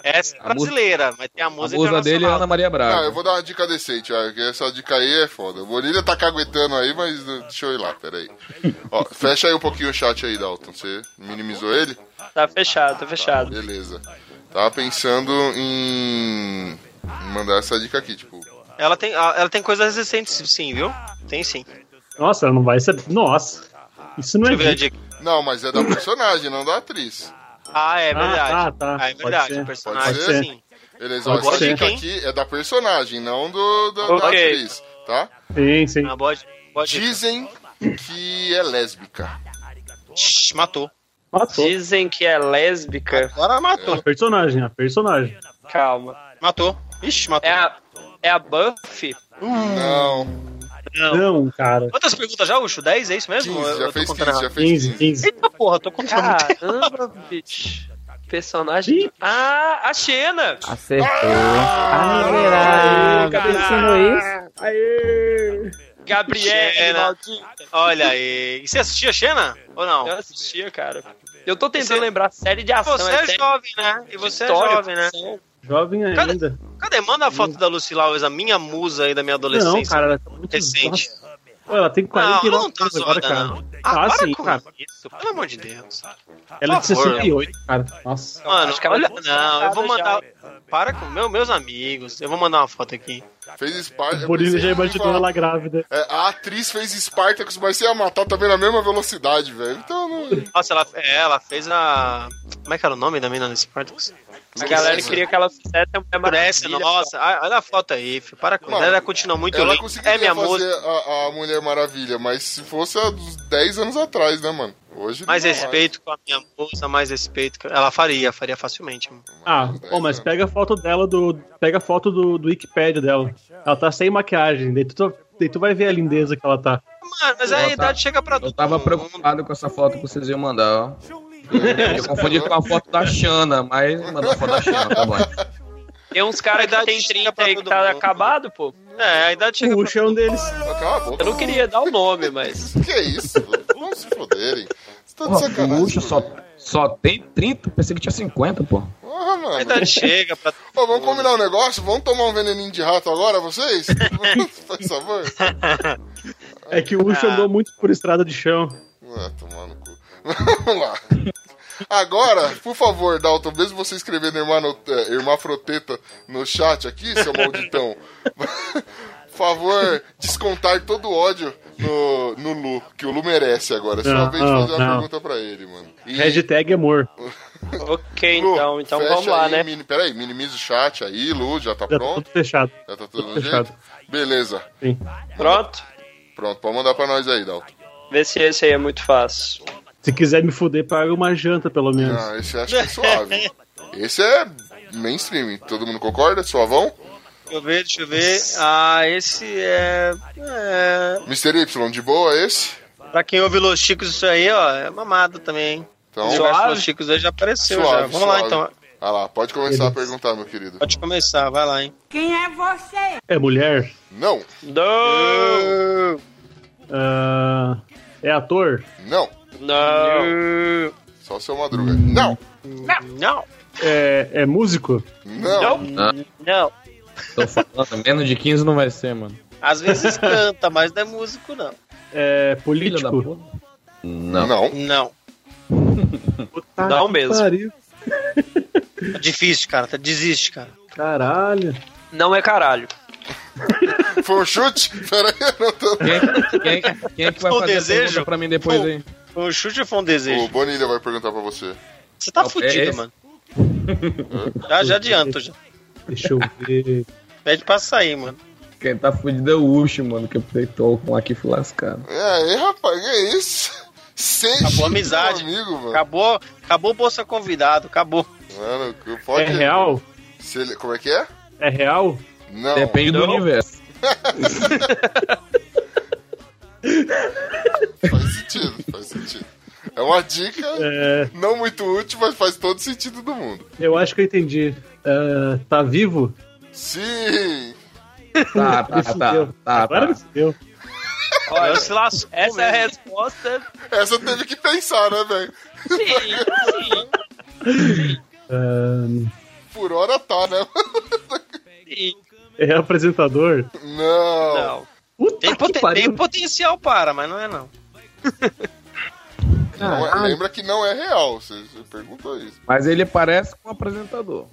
Speaker 2: Essa é
Speaker 4: A musa-
Speaker 2: brasileira, mas tem a
Speaker 4: A
Speaker 2: musa
Speaker 4: musa dele é a Ana
Speaker 2: internacional.
Speaker 4: Maria
Speaker 3: Não, eu
Speaker 4: Braga.
Speaker 3: vou dar uma dica decente, ó, que essa dica aí é foda. O Bonilha tá caguetando aí, mas uh, deixa eu ir lá, peraí. Ó, fecha aí um pouquinho o chat aí, Dalton. Você minimizou ele?
Speaker 6: Tá fechado, tá fechado.
Speaker 3: Beleza. Tava pensando em mandar essa dica aqui, tipo.
Speaker 2: Ela tem, a- ela tem coisas recentes, sim, viu? Tem sim. Deixa
Speaker 1: Nossa, ela não vai saber. Nossa. Isso não é
Speaker 2: eu ver a
Speaker 1: dica.
Speaker 2: dica.
Speaker 3: Não, mas é da personagem, não da atriz.
Speaker 2: Ah, é verdade.
Speaker 1: Ah, tá, tá.
Speaker 2: Ah, é
Speaker 1: Pode
Speaker 2: verdade.
Speaker 1: ser.
Speaker 2: O personagem,
Speaker 3: Pode
Speaker 1: ser.
Speaker 2: sim.
Speaker 3: Beleza, ó,
Speaker 2: Agora
Speaker 3: essa dica
Speaker 2: sim.
Speaker 3: aqui é da personagem, não do, do- da
Speaker 6: Ok.
Speaker 3: atriz, tá?
Speaker 1: Sim, sim.
Speaker 2: Uma boa dica. boa dica.
Speaker 3: Dizem que é lésbica.
Speaker 2: Shhh, matou.
Speaker 1: Matou.
Speaker 6: Dizem que é lésbica.
Speaker 2: Agora matou.
Speaker 1: A personagem, a personagem.
Speaker 6: Calma.
Speaker 2: Matou. Ixi, matou.
Speaker 6: É a, é a Buffy?
Speaker 3: Não,
Speaker 2: Não.
Speaker 1: Não, cara.
Speaker 2: Quantas perguntas já, Ucho? 10? É isso mesmo?
Speaker 3: 15,
Speaker 2: Eu- eu
Speaker 3: já
Speaker 2: tô
Speaker 3: fez
Speaker 2: contando
Speaker 3: 15, já fez
Speaker 1: 15,
Speaker 3: 15.
Speaker 1: 15.
Speaker 2: Eita porra, eu tô contando muito tempo.
Speaker 6: Caramba,
Speaker 2: Ah,
Speaker 6: bicho.
Speaker 2: tá
Speaker 6: Personagem. Ah, a Xena!
Speaker 5: Acertou. Ah, miserável.
Speaker 6: Caralho.
Speaker 5: Quem te ensinou isso?
Speaker 1: Aê!
Speaker 6: Gabriele,
Speaker 2: Xena.
Speaker 6: maldita.
Speaker 2: Olha aí. E você assistia Xena? Ou não?
Speaker 6: Eu assistia, cara. Eu tô
Speaker 2: Você-
Speaker 6: tentando lembrar série de ação.
Speaker 2: Você
Speaker 6: é
Speaker 2: é
Speaker 6: série
Speaker 2: jovem, né? E
Speaker 6: de
Speaker 2: você é
Speaker 6: história,
Speaker 2: jovem, né?
Speaker 6: ficção.
Speaker 1: Jovem
Speaker 2: Cara,
Speaker 1: ainda.
Speaker 2: Cadê? Manda a foto da Lucy Lawless, a minha musa aí da minha adolescência.
Speaker 1: Não, cara, ela tá muito
Speaker 2: Recente.
Speaker 1: Nossa. Pô, ela tem
Speaker 2: Não,
Speaker 1: 49
Speaker 2: ela não tá
Speaker 1: anos agora,
Speaker 2: zoada,
Speaker 1: cara.
Speaker 2: não.
Speaker 6: Tá
Speaker 1: Ah,
Speaker 2: para
Speaker 6: assim,
Speaker 1: sim,
Speaker 2: com
Speaker 1: cara.
Speaker 2: isso, pelo amor de Deus.
Speaker 1: Ela é de
Speaker 2: favor.
Speaker 1: 68, cara. Nossa.
Speaker 2: Mano,
Speaker 6: acho que ela
Speaker 2: olha,
Speaker 6: tá né?
Speaker 2: não, eu vou
Speaker 6: cansada
Speaker 2: mandar... Para com meu, meus amigos, eu vou mandar uma foto aqui.
Speaker 3: Fez Spartacus.
Speaker 1: O Borinho já é imaginou ela grávida.
Speaker 3: É, a atriz fez Spartacus, mas você ia matar também na mesma velocidade, velho. Então não.
Speaker 2: Nossa, ela, é, ela fez a... Como é que era o nome da menina do Spartacus?
Speaker 6: A galera queria que ela fizesse a Mulher
Speaker 2: Parece,
Speaker 6: Maravilha.
Speaker 2: nossa, ah, olha a foto aí, filho, para com
Speaker 3: Mano,
Speaker 2: ela, continua muito
Speaker 3: Ela
Speaker 2: linda.
Speaker 3: conseguiria
Speaker 2: É minha musa.
Speaker 3: fazer a, a Mulher Maravilha, mas se fosse há uns 10 anos atrás, né, mano? Hoje
Speaker 2: Mais
Speaker 3: não
Speaker 2: respeito com a minha moça, mais respeito. com- Ela faria, faria facilmente. mano.
Speaker 1: Ah,
Speaker 3: Dez
Speaker 1: pô, mas
Speaker 3: anos.
Speaker 1: pega a foto dela do. Pega a foto do, do Wikipedia dela. Ela tá sem maquiagem. Daí tu, tá, daí tu vai ver a lindeza que ela tá.
Speaker 2: Mano, Ah, mas aí a
Speaker 4: Eu tava-
Speaker 2: idade chega pra
Speaker 4: Eu tava
Speaker 2: todo mundo.
Speaker 4: preocupado com essa foto que vocês iam mandar, ó. Eu confundi com a foto da Xana, mas mandou a foto da Xana, tá bom.
Speaker 6: Tem uns caras
Speaker 2: A
Speaker 6: que
Speaker 2: idade
Speaker 6: tem
Speaker 2: chega
Speaker 6: 30
Speaker 2: pra
Speaker 6: aí que
Speaker 2: todo
Speaker 6: tá
Speaker 2: mundo.
Speaker 6: acabado, pô.
Speaker 2: É, a idade chega
Speaker 1: O é um deles.
Speaker 3: vai. Cala a boca.
Speaker 6: Eu não queria dar o nome, mas.
Speaker 3: Que isso? Vamos se foderem. Você tá de
Speaker 4: Porra, o
Speaker 3: sacanagem.
Speaker 4: Ucho só,
Speaker 3: velho.
Speaker 4: só tem 30, pensei que tinha 50, pô.
Speaker 3: Porra, mano.
Speaker 6: tá-
Speaker 2: A idade chega pra.
Speaker 3: Ô, vamos combinar um negócio? Vamos tomar um veneninho de rato agora, vocês? Faz favor.
Speaker 1: É que o Ucho andou muito por estrada de chão.
Speaker 3: Ah, tomar no cu. Vamos lá. Agora, por favor, Dalton, mesmo você escrevendo hermano, eh, hermafroteta no chat aqui, seu malditão, por favor, descontar todo o ódio no, no Lu, que o Lu merece agora. É só
Speaker 1: Não,
Speaker 3: vez de fazer uma
Speaker 1: não.
Speaker 3: pergunta pra ele, mano. E,
Speaker 1: Hashtag amor.
Speaker 6: Ok,
Speaker 3: Lu,
Speaker 6: então. Então
Speaker 3: fecha
Speaker 6: vamos lá,
Speaker 3: aí,
Speaker 6: né?
Speaker 3: mini- peraí, minimiza o chat aí, Lu, já tá
Speaker 1: Já tá
Speaker 3: pronto?
Speaker 1: tudo fechado.
Speaker 3: Já tá tudo no
Speaker 1: fechado.
Speaker 3: jeito? Beleza.
Speaker 1: Sim.
Speaker 6: Pronto?
Speaker 3: Pronto, pode mandar pra nós aí, Dalton.
Speaker 6: Vê se esse aí é muito fácil.
Speaker 1: Se quiser me fuder, paga uma janta, pelo menos.
Speaker 3: Ah, esse eu acho que é suave. Esse é mainstream, todo mundo concorda? Suavão?
Speaker 2: Deixa eu ver, deixa eu ver. Ah, esse é. é...
Speaker 3: Mr. Y, de boa esse?
Speaker 2: Pra quem ouve Los Chicos, isso aí, ó, é mamado também. hein?
Speaker 3: Então,
Speaker 2: O universo Los Chicos aí já apareceu já.
Speaker 3: suave,
Speaker 2: Vamos lá
Speaker 3: suave.
Speaker 2: então.
Speaker 3: Ah lá, pode começar a perguntar, meu querido.
Speaker 2: Pode começar, vai lá, hein?
Speaker 7: Quem é você?
Speaker 1: É mulher?
Speaker 3: Não,
Speaker 6: Não!
Speaker 1: Ah, é ator?
Speaker 3: não.
Speaker 6: Não!
Speaker 3: Só seu Madruga. Não,
Speaker 2: Não.
Speaker 1: É, é músico?
Speaker 3: não.
Speaker 6: Não!
Speaker 4: Tô falando, menos de 15 não vai ser, mano.
Speaker 2: Às vezes canta, mas não é músico, não.
Speaker 1: É
Speaker 4: Filho da
Speaker 1: político?
Speaker 4: puta. Não.
Speaker 3: Não.
Speaker 2: Não.
Speaker 1: Tá
Speaker 6: Não
Speaker 1: que
Speaker 6: mesmo.
Speaker 1: pariu.
Speaker 2: Tá difícil, cara. Tá, desiste, cara.
Speaker 1: Caralho.
Speaker 6: Não é caralho.
Speaker 3: Foi um chute? Pera aí, eu não tô...
Speaker 4: Quem, quem- quem é que vai
Speaker 2: Só um
Speaker 4: fazer a
Speaker 2: desejo?
Speaker 4: pergunta pra mim depois aí?
Speaker 2: Foi um chute ou foi um desejo?
Speaker 3: O Bonilha vai perguntar pra você.
Speaker 2: Você tá
Speaker 4: Não,
Speaker 2: fudido,
Speaker 4: é esse?
Speaker 2: mano. já, já adianto, já.
Speaker 1: Deixa eu ver.
Speaker 2: Pede pra sair, mano.
Speaker 4: Quem tá fudido é o Ucho, mano, que aproveitou com aqui fui lascado.
Speaker 3: É aí, rapaz, que é isso? Sem
Speaker 2: Acabou a amizade.
Speaker 3: amigo, mano.
Speaker 2: Acabou, acabou o Bolsa Convidado, acabou.
Speaker 3: Mano, que
Speaker 1: É
Speaker 3: pode...
Speaker 1: real?
Speaker 3: Se ele- Como é que é?
Speaker 1: É real?
Speaker 3: Não.
Speaker 4: Depende do universo.
Speaker 3: Faz sentido, faz sentido. É uma dica
Speaker 1: É,
Speaker 3: não muito útil, mas faz todo sentido do mundo.
Speaker 1: eu acho que eu entendi. Ah, tá vivo?
Speaker 3: Sim!
Speaker 4: Tá,
Speaker 1: Me
Speaker 4: tá, tá.
Speaker 1: fudeu.
Speaker 4: tá,
Speaker 1: Agora me
Speaker 4: tá.
Speaker 1: fudeu.
Speaker 2: Olha, se lascou,
Speaker 6: Essa é a
Speaker 2: mesmo.
Speaker 6: resposta.
Speaker 3: Essa teve que pensar, né, velho?
Speaker 6: Sim,
Speaker 1: Ah,
Speaker 3: Por hora tá, né?
Speaker 6: sim, sim.
Speaker 1: é apresentador?
Speaker 3: Não!
Speaker 2: Não.
Speaker 1: Puta
Speaker 6: Ah,
Speaker 2: Tem, poten-
Speaker 1: que
Speaker 2: tem
Speaker 1: pariu.
Speaker 2: potencial para, mas não é não.
Speaker 3: Não é-
Speaker 4: Ah.
Speaker 3: lembra que não é real, você, você perguntou isso.
Speaker 4: Mas ele parece com um apresentador.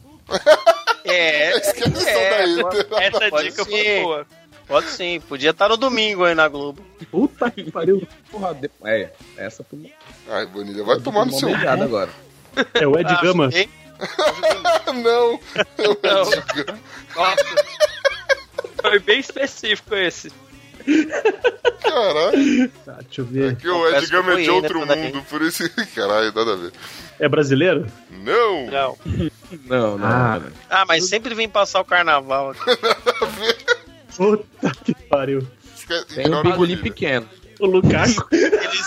Speaker 2: É,
Speaker 3: Esquece
Speaker 2: é,
Speaker 3: isso daí.
Speaker 2: pode-
Speaker 6: Essa
Speaker 2: Pode
Speaker 6: dica
Speaker 2: ser.
Speaker 6: foi boa.
Speaker 2: pode sim. Podia estar no domingo aí na Globo.
Speaker 1: Puta que pariu.
Speaker 4: Porra, de... é, essa tu
Speaker 3: Ai, Bonilha, vai tomar no seu.
Speaker 4: beijada agora.
Speaker 1: É o Ed
Speaker 2: Ah,
Speaker 1: Gama.
Speaker 2: fiquei-
Speaker 3: não! Eu
Speaker 6: Não.
Speaker 3: digo.
Speaker 6: Nossa. Foi bem específico esse.
Speaker 3: Caralho,
Speaker 1: Tá, deixa eu ver.
Speaker 3: que o
Speaker 2: Confesso
Speaker 3: Ed Gama
Speaker 2: que
Speaker 3: é
Speaker 2: eu
Speaker 3: de
Speaker 2: fui, né,
Speaker 3: outro
Speaker 2: quando
Speaker 3: mundo, por isso. Caralho, nada a ver.
Speaker 1: É brasileiro?
Speaker 3: Não!
Speaker 2: Não.
Speaker 4: Não, não.
Speaker 5: Ah.
Speaker 4: não.
Speaker 2: Ah, mas sempre vem passar o carnaval aqui.
Speaker 1: Puta que pariu.
Speaker 3: Esquece-
Speaker 4: Tem um
Speaker 3: ignora o
Speaker 4: bigolinho
Speaker 3: Bonilha.
Speaker 4: pequeno.
Speaker 1: O Lukaku?
Speaker 2: Eles,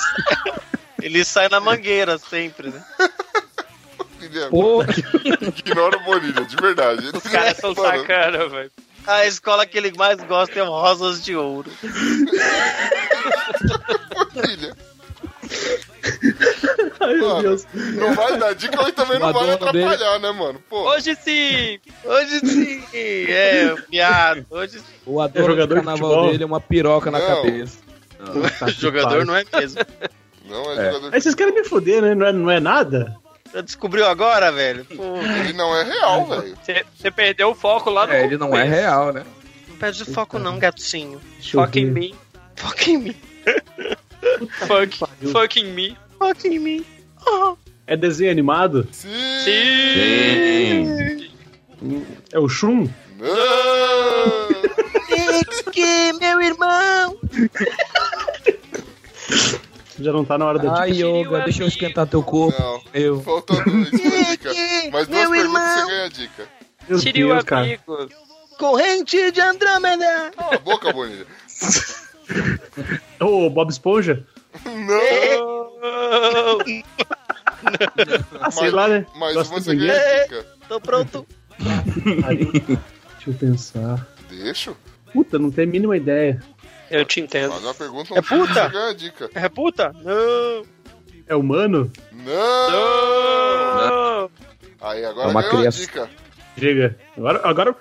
Speaker 2: eles saem na mangueira sempre, né?
Speaker 3: Guilherme,
Speaker 4: Porra,
Speaker 3: Ignora o Bonilha, de verdade.
Speaker 6: Os caras são
Speaker 3: Mano,
Speaker 6: sacanas, velho.
Speaker 2: A escola que ele mais gosta é o Rosas de Ouro.
Speaker 3: Bonilha,
Speaker 1: Ai, meu
Speaker 3: Mano.
Speaker 1: Deus.
Speaker 3: Não vai dar dica, mas também não
Speaker 4: O
Speaker 3: vai
Speaker 4: adorno dele.
Speaker 3: atrapalhar, né, mano? Pô,
Speaker 6: Hoje sim!
Speaker 2: Hoje sim, é, piado. Hoje sim.
Speaker 4: o adoro
Speaker 1: jogador
Speaker 4: do
Speaker 1: de
Speaker 4: carnaval
Speaker 1: futebol?
Speaker 4: dele é uma piroca na
Speaker 3: Não.
Speaker 4: cabeça.
Speaker 2: jogador não é mesmo.
Speaker 3: não é,
Speaker 4: É.
Speaker 3: jogador.
Speaker 1: Aí vocês querem me foder, né? Não é, não é nada?
Speaker 2: Já descobriu agora, velho? Pô,
Speaker 3: Ele não é real, velho.
Speaker 6: Você você perdeu o foco lá no
Speaker 4: É, ele não é
Speaker 6: começo.
Speaker 4: real, né?
Speaker 2: não perde o foco não, gatinho.
Speaker 1: Deixa eu
Speaker 6: Foca em
Speaker 1: ver.
Speaker 6: mim.
Speaker 2: Foca em mim,
Speaker 6: Fuck,
Speaker 1: pariu.
Speaker 6: fuck em mim.
Speaker 2: foca em mim. Oh.
Speaker 1: É desenho animado?
Speaker 3: Sim!
Speaker 6: Sim!
Speaker 1: É o Shun?
Speaker 3: Não!
Speaker 2: que meu irmão.
Speaker 1: Já não tá na hora da dica.
Speaker 4: Ai,
Speaker 6: um
Speaker 4: yoga, deixa eu esquentar teu corpo.
Speaker 3: Não,
Speaker 4: Meu.
Speaker 3: faltou duas dicas. Mas duas
Speaker 2: meu
Speaker 3: perguntas
Speaker 2: irmão,
Speaker 3: você ganha a dica.
Speaker 1: Meu
Speaker 6: Tire o
Speaker 1: Deus, cara.
Speaker 6: amigo.
Speaker 2: corrente de Andrômeda.
Speaker 3: Cala a boca, Bonilha.
Speaker 1: Ô, Bob Esponja?
Speaker 3: Não!
Speaker 1: Ah, sei lá, né?
Speaker 3: Mas
Speaker 1: Gosto
Speaker 3: você
Speaker 1: de
Speaker 3: ganha
Speaker 2: É.
Speaker 3: a dica.
Speaker 2: Tô pronto.
Speaker 1: Deixa eu pensar.
Speaker 3: Deixa.
Speaker 1: Puta, não tem a mínima ideia.
Speaker 6: Eu te entendo.
Speaker 3: Faz uma pergunta, um
Speaker 2: É puta?
Speaker 3: você ganha a dica.
Speaker 2: É puta? Não.
Speaker 1: É humano?
Speaker 3: Não!
Speaker 6: Oh,
Speaker 3: Aí,
Speaker 4: É
Speaker 3: agora
Speaker 4: uma
Speaker 3: ganhou
Speaker 4: criança.
Speaker 3: a dica.
Speaker 1: Chega. Agora, agora...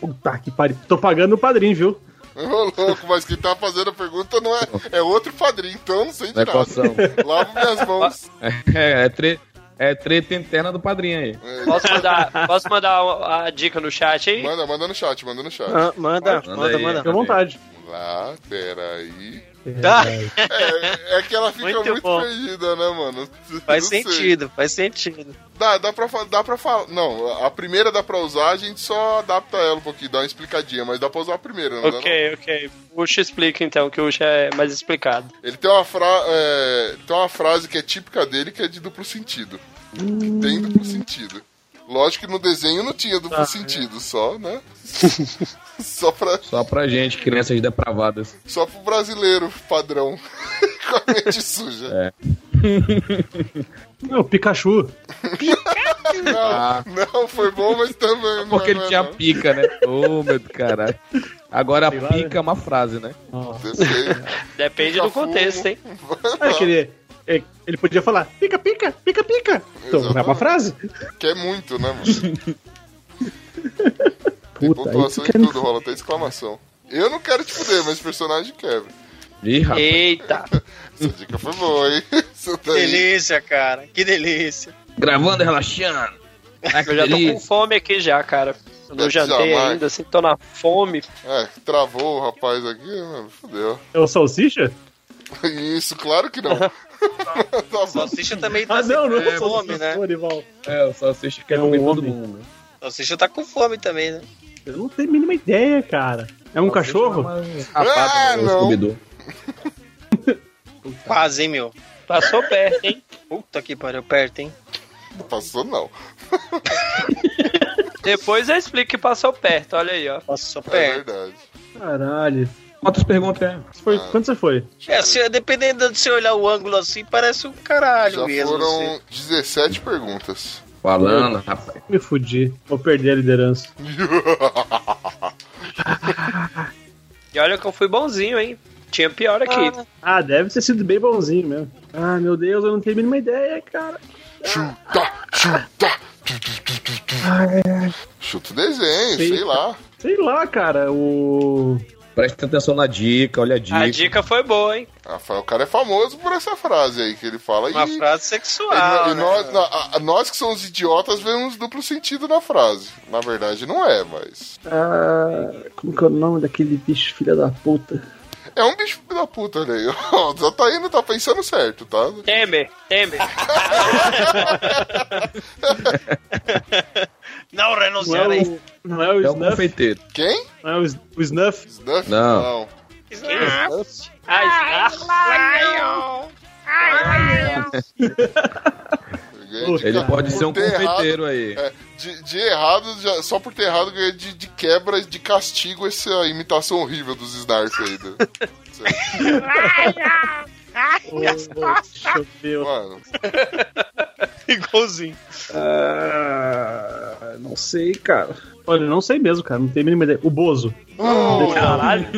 Speaker 1: Puta que pariu. Tô pagando o padrinho, viu?
Speaker 3: Ô, louco, mas quem tá fazendo a pergunta não é... É outro padrinho, então eu não sei de
Speaker 4: Não é
Speaker 3: nada.
Speaker 4: coção.
Speaker 3: Lavo minhas mãos.
Speaker 4: É, é, tre... é treta interna do padrinho aí.
Speaker 3: É,
Speaker 6: posso mandar, posso mandar um, a, a dica no chat aí?
Speaker 3: manda, manda no chat, manda no chat.
Speaker 2: Ah, manda,
Speaker 4: Manda
Speaker 2: manda,
Speaker 4: aí.
Speaker 2: manda.
Speaker 1: Fica à vontade.
Speaker 3: Vamos lá, peraí.
Speaker 2: Tá.
Speaker 3: É, é que ela fica
Speaker 2: Muito
Speaker 3: muito,
Speaker 2: bom.
Speaker 3: perdida, né, mano?
Speaker 2: Faz
Speaker 3: Não sei.
Speaker 2: sentido, faz sentido.
Speaker 3: Dá, dá pra falar. Dá pra falar. Não, a primeira dá pra usar, a gente só adapta ela um pouquinho, dá uma explicadinha, mas dá pra usar a primeira, não dá?
Speaker 6: Ok, ok. O Ucho explica então, que o Ucho é mais explicado.
Speaker 3: Ele tem uma, fra- é, tem uma frase que é típica dele que é de duplo sentido. Que tem duplo sentido. Lógico que no desenho não tinha
Speaker 4: Ah, é.
Speaker 3: duplo sentido, só, né? só, pra,
Speaker 4: Só pra gente, crianças depravadas.
Speaker 3: só pro brasileiro padrão. Com a mente
Speaker 4: É.
Speaker 3: suja.
Speaker 1: Não, Pikachu.
Speaker 3: Não,
Speaker 4: Ah.
Speaker 3: não, foi bom, mas também. não
Speaker 4: Porque
Speaker 3: é,
Speaker 4: ele tinha
Speaker 3: não.
Speaker 4: pica, né? Ô, meu do caralho. Agora a
Speaker 1: Sei lá,
Speaker 4: pica é uma frase, né?
Speaker 3: Depende.
Speaker 6: Depende
Speaker 3: Já
Speaker 6: do contexto,
Speaker 3: fumo.
Speaker 6: hein?
Speaker 1: Ah, que ele, é- ele podia falar pica, pica, pica, pica. Então, vai pra frase.
Speaker 3: Que é muito, né, mano? Tem
Speaker 1: Puta, aí tu
Speaker 3: pontuação em
Speaker 1: quer me...
Speaker 3: tudo, rola até exclamação. Eu não quero te fuder, mas o personagem quebra.
Speaker 4: Ih,
Speaker 1: Tá.
Speaker 4: rapaz.
Speaker 6: Eita!
Speaker 3: Essa dica foi boa, hein? Isso
Speaker 2: Que
Speaker 3: daí.
Speaker 2: delícia, cara. Que delícia.
Speaker 4: Gravando, relaxando. Ah, que
Speaker 6: Eu já tô com
Speaker 4: delícia.
Speaker 6: fome aqui já, cara. Eu não jantei
Speaker 3: Jamais.
Speaker 6: ainda, assim, tô na fome.
Speaker 3: É, travou o rapaz aqui, mano, fodeu.
Speaker 1: É o Salsicha?
Speaker 3: Isso, claro que não. tá bom.
Speaker 2: Salsicha também tá
Speaker 1: Ah, não, não é o
Speaker 2: com fome,
Speaker 1: Salsicha,
Speaker 2: né?
Speaker 1: Dorival.
Speaker 4: É, o salsicha quer
Speaker 1: É um
Speaker 4: comer todo
Speaker 1: homem.
Speaker 4: mundo.
Speaker 2: Salsicha tá com fome também, né?
Speaker 1: Eu não tenho a mínima ideia, cara. É um cachorro?
Speaker 3: Ah,
Speaker 4: Ah,
Speaker 3: não.
Speaker 4: não.
Speaker 2: Quase, hein, meu?
Speaker 6: Passou perto, hein?
Speaker 2: Puta que pariu, perto, hein?
Speaker 3: Não passou, não.
Speaker 6: Depois eu explico que passou perto, olha aí, ó.
Speaker 2: Passou
Speaker 3: É
Speaker 2: perto.
Speaker 3: verdade.
Speaker 1: Caralho.
Speaker 4: Quantas perguntas é?
Speaker 1: Isso Foi, Quanto você foi?
Speaker 2: É, se, dependendo de você olhar o ângulo assim, parece um caralho
Speaker 3: Já
Speaker 2: mesmo.
Speaker 3: foram
Speaker 2: assim.
Speaker 3: 17 perguntas.
Speaker 4: Falando, rapaz.
Speaker 1: Me fudi. Vou perder a liderança.
Speaker 6: E olha que eu fui bonzinho, hein? Tinha pior aqui.
Speaker 1: Ah, deve ter sido bem bonzinho mesmo. Ah, meu Deus, eu não tenho a mínima ideia, cara.
Speaker 3: Chuta, chuta. Tu, tu, tu, tu, tu. Chuta o desenho,
Speaker 1: Sei.
Speaker 3: sei lá.
Speaker 1: Sei lá, cara. O.
Speaker 4: Presta atenção na dica, olha a
Speaker 1: Ah.
Speaker 4: dica.
Speaker 6: a dica foi boa, hein?
Speaker 3: Rafael, o cara é famoso por essa frase aí que ele fala.
Speaker 2: Uma frase
Speaker 3: e- e no-
Speaker 6: Ah,
Speaker 2: sexual.
Speaker 3: e
Speaker 2: né?
Speaker 3: nós, na- a- a- nós que somos idiotas vemos duplo sentido na frase. Na verdade, não é, mas.
Speaker 1: Ah, como que é o nome daquele bicho, filha da puta?
Speaker 3: É um bicho filho da puta, olha aí. Ó, Já tá indo, tá pensando certo, tá?
Speaker 6: Temer, Temer.
Speaker 2: Não,
Speaker 1: Não é
Speaker 2: renunciar aí.
Speaker 1: o, não é o
Speaker 4: É o
Speaker 1: Snuff?
Speaker 4: confeiteiro.
Speaker 3: Quem?
Speaker 1: Não é o, S- o Snuff?
Speaker 3: Snuff?
Speaker 4: Não.
Speaker 6: Ah,
Speaker 1: Ele
Speaker 3: Ninguém
Speaker 4: Ele
Speaker 3: fica-
Speaker 1: Cara,
Speaker 4: pode ser um
Speaker 3: por ter errado-
Speaker 4: confeiteiro aí.
Speaker 3: é, de, de errado, já- só por ter errado, ganhei de, de quebra, de castigo, essa imitação horrível dos Snarf aí. né? do-
Speaker 1: Ô, ô, deixa eu ver. ó.
Speaker 3: Mano,
Speaker 2: Igualzinho.
Speaker 1: Ah, não sei, cara. Olha, não sei mesmo, cara. Não tenho a mínima ideia. O Bozo.
Speaker 6: caralho.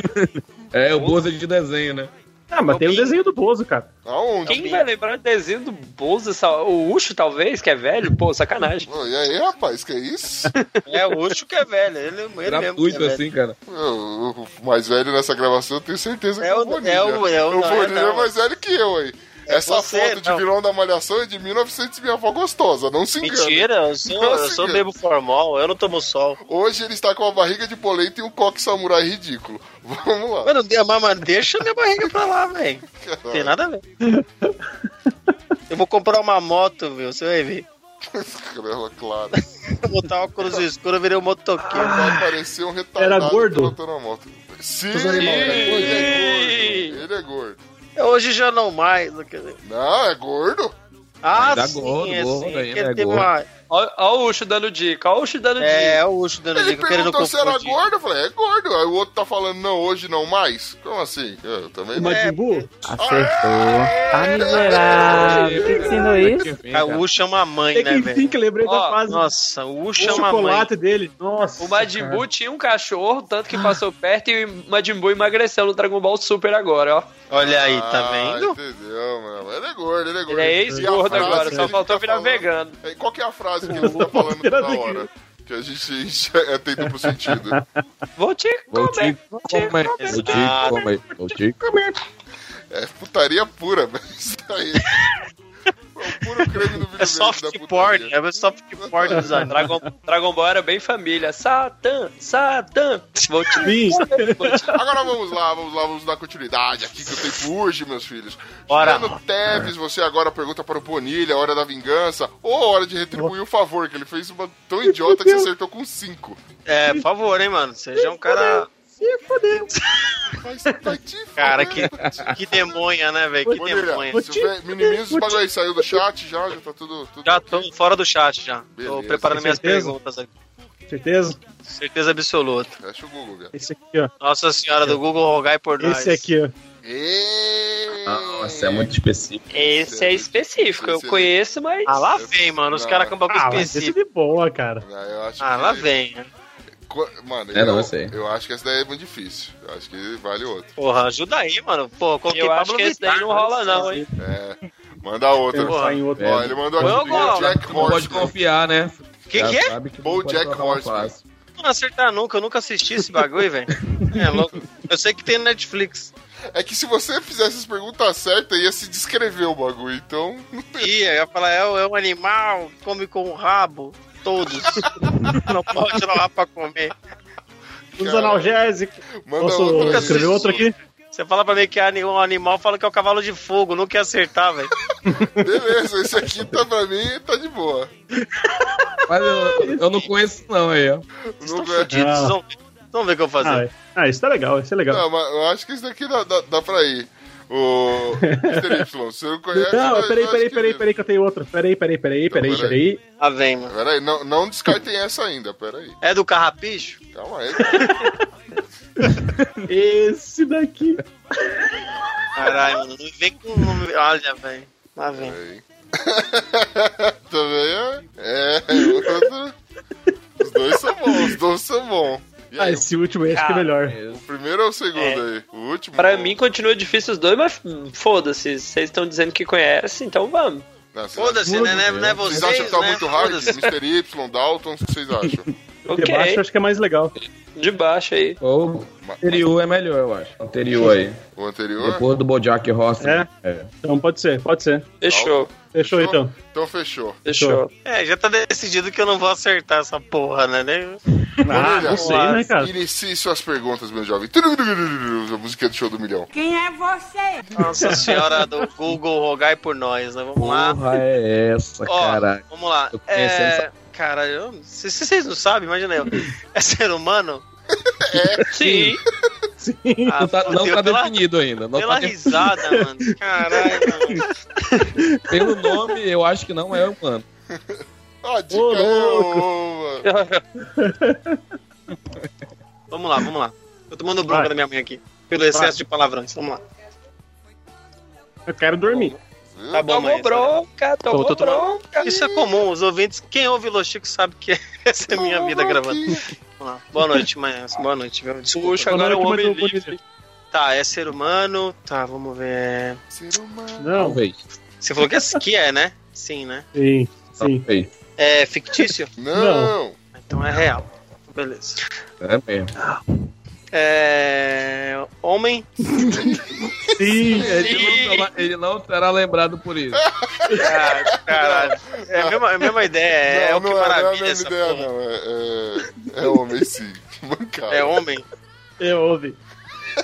Speaker 4: É, o Bozo de desenho, né?
Speaker 1: Ah, mas tem o desenho do Bozo, cara.
Speaker 3: aonde?
Speaker 6: Quem vai lembrar do desenho do Bozo? sa- O Ucho, talvez, que é velho? Pô, sacanagem.
Speaker 3: Ô, e aí, rapaz, que é isso?
Speaker 2: É o Ucho que é velho. Ele, ele mesmo. que
Speaker 4: Gratuito
Speaker 2: é velho.
Speaker 4: assim, cara.
Speaker 3: O o mais velho nessa gravação, eu tenho certeza que
Speaker 2: É
Speaker 3: é o
Speaker 2: o-
Speaker 3: Bonilha.
Speaker 2: é o- é o- não, é
Speaker 3: Bonilha é
Speaker 2: não.
Speaker 3: mais velho que eu aí. Essa
Speaker 2: você,
Speaker 3: foto de
Speaker 2: não.
Speaker 3: vilão da Malhação é de 1900 e minha avó gostosa, não se engane.
Speaker 2: Mentira, eu sou,
Speaker 3: Nossa,
Speaker 2: eu sou
Speaker 3: cara.
Speaker 2: bebo formal, eu não tomo sol.
Speaker 3: Hoje ele está com uma barriga de polenta e um coque samurai ridículo. Vamos lá.
Speaker 2: Mano, de- mas, mano, deixa minha barriga pra lá, velho. Não tem nada a ver. Eu vou comprar uma moto, viu? Você vai ver.
Speaker 3: Caramba, claro.
Speaker 2: Vou botar óculos escuros, eu virei um motoqueiro.
Speaker 3: Vai parecer um retardado
Speaker 1: Era gordo?
Speaker 3: pilotando a moto. Sim,
Speaker 4: Os animais eram
Speaker 3: ele é gordo. Ele é gordo.
Speaker 2: Hoje já não mais. quer dizer.
Speaker 3: Não, é gordo?
Speaker 2: Ah,
Speaker 4: Ainda
Speaker 2: sim,
Speaker 4: gordo,
Speaker 2: é
Speaker 4: gordo
Speaker 2: sim.
Speaker 4: ainda,
Speaker 2: que
Speaker 4: é
Speaker 2: teve
Speaker 4: gordo.
Speaker 2: uma-
Speaker 6: Ó, ó o Ucho dando dica, ó o Ucho dando
Speaker 2: É, é o Ucho dando
Speaker 3: Ele
Speaker 2: dica, querendo
Speaker 3: perguntou se era
Speaker 2: confundir.
Speaker 3: gordo, eu falei, é gordo. Aí o outro tá falando, não, hoje não mais. Como assim? Eu também
Speaker 1: O
Speaker 3: não.
Speaker 1: Majin Buu?
Speaker 5: Acertou. Ah, miserável. Quem te ensinou isso?
Speaker 2: A Ucho é uma mãe,
Speaker 1: Tem
Speaker 2: né,
Speaker 1: que sim
Speaker 2: velho?
Speaker 1: que lembrei da
Speaker 6: Ó,
Speaker 1: fase.
Speaker 2: Nossa, o Ucho é
Speaker 1: o
Speaker 2: uma mãe.
Speaker 1: chocolate dele. Nossa.
Speaker 6: O Majin Buu tinha um cachorro, tanto que passou perto e o Majin Buu emagreceu no Dragon Ball Super agora, ó.
Speaker 2: Olha aí, tá
Speaker 3: Ah,
Speaker 2: vendo?
Speaker 3: entendeu, mano? Ele é gordo, ele é gordo.
Speaker 6: Ele é
Speaker 3: E
Speaker 6: ex-gordo
Speaker 3: a frase
Speaker 6: agora,
Speaker 3: que
Speaker 6: só
Speaker 3: ele
Speaker 6: faltou
Speaker 3: tá
Speaker 6: virar
Speaker 3: falando-
Speaker 6: vegano.
Speaker 3: É, Qual que é a frase que ele tá falando
Speaker 1: Era
Speaker 3: toda
Speaker 1: vegano.
Speaker 3: hora? Que a gente é, tem duplo sentido.
Speaker 6: Vou te
Speaker 4: Vou te
Speaker 6: comer.
Speaker 4: comer, vou te
Speaker 2: Ah,
Speaker 4: comer, vou te comer.
Speaker 3: É putaria pura, velho. Isso daí. É o puro creme do vídeo
Speaker 2: É soft porn, é o soft porn dos animais.
Speaker 6: Dragon, Dragon Ball era bem família. Satã, Satã. Vou te
Speaker 1: Sim.
Speaker 6: comer. Vou te...
Speaker 3: Agora vamos lá, vamos lá, vamos dar continuidade aqui que o tempo urge, meus filhos.
Speaker 2: Ora.
Speaker 3: Juliano Teves, você agora pergunta para o Bonilha, hora da vingança, ou hora de retribuir o favor, que ele fez uma tão idiota que você acertou com cinco.
Speaker 2: É, por favor, hein, mano. Seja um cara.
Speaker 1: Se fodeu.
Speaker 3: Mas vai te
Speaker 2: Cara,
Speaker 3: foder,
Speaker 2: que-
Speaker 3: vai te
Speaker 2: Que demonha, né, velho? Que demonha.
Speaker 3: Bonilha, se tiver- minimiza os bagulho aí, saiu do chat já, já tá tudo. tudo
Speaker 2: Já
Speaker 3: ok.
Speaker 2: tô fora do chat já. Tô
Speaker 3: Beleza.
Speaker 2: preparando minhas
Speaker 1: Certeza?
Speaker 2: perguntas aqui.
Speaker 1: Certeza?
Speaker 2: Certeza absoluta.
Speaker 3: Fecha o Google, velho.
Speaker 1: Esse aqui, ó.
Speaker 2: Nossa senhora do Google rogai por nós.
Speaker 1: Esse aqui, é ó.
Speaker 3: Ê!
Speaker 4: Nossa, é muito específico.
Speaker 6: Esse é específico, eu
Speaker 3: Esse é-
Speaker 6: conheço, mas.
Speaker 2: Ah, lá vem, mano. Os
Speaker 3: Não,
Speaker 2: caras com bagulho
Speaker 1: Ah, mas esse é
Speaker 2: específico.
Speaker 1: de boa, cara.
Speaker 3: Ah, eu acho
Speaker 2: Ah,
Speaker 3: que-
Speaker 2: lá vem.
Speaker 3: Co- Mano,
Speaker 4: É,
Speaker 3: eu,
Speaker 4: não, eu sei.
Speaker 3: eu acho que essa daí é muito difícil. Eu acho que vale outro.
Speaker 2: Porra, ajuda aí, mano. Pô, coloquei
Speaker 6: Eu acho
Speaker 2: Pablo
Speaker 6: que esse daí
Speaker 2: Vittar,
Speaker 6: não
Speaker 2: mano.
Speaker 6: rola, não, hein?
Speaker 3: Manda outro.
Speaker 2: Porra.
Speaker 1: Pensar em outro.
Speaker 3: Ó, ele mandou
Speaker 6: Põe
Speaker 3: aqui.
Speaker 6: o gol,
Speaker 3: Bo Jack
Speaker 4: Tu não pode
Speaker 3: Horseman.
Speaker 4: confiar, né?
Speaker 2: Que
Speaker 4: Já
Speaker 2: que é?
Speaker 4: sabe que tu
Speaker 3: Bo
Speaker 4: não pode
Speaker 3: Jack
Speaker 4: colocar
Speaker 3: Horseman.
Speaker 4: uma frase.
Speaker 2: Não acertar nunca. Eu nunca assisti esse bagulho, velho. É louco. Eu sei que tem no Netflix.
Speaker 3: É que se você fizesse as perguntas certas, ia se descrever o bagulho. Então,
Speaker 2: Ih, eu ia falar, é, é um animal, come com o rabo. todos. Não pode lá pra comer.
Speaker 1: Os analgésicos.
Speaker 3: Manda
Speaker 1: Posso
Speaker 3: outra aí.
Speaker 1: escrever outro aqui?
Speaker 2: Você fala pra mim que é ani- um animal, fala que é o cavalo de fogo, não quer acertar, velho.
Speaker 3: Beleza, esse aqui tá pra mim, tá de boa.
Speaker 4: Mas eu, eu não conheço, não, aí, ó.
Speaker 2: Vocês
Speaker 3: Não
Speaker 2: estão
Speaker 3: vai-
Speaker 2: fodidos,
Speaker 1: Ah.
Speaker 2: vão, vão ver o que eu vou
Speaker 1: Ah,
Speaker 2: fazer.
Speaker 1: é. ah, isso tá legal, isso é legal.
Speaker 3: Não, mas eu acho que isso daqui dá, dá, dá pra ir. O Mr. Y, você não conhece?
Speaker 1: Não,
Speaker 3: mas
Speaker 1: peraí,
Speaker 3: eu
Speaker 1: peraí,
Speaker 3: acho
Speaker 1: peraí,
Speaker 3: que-
Speaker 1: peraí, que eu tenho outra. Peraí, peraí, peraí, peraí,
Speaker 3: Então,
Speaker 1: peraí.
Speaker 2: Ah, vem, mano.
Speaker 3: Peraí, não, não descartem essa ainda, peraí.
Speaker 2: É do carrapicho?
Speaker 3: Calma aí.
Speaker 1: Esse daqui.
Speaker 2: Caralho, mano. Não vem com. não- Olha, velho. Lá vem.
Speaker 3: peraí. Também é. É, outro. Os dois são bons, os dois são bons. E
Speaker 1: Ah,
Speaker 3: aí,
Speaker 1: esse último aí acho que é melhor.
Speaker 3: o primeiro ou o segundo aí? O último?
Speaker 6: É, Pra mim continua difícil os dois, mas hum, foda-se. vocês estão dizendo que conhecem, então vamos.
Speaker 3: Não, vocês-
Speaker 2: Foda-se, né? Não é- não é vocês,
Speaker 3: Vocês acham que tá
Speaker 2: né?
Speaker 3: muito hard?
Speaker 2: Foda-se.
Speaker 3: Mr. Y, Dalton, o que vocês acham?
Speaker 6: Ok,
Speaker 1: De baixo eu acho que é mais legal.
Speaker 6: de baixo aí.
Speaker 4: Ou o
Speaker 3: Ma-
Speaker 4: anterior é melhor, eu acho. O anterior aí.
Speaker 3: O anterior?
Speaker 4: Depois do Bojack Horseman. É?
Speaker 1: Então pode ser, pode ser.
Speaker 6: Fechou,
Speaker 1: Fechou então.
Speaker 3: Então fechou.
Speaker 6: fechou.
Speaker 2: É, já tá decidido que eu não vou acertar essa porra, né? né?
Speaker 1: Ah,
Speaker 3: Olha,
Speaker 1: não sei, né, cara?
Speaker 3: Inicie suas perguntas, meu jovem. A música do show do milhão.
Speaker 7: Quem é você?
Speaker 2: Nossa senhora do Google, rogai por nós, né? Vamos lá.
Speaker 4: Porra, é essa,
Speaker 2: Ó,
Speaker 4: caralho.
Speaker 2: vamos lá.
Speaker 4: eu conheço
Speaker 2: É,
Speaker 4: essa-
Speaker 2: cara, eu- se, se vocês não sabem, imagina eu. É ser humano?
Speaker 6: Sim,
Speaker 2: Ah,
Speaker 4: Não tá, não
Speaker 2: fudeu,
Speaker 4: tá
Speaker 2: pela,
Speaker 4: definido ainda. Não
Speaker 2: pela
Speaker 4: tá definido.
Speaker 2: risada, mano. Caralho, mano.
Speaker 4: Pelo nome, eu acho que não é humano.
Speaker 3: Ó, dica
Speaker 1: Ô, louco.
Speaker 3: boa.
Speaker 6: Tá
Speaker 2: Vamos lá, vamos lá. Eu tô tomando bronca
Speaker 1: Vai.
Speaker 2: da minha mãe aqui. Pelo excesso de palavrões. Vamos lá.
Speaker 1: Eu quero dormir.
Speaker 2: Tá bom,
Speaker 6: tomou
Speaker 2: mãe.
Speaker 6: bronca, tomou
Speaker 1: tô tomando-
Speaker 6: bronca. né?
Speaker 2: Isso é comum, os ouvintes, quem ouve Los Chico sabe que essa é a minha vida gravando. Vamos lá. Boa noite, mãe. Boa noite, viu? Desculpa.
Speaker 6: Puxa, agora é um
Speaker 1: Agora que
Speaker 6: homem
Speaker 1: mais um
Speaker 6: livre.
Speaker 2: Tá, é ser humano. Tá, vamos ver.
Speaker 3: Ser humano.
Speaker 1: Não,
Speaker 4: Talvez.
Speaker 2: Você falou que é, que é né? Sim, né?
Speaker 1: sim, sim.
Speaker 4: Talvez.
Speaker 2: É fictício?
Speaker 3: Não.
Speaker 2: Então é real. Beleza.
Speaker 4: É mesmo.
Speaker 2: É. Homem.
Speaker 1: Sim, é
Speaker 4: Ele não, será, ele não será lembrado por isso.
Speaker 2: Ah, caralho. É a mesma, é a mesma ideia. é o
Speaker 3: Não,
Speaker 2: que
Speaker 3: não é, não é a
Speaker 2: maravilha
Speaker 3: mesma
Speaker 2: essa
Speaker 3: ideia,
Speaker 2: porra.
Speaker 3: não. É, é, é homem, sim. Mancada.
Speaker 2: É homem?
Speaker 1: eu ouvi.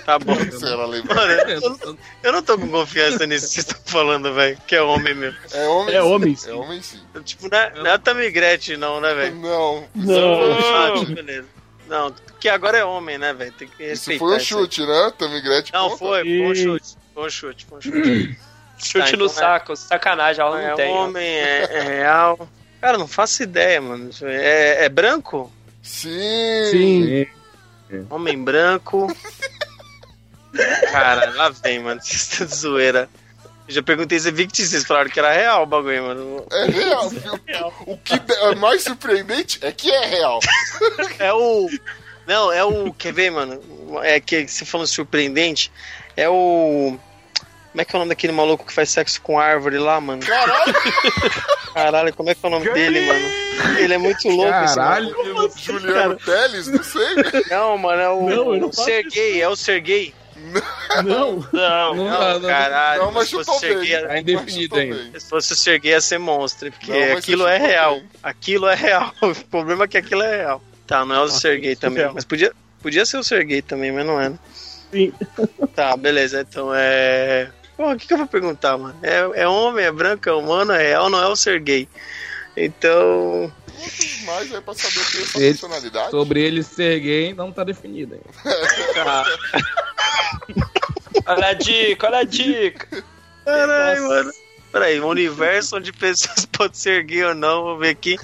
Speaker 2: Tá bom.
Speaker 3: Será lembrado?
Speaker 4: Tá
Speaker 2: Mano, eu, eu não tô com confiança nisso que vocês estão falando, velho. Que é homem mesmo.
Speaker 3: É homem,
Speaker 1: É
Speaker 3: sim.
Speaker 1: homem, sim.
Speaker 3: É homem, sim.
Speaker 2: Eu, Tipo, não é, não é a Tammy Gretchen, não, né, velho?
Speaker 3: Não.
Speaker 1: Não.
Speaker 2: Ah, tipo, beleza. Não, porque agora é homem, né, velho? Tem que respeitar.
Speaker 3: Isso foi um
Speaker 2: isso aí.
Speaker 3: chute, né? Tammy Gretchen.
Speaker 2: Não,
Speaker 3: conta.
Speaker 2: foi. Foi um chute. Foi um chute. Foi um chute.
Speaker 6: Chute
Speaker 2: Tá, então
Speaker 6: no
Speaker 2: é.
Speaker 6: saco, sacanagem, ela não
Speaker 2: É
Speaker 6: tem. ó.
Speaker 2: homem, é, é real. Cara, não faço ideia, mano. É, é branco?
Speaker 3: Sim.
Speaker 1: Sim.
Speaker 2: Homem branco. Cara, lá vem, mano. Vocês estão de zoeira. Eu já perguntei se é fictício, vocês falaram que era real o bagulho, mano.
Speaker 3: É real. O, o que de- é mais surpreendente é que é real.
Speaker 2: É o. Não, é o. Quer ver, mano? É que você falando surpreendente. É o. Como é que é o nome daquele maluco que faz sexo com árvore lá, mano?
Speaker 3: Caralho,
Speaker 2: Caralho, como é que é o nome dele, mano? Ele é muito louco esse
Speaker 4: Caralho.
Speaker 3: Juliano Teles, não sei, né? velho.
Speaker 2: maluco. Não, mano, é o.
Speaker 1: Não, eu não
Speaker 2: o
Speaker 1: faço
Speaker 2: Serguei, é o Serguei.
Speaker 1: Não.
Speaker 2: Não,
Speaker 4: Não, tá,
Speaker 2: não,
Speaker 4: não,
Speaker 2: caralho.
Speaker 3: não, mas
Speaker 2: se fosse
Speaker 3: chutou
Speaker 2: o Serguei,
Speaker 3: bem.
Speaker 2: era-
Speaker 4: Tá indefinido
Speaker 3: Mas
Speaker 4: ainda.
Speaker 3: tudo bem.
Speaker 2: se fosse o Serguei ia ser monstro, porque
Speaker 3: Não, mas
Speaker 2: aquilo
Speaker 3: você
Speaker 2: é
Speaker 3: chutou
Speaker 2: real.
Speaker 3: bem.
Speaker 2: Aquilo é real. O problema é que aquilo é real. Tá, não é o Serguei também.
Speaker 1: real.
Speaker 2: Mas podia, podia ser o Serguei também, mas não era.
Speaker 1: Sim.
Speaker 2: Tá, beleza. Então é. Pô, o que, que eu vou perguntar, mano? É, é homem, é branco, é humano, é real, não é o Serguei. Então.
Speaker 3: Mas é pra saber o que é sua
Speaker 4: Ele-
Speaker 1: Tá
Speaker 3: personalidade.
Speaker 4: Sobre ele ser gay, não tá definido ainda.
Speaker 2: tá.
Speaker 6: Olha a dica, olha a dica.
Speaker 2: Caralho, mano. Peraí, um universo onde pessoas podem ser gay ou não, vou ver aqui.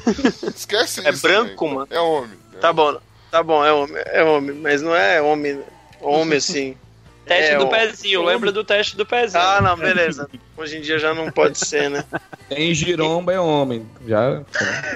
Speaker 3: Esquece
Speaker 2: É
Speaker 3: isso.
Speaker 2: branco,
Speaker 3: velho.
Speaker 2: mano?
Speaker 3: É homem.
Speaker 2: Tá bom, tá bom, é homem, é homem, mas não é homem, homem assim.
Speaker 6: Teste
Speaker 2: É,
Speaker 6: do
Speaker 2: ó.
Speaker 6: pezinho, lembra do teste do pezinho.
Speaker 2: Ah, não, beleza. Hoje em dia já não pode ser, né?
Speaker 4: Tem giromba, é homem. Já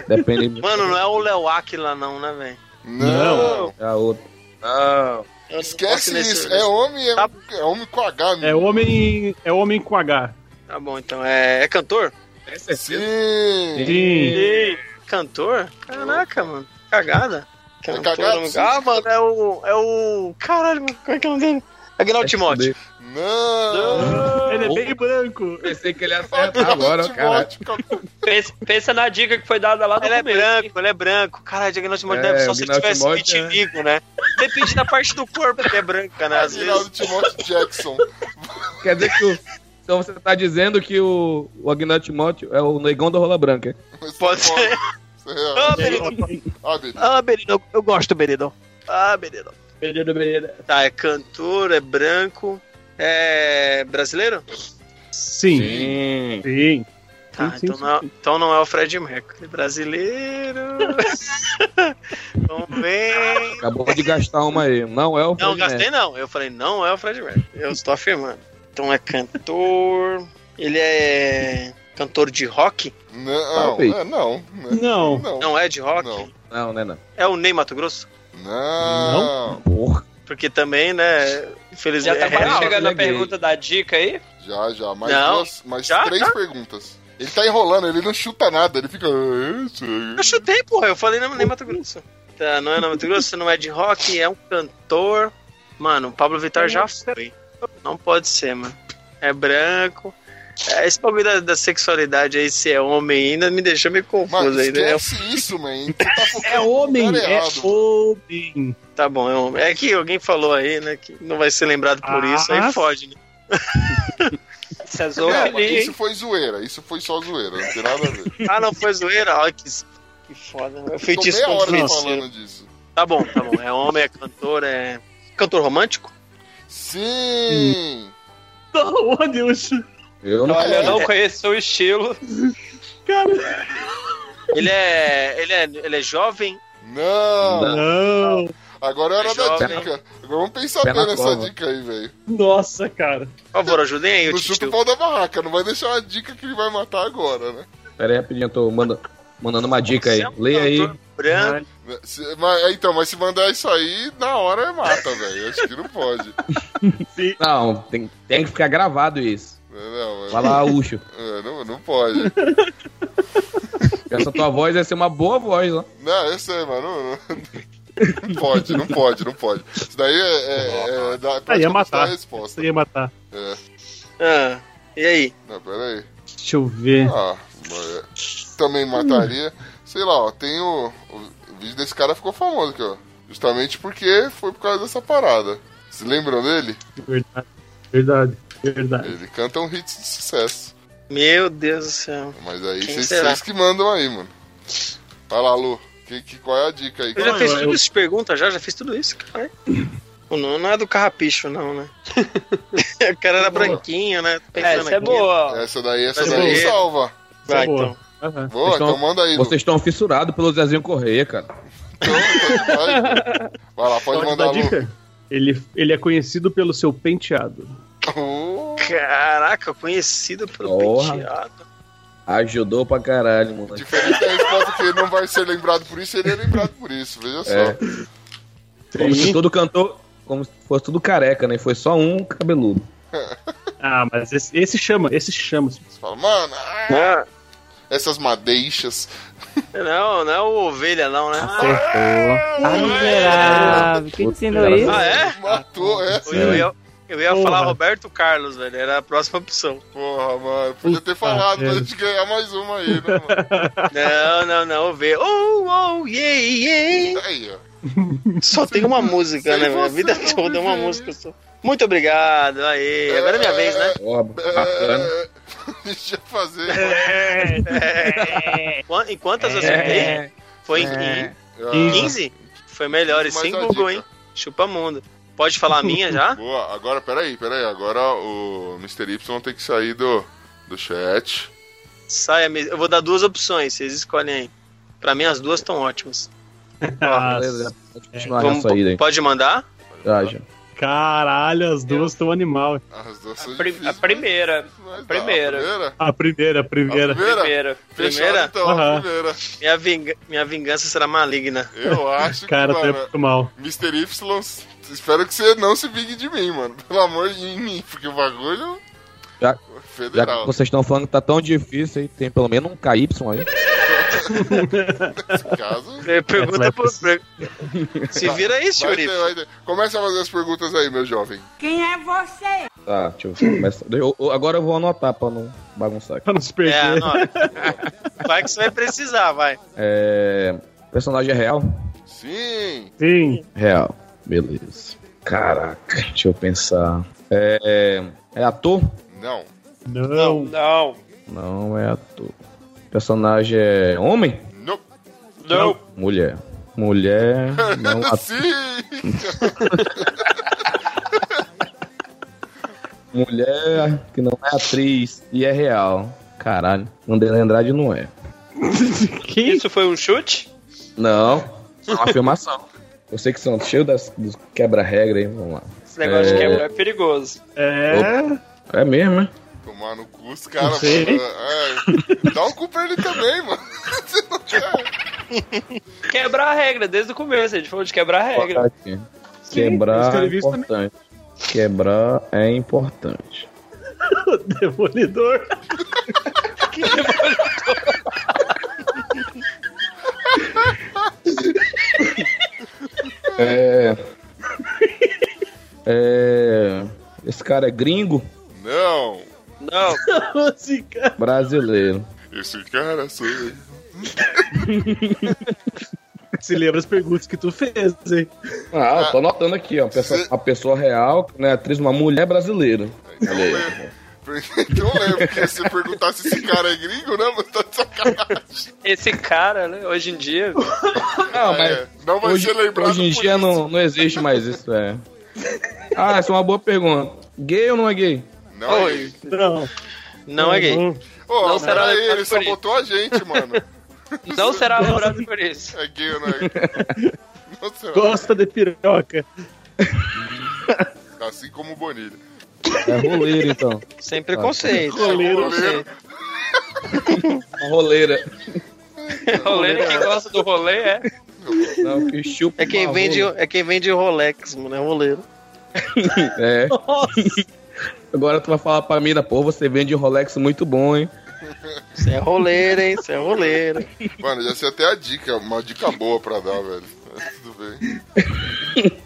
Speaker 4: depende de
Speaker 2: Mano, não é o Léo Aquila não, né, velho?
Speaker 3: Não.
Speaker 4: a outra.
Speaker 2: Não.
Speaker 3: Esquece isso. É homem, é,
Speaker 2: Tá.
Speaker 3: é homem com H.
Speaker 1: É
Speaker 3: amigo.
Speaker 1: homem, é homem com H.
Speaker 2: Tá bom, então. É, é cantor?
Speaker 4: Tem certeza?
Speaker 3: Sim.
Speaker 1: Sim.
Speaker 2: Cantor? Caraca, mano. Cagada. Cantor,
Speaker 3: cagada,
Speaker 2: não-
Speaker 3: sim.
Speaker 2: Ah, mano, é o. É o. Caralho, mano, como é que é o nome dele? Agnaldo Timóteo.
Speaker 3: Não!
Speaker 1: Ele é bem branco.
Speaker 4: Pensei que ele ia
Speaker 2: é
Speaker 4: acertar É, agora, cara.
Speaker 3: Timóteo, cara.
Speaker 6: Pensa, pensa na dica que foi dada lá no
Speaker 2: Ele é
Speaker 6: começo.
Speaker 2: branco, ele é branco. Caralho, Agnaldo Timóteo
Speaker 4: É,
Speaker 2: deve só se ele
Speaker 4: Agnaldo
Speaker 2: tivesse
Speaker 4: Timóteo,
Speaker 2: vitiligo, né? Depende da parte do corpo que é branca, né? Às vezes.
Speaker 3: Aguinaldo Timóteo Jackson.
Speaker 4: Quer dizer que o... Então você tá dizendo que o, o Agnaldo Timóteo é o negão da rola branca.
Speaker 2: Pode ser.
Speaker 3: Você é-
Speaker 2: Ah, Beridão.
Speaker 3: Ah, beleza.
Speaker 2: Ah, Beridão. Eu gosto do Beridão. Ah, Beridão. Tá, é cantor, é branco. É. brasileiro?
Speaker 1: Sim.
Speaker 4: Sim.
Speaker 1: Sim.
Speaker 2: Tá,
Speaker 1: Sim, sim,
Speaker 2: então,
Speaker 1: sim,
Speaker 2: não é, então não é o Fred Mercury. Brasileiro. Vamos ver.
Speaker 4: Acabou de gastar uma aí. Não é o
Speaker 2: Não,
Speaker 4: Fred
Speaker 2: gastei não. Eu falei, não é o Fred Mercury. Eu estou afirmando. Então é cantor. Ele é. cantor de rock?
Speaker 3: Não,
Speaker 4: Talvez.
Speaker 3: é, não. né?
Speaker 1: Não.
Speaker 3: Não.
Speaker 2: Não é de rock?
Speaker 3: Não.
Speaker 4: Mercury. Não, né, não.
Speaker 2: É o Ney Mato Grosso?
Speaker 3: Não.
Speaker 4: Porra.
Speaker 2: Porque também, né?
Speaker 6: Já
Speaker 2: Infelizmente.
Speaker 6: tá
Speaker 2: é,
Speaker 6: quase
Speaker 4: real,
Speaker 6: chegando na
Speaker 4: né, gay?
Speaker 6: pergunta da dica aí?
Speaker 3: Já, já. Mais
Speaker 2: Não.
Speaker 3: duas, mais
Speaker 2: Já,
Speaker 3: três perguntas. Ele tá enrolando, ele não chuta nada, ele fica. "Ah, isso aí".
Speaker 2: Eu chutei, porra. Eu falei não, nem Mato Grosso. Tá, não é no Mato Grosso, não é de rock, é um cantor. Mano, o Pablo Vittar já foi. Não pode ser, mano. É branco. É, esse bagulho da, da sexualidade aí, se é homem ainda, me deixou meio
Speaker 3: Mano,
Speaker 2: confuso ainda. É,
Speaker 3: esquece isso, man. Você tá focando
Speaker 1: É
Speaker 3: no
Speaker 1: homem,
Speaker 3: cara
Speaker 1: é
Speaker 3: errado.
Speaker 1: homem.
Speaker 2: tá bom, é homem. É que alguém falou aí, né, que não vai ser lembrado por isso, aí
Speaker 1: Ah.
Speaker 2: fode, né?
Speaker 6: Isso é
Speaker 3: Não, mas
Speaker 6: zoofilia,
Speaker 3: isso
Speaker 6: hein?
Speaker 3: foi zoeira, isso foi só zoeira, não tem nada a ver.
Speaker 2: Ah, não, foi zoeira? Olha que, que foda. né? Eu
Speaker 3: Tô
Speaker 2: feitiço
Speaker 3: meia hora
Speaker 2: contra o feiticeiro.
Speaker 3: falando disso.
Speaker 2: Tá bom, tá bom. É homem, é cantor, é... Cantor romântico?
Speaker 3: Sim!
Speaker 1: Da onde eu chu-
Speaker 4: Eu não
Speaker 6: Olha, eu não conheço o estilo.
Speaker 1: Cara.
Speaker 2: Ele é... Ele é, ele é jovem?
Speaker 3: Não!
Speaker 1: Não.
Speaker 3: Agora era da
Speaker 2: Tá Jovem.
Speaker 3: dica. Agora vamos pensar
Speaker 4: Pé
Speaker 3: bem
Speaker 4: na
Speaker 3: nessa
Speaker 4: cova.
Speaker 3: dica aí, velho.
Speaker 1: Nossa, cara.
Speaker 2: Por favor, ajudem aí, o
Speaker 3: Não chuta o
Speaker 2: Titio.
Speaker 3: pau da barraca, não vai deixar uma dica que ele vai matar agora, né?
Speaker 4: Pera aí rapidinho, eu tô manda- mandando uma dica aí.
Speaker 2: Você é um
Speaker 4: Leia aí.
Speaker 2: cantor Branco.
Speaker 3: Se- mas- é, então, mas se mandar isso aí, na hora é mata, velho. Acho que não pode.
Speaker 4: Não, tem, tem que ficar gravado isso.
Speaker 3: Não, é-
Speaker 4: Vai lá, Ucho.
Speaker 3: é, não, não pode.
Speaker 4: Essa tua voz vai ser uma boa voz, ó.
Speaker 3: Não, eu sei, mano. Não, não pode, não pode, não pode. Isso daí é. é, é da,
Speaker 1: Aí Ah, ia
Speaker 3: praticamente da
Speaker 1: matar.
Speaker 3: resposta.
Speaker 1: Você ia matar.
Speaker 3: É.
Speaker 2: Ah, e aí?
Speaker 3: Não, peraí.
Speaker 1: Deixa eu ver.
Speaker 3: Ah, mas é, também mataria. Sei lá, ó, tem o, o vídeo desse cara ficou famoso aqui, ó. Justamente porque foi por causa dessa parada. Se lembram dele?
Speaker 1: Verdade. Verdade. Verdade.
Speaker 3: Ele canta um hit de sucesso.
Speaker 2: Meu Deus do céu.
Speaker 3: Mas aí
Speaker 2: Quem
Speaker 3: vocês
Speaker 2: será?
Speaker 3: vocês que mandam aí, mano. Vai lá, Lu. Que, que, qual é a dica aí?
Speaker 2: Eu já
Speaker 1: Não,
Speaker 2: fiz
Speaker 1: eu-
Speaker 2: tudo isso de pergunta, já, já fiz tudo isso, cara. O nome não é do carrapicho, não, né? o cara era branquinho, né? Tô
Speaker 6: É,
Speaker 2: pensando
Speaker 6: isso é
Speaker 2: aqui.
Speaker 6: boa.
Speaker 3: Essa daí, essa
Speaker 2: Essa
Speaker 3: daí
Speaker 2: daí.
Speaker 3: salva.
Speaker 2: Vai,
Speaker 1: é Boa.
Speaker 2: então.
Speaker 1: Aham.
Speaker 3: Boa,
Speaker 4: Então,
Speaker 3: então manda aí, Lu.
Speaker 4: Vocês estão fissurados pelo Zezinho Correia, cara.
Speaker 3: Então, então vai. Vai lá, pode,
Speaker 1: Pode
Speaker 3: mandar
Speaker 1: dar
Speaker 3: a Lu.
Speaker 1: Então, dica? Ele, ele é conhecido pelo seu penteado.
Speaker 3: Uh,
Speaker 2: Caraca, conhecido pelo
Speaker 4: Porra.
Speaker 2: penteado.
Speaker 4: Ajudou pra caralho, moleque.
Speaker 3: diferente da resposta que ele não vai ser lembrado por isso, ele é lembrado por isso, veja
Speaker 4: É.
Speaker 3: só.
Speaker 4: Como se todo cantor. Como se fosse tudo careca, né? Foi só um cabeludo.
Speaker 1: Ah, mas esse, esse chama, esse chama.
Speaker 3: Você fala, mano, ah,
Speaker 2: Ah,
Speaker 3: essas madeixas.
Speaker 2: não, não é o ovelha, não, né?
Speaker 5: Acertou. Ah, miserável. Quem te ensinou isso?
Speaker 2: Ah, é?
Speaker 3: Matou, é?
Speaker 2: Eu ia, eu ia
Speaker 1: Porra.
Speaker 2: falar Roberto Carlos, velho. Era a próxima opção.
Speaker 3: Porra, mano, podia ter
Speaker 1: Puta
Speaker 3: falado pra
Speaker 1: merda.
Speaker 3: gente ganhar mais uma aí, né, mano?
Speaker 2: Não, não, não, ovelha. Oh, oh, yeah, yeah.
Speaker 3: Aí, ó.
Speaker 2: Só tem uma música,
Speaker 3: sem
Speaker 2: né? Minha
Speaker 3: você
Speaker 2: vida
Speaker 3: não
Speaker 2: toda é uma
Speaker 3: viveria.
Speaker 2: música só. Muito obrigado, aí. Agora é minha vez, né?
Speaker 4: Ó, bacana.
Speaker 3: É, deixa eu fazer.
Speaker 2: É. Qua- Em quantas eu acertei?
Speaker 4: É,
Speaker 2: Foi em,
Speaker 4: é.
Speaker 2: em
Speaker 3: Ah,
Speaker 2: 15? Foi melhor, e
Speaker 3: Mais
Speaker 2: sem
Speaker 3: uma
Speaker 2: Google, hein?
Speaker 3: dica.
Speaker 2: Chupa mundo. Pode falar a minha já?
Speaker 3: Boa, agora, peraí, peraí. Agora o Mr. Y tem que sair do, do chat.
Speaker 2: Saia mesmo. Eu vou dar duas opções, vocês escolhem aí. Pra mim, as duas estão ótimas.
Speaker 4: Ah,
Speaker 1: Ah,
Speaker 4: Beleza, pode continuar
Speaker 2: Vamos-
Speaker 4: nessa ida aí.
Speaker 2: pode mandar?
Speaker 4: Já, já.
Speaker 1: Caralho, as duas estão animal.
Speaker 3: As duas são
Speaker 6: A, prim- a
Speaker 3: difíceis,
Speaker 6: primeira.
Speaker 3: mas dá.
Speaker 6: primeira.
Speaker 3: A primeira?
Speaker 1: A primeira, a
Speaker 3: A
Speaker 1: primeira.
Speaker 3: primeira?
Speaker 6: Primeira.
Speaker 3: Fechado, então, a
Speaker 1: Aham.
Speaker 3: primeira.
Speaker 2: Minha, vinga- minha vingança será maligna.
Speaker 3: Eu acho que,
Speaker 1: Cara, até
Speaker 3: mano,
Speaker 1: ficou mal.
Speaker 3: Mr. Y, espero que você não se vingue de mim, mano. Pelo amor de em mim, porque o bagulho...
Speaker 4: Já- Já que
Speaker 3: Federal.
Speaker 4: vocês estão falando que tá tão difícil aí, tem pelo menos um KY aí.
Speaker 3: Nesse caso.
Speaker 2: É, Pergunta pro branco. Se vira aí,
Speaker 3: Vai ter,
Speaker 2: senhorita.
Speaker 3: vai ter. Começa a fazer as perguntas aí, meu jovem.
Speaker 7: Quem é você?
Speaker 4: Tá, deixa eu começar. Eu- eu- agora eu vou anotar pra não bagunçar aqui.
Speaker 1: Pra não se
Speaker 2: É,
Speaker 1: perder.
Speaker 2: anota. Vai que você vai precisar, vai.
Speaker 4: É. Personagem é real?
Speaker 3: Sim.
Speaker 1: Sim.
Speaker 4: Real. Beleza. Caraca, deixa eu pensar. É. É ator?
Speaker 3: Não.
Speaker 5: Não.
Speaker 6: Não.
Speaker 4: Não é ator. Personagem é homem?
Speaker 3: Não.
Speaker 6: Não.
Speaker 4: Mulher. Mulher. Não, é, ator.
Speaker 3: Sim.
Speaker 4: Mulher que não é atriz e é real. Caralho. Mandela Andrade não é.
Speaker 1: Quem?
Speaker 6: Isso foi um chute?
Speaker 4: Não. É uma afirmação. Eu sei que são cheio das, dos quebra-regra aí, vamos lá.
Speaker 6: Esse negócio de
Speaker 4: É.
Speaker 6: quebrar é perigoso.
Speaker 1: É.
Speaker 4: É mesmo, né?
Speaker 3: Tomar no cu os caras.
Speaker 1: sei.
Speaker 3: mano. É. Dá um cu pra ele também, mano.
Speaker 6: Quebrar a regra, desde o começo, a gente falou de quebrar a regra.
Speaker 4: Aqui. Quebrar
Speaker 1: eu
Speaker 4: é
Speaker 1: escrevi isso também.
Speaker 4: importante. Quebrar é importante.
Speaker 1: Demolidor.
Speaker 4: É... é... Esse cara é gringo
Speaker 3: Não.
Speaker 6: Não.
Speaker 1: Esse cara.
Speaker 4: brasileiro.
Speaker 3: Esse cara sou eu.
Speaker 1: Se lembra as perguntas que tu fez, hein?
Speaker 4: Ah, eu tô anotando aqui, ó. Uma pessoa, uma pessoa real, né? Atriz, uma mulher brasileira.
Speaker 3: Então
Speaker 4: Olha aí.
Speaker 3: lembro. Então lembro, porque se perguntasse se esse cara é gringo, né, mano? Tá de sacanagem.
Speaker 6: Esse cara, né, hoje em dia,
Speaker 4: Não, mas.
Speaker 3: É, Não vai
Speaker 4: Hoje,
Speaker 3: ser lembrado.
Speaker 4: hoje em
Speaker 3: por
Speaker 4: dia
Speaker 3: isso.
Speaker 4: não, não existe mais isso, é. Ah, essa é uma boa pergunta. Gay ou não é gay?
Speaker 3: Não,
Speaker 2: Oi.
Speaker 1: Não.
Speaker 2: Não é gay.
Speaker 3: Ô,
Speaker 6: Não será
Speaker 3: peraí,
Speaker 6: lembrado
Speaker 3: ele
Speaker 6: por
Speaker 3: só
Speaker 6: isso.
Speaker 3: botou a gente, mano.
Speaker 6: não será lembrado por isso.
Speaker 3: É gay ou não é gay? Não será.
Speaker 1: Gosta de piroca.
Speaker 3: Assim como o Bonilha. É,
Speaker 4: É roleiro, então.
Speaker 2: Sem preconceito.
Speaker 1: Roleiro.
Speaker 4: Uma roleira.
Speaker 6: Rolê, quem gosta do rolê é.
Speaker 4: Não, que chupa
Speaker 2: É quem
Speaker 4: uma
Speaker 2: vende,
Speaker 4: rola.
Speaker 2: é quem vende Rolex, mano, é roleiro.
Speaker 4: É.
Speaker 1: Nossa.
Speaker 4: Agora tu vai falar pra mim, pô, você vende Rolex muito bom, hein?
Speaker 2: Você é roleiro, hein? Você é roleiro.
Speaker 3: Mano, já sei até a dica, uma dica boa pra dar, velho. Mas Tudo bem.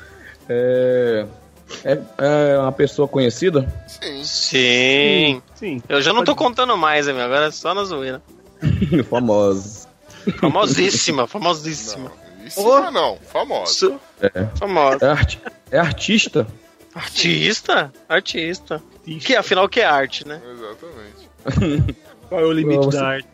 Speaker 4: É. É, é uma pessoa conhecida?
Speaker 3: Sim.
Speaker 2: Sim.
Speaker 1: Sim.
Speaker 2: Eu já não tô contando mais, hein, meu? Agora é só na zoeira.
Speaker 4: Famosa.
Speaker 2: Famosíssima, famosíssima.
Speaker 3: Não. Isso
Speaker 2: Ô.
Speaker 3: não, é não. Famosa.
Speaker 2: Su- Famosa.
Speaker 4: É, arti- é artista?
Speaker 2: Artista? Artista. Que afinal que é arte, né?
Speaker 3: Exatamente.
Speaker 1: Qual é o limite
Speaker 4: Você-
Speaker 1: da arte?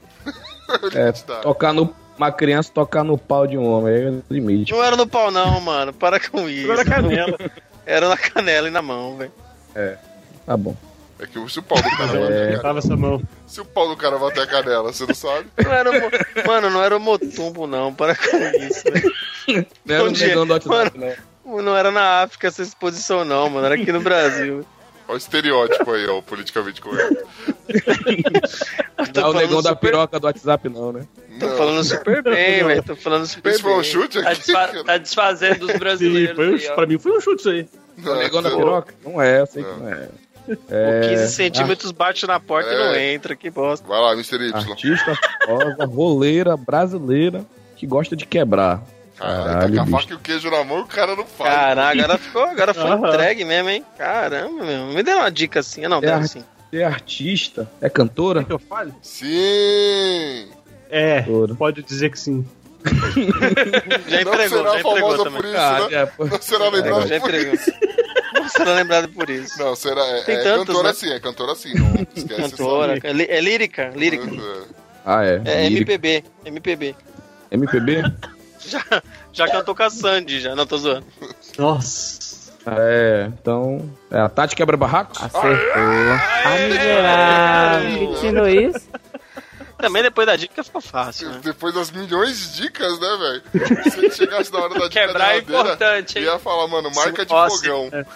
Speaker 4: É,
Speaker 3: Tá.
Speaker 4: tocar no. Uma criança tocar no pau de um homem, aí é o limite.
Speaker 2: Não era no pau, não, mano. Para com isso.
Speaker 1: Agora a canela.
Speaker 2: Era na canela e na mão, velho.
Speaker 4: Tá bom.
Speaker 3: É que se o pau do cara bater a
Speaker 1: Eu
Speaker 4: É.
Speaker 3: canela.
Speaker 1: tava essa mão.
Speaker 3: Se o pau do cara bater a canela, você não sabe?
Speaker 2: Não era o Mo- Mano, não era o motumbo, não. Para com isso, velho.
Speaker 4: Não era
Speaker 2: Bom
Speaker 4: um
Speaker 2: dia.
Speaker 4: negão do WhatsApp, né?
Speaker 2: Não era na África essa exposição, não, mano. Era aqui no Brasil.
Speaker 3: Olha o estereótipo aí, ó, o politicamente correto.
Speaker 4: Não é o
Speaker 2: falando
Speaker 4: negão da
Speaker 2: super-
Speaker 4: piroca do WhatsApp, não, né?
Speaker 2: Tô
Speaker 3: Não.
Speaker 2: falando super bem, velho. Tô falando super
Speaker 3: Isso foi um
Speaker 2: bem. É
Speaker 3: chute
Speaker 6: Tá,
Speaker 3: aqui?
Speaker 6: desfa- tá desfazendo dos
Speaker 1: Sim,
Speaker 6: brasileiros.
Speaker 1: foi um,
Speaker 6: aí, ó.
Speaker 1: pra mim foi um chute isso aí.
Speaker 2: Ah,
Speaker 4: É o
Speaker 3: Não,
Speaker 4: negão da
Speaker 3: não.
Speaker 4: piroca? Não é, eu sei que não é.
Speaker 2: Pô,
Speaker 4: É,
Speaker 2: 15 centímetros bate na porta e não
Speaker 3: É.
Speaker 2: entra, que bosta.
Speaker 3: Vai lá, Mr. Y.
Speaker 4: Artista famosa, roleira, brasileira, que gosta de quebrar.
Speaker 3: Caralho, tá com a
Speaker 4: bicho.
Speaker 3: faca e o queijo na mão, o cara não fala.
Speaker 2: Caraca, agora ficou, agora foi
Speaker 1: Aham.
Speaker 2: entregue mesmo, hein? Caramba, meu. Me deu uma dica assim. Ah, não, deu
Speaker 4: É.
Speaker 2: assim.
Speaker 4: Você é artista? É cantora?
Speaker 1: que eu falo?
Speaker 3: Sim!
Speaker 1: É,
Speaker 4: Ouro.
Speaker 1: pode dizer que sim.
Speaker 2: Já
Speaker 3: Não
Speaker 2: entregou,
Speaker 3: será
Speaker 2: já
Speaker 3: famosa
Speaker 2: entregou
Speaker 3: por
Speaker 2: também. Ah,
Speaker 3: isso, né?
Speaker 4: é, pô.
Speaker 3: Não será lembrada
Speaker 2: Já
Speaker 3: por
Speaker 2: entregou. Não será lembrado por isso.
Speaker 3: Não, será. É,
Speaker 2: Tem
Speaker 3: é
Speaker 2: tantos,
Speaker 3: cantora
Speaker 2: né?
Speaker 3: sim, é cantora sim. Não esquece essa-
Speaker 2: Cantora, é lí- é lírica, lírica.
Speaker 3: É,
Speaker 4: Ah, é.
Speaker 2: É
Speaker 4: Lírica.
Speaker 2: MPB, MPB.
Speaker 4: MPB?
Speaker 2: Já, já cantou com a Sandy, já, não tô zoando.
Speaker 1: Nossa.
Speaker 4: É, então. É, a Tati quebra barracos?
Speaker 5: Acertou. Ah,
Speaker 3: É,
Speaker 5: miserável. Me ensinou isso?
Speaker 2: Também depois da dica ficou fácil, né?
Speaker 3: Depois das milhões de dicas, né, velho? Se ele chegasse na hora da dica
Speaker 6: Quebrar
Speaker 3: derradeira,
Speaker 6: é importante, hein?
Speaker 3: ia falar, mano, marca de
Speaker 2: Fosse. né?
Speaker 3: fogão.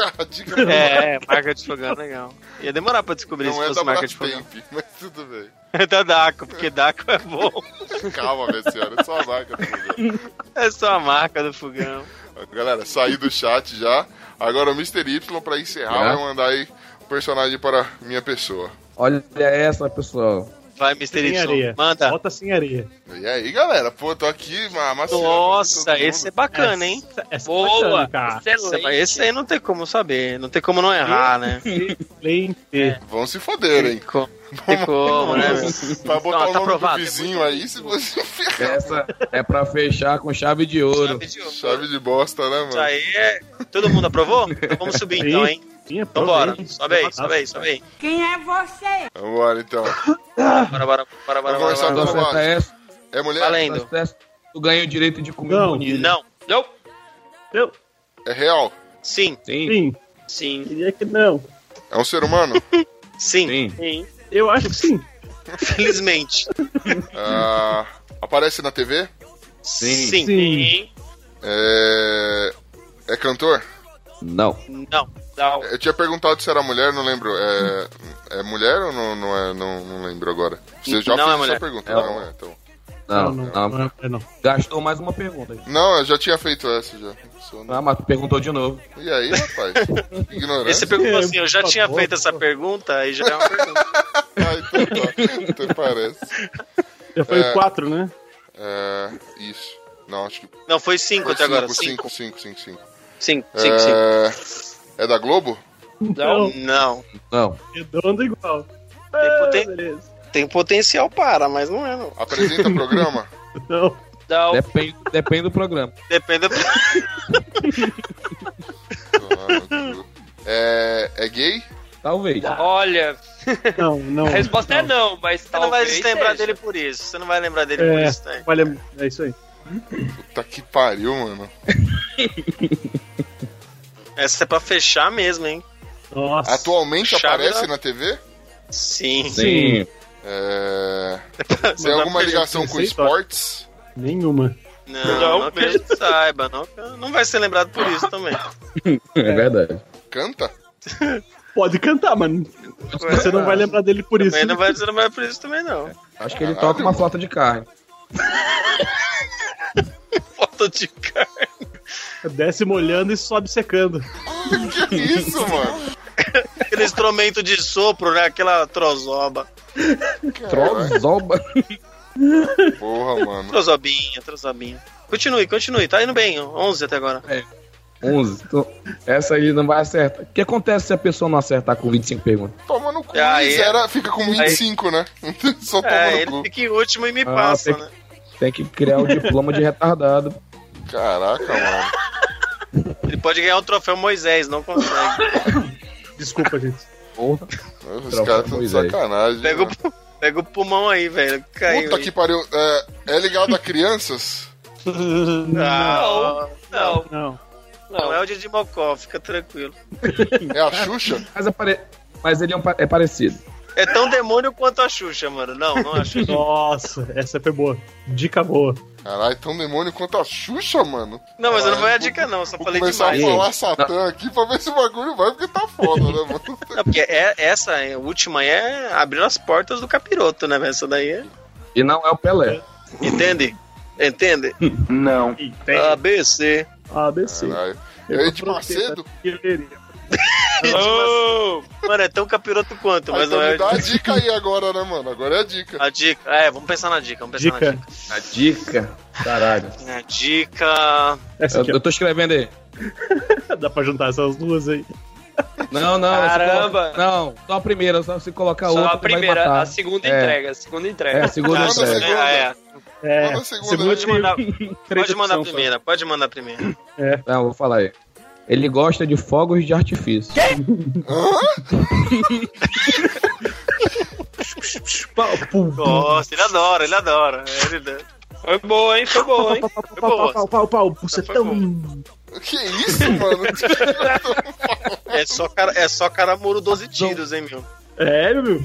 Speaker 3: a dica não
Speaker 2: É, marca de fogão, legal. Ia demorar pra descobrir se
Speaker 3: não é
Speaker 2: fosse
Speaker 3: da
Speaker 2: marca de fogão.
Speaker 3: Brastemp, mas tudo bem.
Speaker 2: É da Daco, porque Daco é bom.
Speaker 3: Calma, minha senhora, é só a marca do fogão.
Speaker 2: É só a marca do fogão.
Speaker 3: Galera, saí do chat já. Agora o Mr. Y, pra encerrar,
Speaker 4: Já.
Speaker 3: vai mandar aí o personagem para minha pessoa.
Speaker 4: Olha essa, pessoal.
Speaker 2: Vai, Mr.
Speaker 1: Sem
Speaker 2: Y.
Speaker 1: areia.
Speaker 2: Manda.
Speaker 1: Bota sem areia.
Speaker 3: E aí, galera? Pô, tô aqui, ma- amaciando todo
Speaker 2: Nossa,
Speaker 3: mundo.
Speaker 2: esse é bacana, hein?
Speaker 1: Essa- essa
Speaker 6: Boa!
Speaker 1: é bacana, cara.
Speaker 2: Esse, é- esse aí não tem como saber, não tem como não errar, né?
Speaker 1: Excelente.
Speaker 3: Vão se foder, hein?
Speaker 2: Co- Tem como, né?
Speaker 3: Pra botar
Speaker 2: Não,
Speaker 3: o
Speaker 2: tá
Speaker 3: nome
Speaker 2: aprovado. Tá
Speaker 3: do vizinho aí, se você ferrar.
Speaker 4: Essa é pra fechar com chave de ouro.
Speaker 2: Chave de ouro.
Speaker 3: Chave de bosta, né,
Speaker 2: Isso
Speaker 3: mano?
Speaker 2: aí é. Todo mundo aprovou? Então vamos subir então, hein?
Speaker 1: Sim,
Speaker 2: Então bora.
Speaker 1: aproveita.
Speaker 2: Sobe aí, sobe aí, sobe aí.
Speaker 7: Quem é você?
Speaker 3: Vambora, então.
Speaker 2: Bora, bora, bora, bora,
Speaker 3: Eu vou
Speaker 2: bora.
Speaker 3: só
Speaker 4: Quando
Speaker 2: bora.
Speaker 4: acerta essa,
Speaker 3: É mulher?
Speaker 4: quando
Speaker 2: Valendo.
Speaker 4: acerta essa, tu ganha o direito de comer
Speaker 1: Não.
Speaker 4: bonito.
Speaker 2: Não.
Speaker 6: Não,
Speaker 1: Eu,
Speaker 3: É real?
Speaker 2: Sim.
Speaker 4: Sim,
Speaker 1: sim,
Speaker 2: Sim.
Speaker 1: diria que não.
Speaker 3: É um ser humano?
Speaker 2: Sim.
Speaker 4: sim.
Speaker 1: Eu acho que sim.
Speaker 2: Felizmente.
Speaker 3: Ah, aparece na TV?
Speaker 2: Sim.
Speaker 4: Sim.
Speaker 1: Sim.
Speaker 3: É... É cantor?
Speaker 4: Não.
Speaker 2: Não. Não.
Speaker 3: Eu tinha perguntado se era mulher, não lembro. É, é mulher ou não, não é? Não, não lembro agora. Você já
Speaker 2: Não
Speaker 3: fez
Speaker 2: é
Speaker 3: essa
Speaker 2: mulher.
Speaker 3: pergunta,
Speaker 4: É
Speaker 3: não,
Speaker 4: homem.
Speaker 3: é? Então.
Speaker 4: Não,
Speaker 1: não,
Speaker 4: não.
Speaker 1: não, é, não.
Speaker 4: Gastou mais uma pergunta.
Speaker 3: Não, eu já tinha feito essa já. Só não-
Speaker 4: Ah, mas tu perguntou de novo.
Speaker 3: E aí, rapaz? Ignorante.
Speaker 2: Esse perguntou
Speaker 1: É,
Speaker 2: assim, eu já
Speaker 1: por
Speaker 2: tinha
Speaker 1: favor,
Speaker 2: feito
Speaker 1: por
Speaker 2: essa pergunta e já é uma pergunta.
Speaker 3: Ah, então tá. Então parece.
Speaker 1: Já foi
Speaker 3: É.
Speaker 1: quatro, né?
Speaker 3: É, isso. Não, acho que.
Speaker 2: Não, foi cinco até é agora. Cinco.
Speaker 3: 5, 5, 5, 5.
Speaker 2: Cinco, cinco, cinco.
Speaker 3: É... é da Globo?
Speaker 1: Então,
Speaker 6: não.
Speaker 2: Não.
Speaker 4: Não.
Speaker 1: Redondo igual.
Speaker 2: Tem
Speaker 1: Ah,
Speaker 2: poten-
Speaker 1: beleza.
Speaker 2: Tem potencial para, mas não é, não.
Speaker 3: Apresenta programa?
Speaker 1: Não.
Speaker 6: Não.
Speaker 4: Depende, depende do programa.
Speaker 2: Depende da.
Speaker 3: É, é gay?
Speaker 4: Talvez.
Speaker 6: Ah, Olha,
Speaker 1: Não, não.
Speaker 6: a resposta é não, mas
Speaker 2: Você não vai
Speaker 6: talvez
Speaker 2: se lembrar
Speaker 6: seja.
Speaker 2: dele por isso. Você não vai lembrar dele por isso, né?
Speaker 1: É, olha, é isso aí.
Speaker 3: Puta que pariu, mano.
Speaker 2: Essa é pra fechar mesmo, hein?
Speaker 1: Nossa.
Speaker 3: Atualmente
Speaker 2: Chave
Speaker 3: aparece
Speaker 2: da-
Speaker 3: na TV?
Speaker 2: Sim.
Speaker 4: Sim.
Speaker 3: É... Tem
Speaker 2: Não dá
Speaker 3: alguma
Speaker 2: pra-
Speaker 3: ligação com
Speaker 1: Conceito,
Speaker 3: esportes?
Speaker 1: Nenhuma.
Speaker 2: Não, não que a gente saiba. Não, não vai ser lembrado por isso também.
Speaker 4: É verdade.
Speaker 3: Canta?
Speaker 1: Pode cantar, mano. Você não vai lembrar dele por isso.
Speaker 2: Também não vai, você não vai por isso também, não.
Speaker 4: Acho que ele toca uma flauta de carne.
Speaker 2: Foto de cara.
Speaker 1: Desce molhando e sobe secando.
Speaker 3: Que isso, mano?
Speaker 2: Aquele instrumento de sopro, né? Aquela trozoba.
Speaker 4: Trozoba.
Speaker 3: Porra, mano.
Speaker 2: Trozobinha, trozobinha. Continue, continue. Tá indo bem. 11 até agora.
Speaker 4: 11. Então, essa aí não vai acertar. O que acontece se a pessoa não acertar com 25 perguntas?
Speaker 3: Toma no cu.
Speaker 2: Ah, é.
Speaker 3: Zera, fica com 25, né? Só toma
Speaker 2: É,
Speaker 3: no
Speaker 2: ele
Speaker 3: cu.
Speaker 2: fica em último e me
Speaker 4: Ah,
Speaker 2: passa,
Speaker 4: tem-
Speaker 2: né?
Speaker 4: Tem que criar o diploma de retardado.
Speaker 3: Caraca, mano.
Speaker 2: Ele pode ganhar o troféu Moisés, não consegue.
Speaker 1: Desculpa, gente.
Speaker 4: Porra.
Speaker 3: Os
Speaker 4: Troca,
Speaker 3: caras estão tá de
Speaker 4: pois é.
Speaker 3: sacanagem.
Speaker 2: Pega
Speaker 3: né?
Speaker 2: o, pega o pulmão aí, velho. Caiu.
Speaker 3: Puta
Speaker 2: aí.
Speaker 3: que pariu. É, é ligado a crianças?
Speaker 2: Ah, não,
Speaker 6: Não,
Speaker 1: Não.
Speaker 2: não é
Speaker 6: não.
Speaker 2: o Didi Mocó, fica tranquilo.
Speaker 3: É a Xuxa?
Speaker 4: Mas, é pare- Mas ele é, um pa- é parecido.
Speaker 2: É tão demônio quanto a Xuxa, mano. Não, não é a Xuxa.
Speaker 1: Nossa, essa foi boa. Dica boa.
Speaker 3: Caralho, tão demônio quanto a Xuxa, mano.
Speaker 2: Não, mas eu não
Speaker 3: Caralho,
Speaker 2: vou a
Speaker 3: vou-
Speaker 2: dica, não. Só
Speaker 3: Vou
Speaker 2: falei
Speaker 3: começar
Speaker 2: demais.
Speaker 3: a falar Satã aqui pra ver se o bagulho vai, porque tá foda, né, mano?
Speaker 2: Não, porque é- essa é, última aí é abriu as portas do capiroto, né? velho? Essa daí é.
Speaker 4: E não é o Pelé.
Speaker 2: Entende? Entende?
Speaker 5: Não.
Speaker 2: A, B, C.
Speaker 1: ABC.
Speaker 3: Caralho.
Speaker 1: Eu tá?
Speaker 3: É de
Speaker 1: vou aproveitar
Speaker 3: Macedo?
Speaker 1: que queria.
Speaker 2: Ô! Tipo Mano, é tão capiroto quanto,
Speaker 3: Ah,
Speaker 2: mas
Speaker 3: então
Speaker 2: não
Speaker 3: me
Speaker 2: é.
Speaker 3: dá a dica aí agora, né, mano? Agora é a dica.
Speaker 2: A dica. É, vamos pensar na é dica. Vamos pensar
Speaker 1: Dica.
Speaker 4: A dica. Caralho.
Speaker 2: na dica. A dica.
Speaker 1: Essa
Speaker 4: Eu,
Speaker 1: aqui,
Speaker 4: eu tô escrevendo aí.
Speaker 1: ó. Dá pra juntar essas duas aí.
Speaker 4: Não, não. se
Speaker 6: Caramba.
Speaker 4: coloca- Não, só a primeira. Só se colocar
Speaker 6: Só
Speaker 4: outra,
Speaker 6: a
Speaker 4: tu vai matar.
Speaker 6: primeira, a segunda
Speaker 4: É.
Speaker 6: entrega, a segunda
Speaker 4: É, a
Speaker 6: entrega.
Speaker 4: segunda
Speaker 3: Manda a
Speaker 4: série.
Speaker 3: segunda.
Speaker 2: É, é.
Speaker 1: É.
Speaker 3: Manda a segunda,
Speaker 1: segunda
Speaker 2: Pode
Speaker 1: tem
Speaker 2: mandar,
Speaker 1: três
Speaker 2: pode mandar a
Speaker 1: opções, só.
Speaker 2: primeira, pode mandar a primeira.
Speaker 4: Não, Ah, vou falar aí. Ele gosta de fogos de artifício.
Speaker 2: Nossa, ele adora, ele adora. Ele...
Speaker 6: Foi boa, hein? Foi boa, hein?
Speaker 1: Pau, pau, pau, pau, pau, pau, é bucetão.
Speaker 3: Que isso, mano?
Speaker 2: É só cara, é só cara muro 12 tiros, hein, meu?
Speaker 1: É, meu.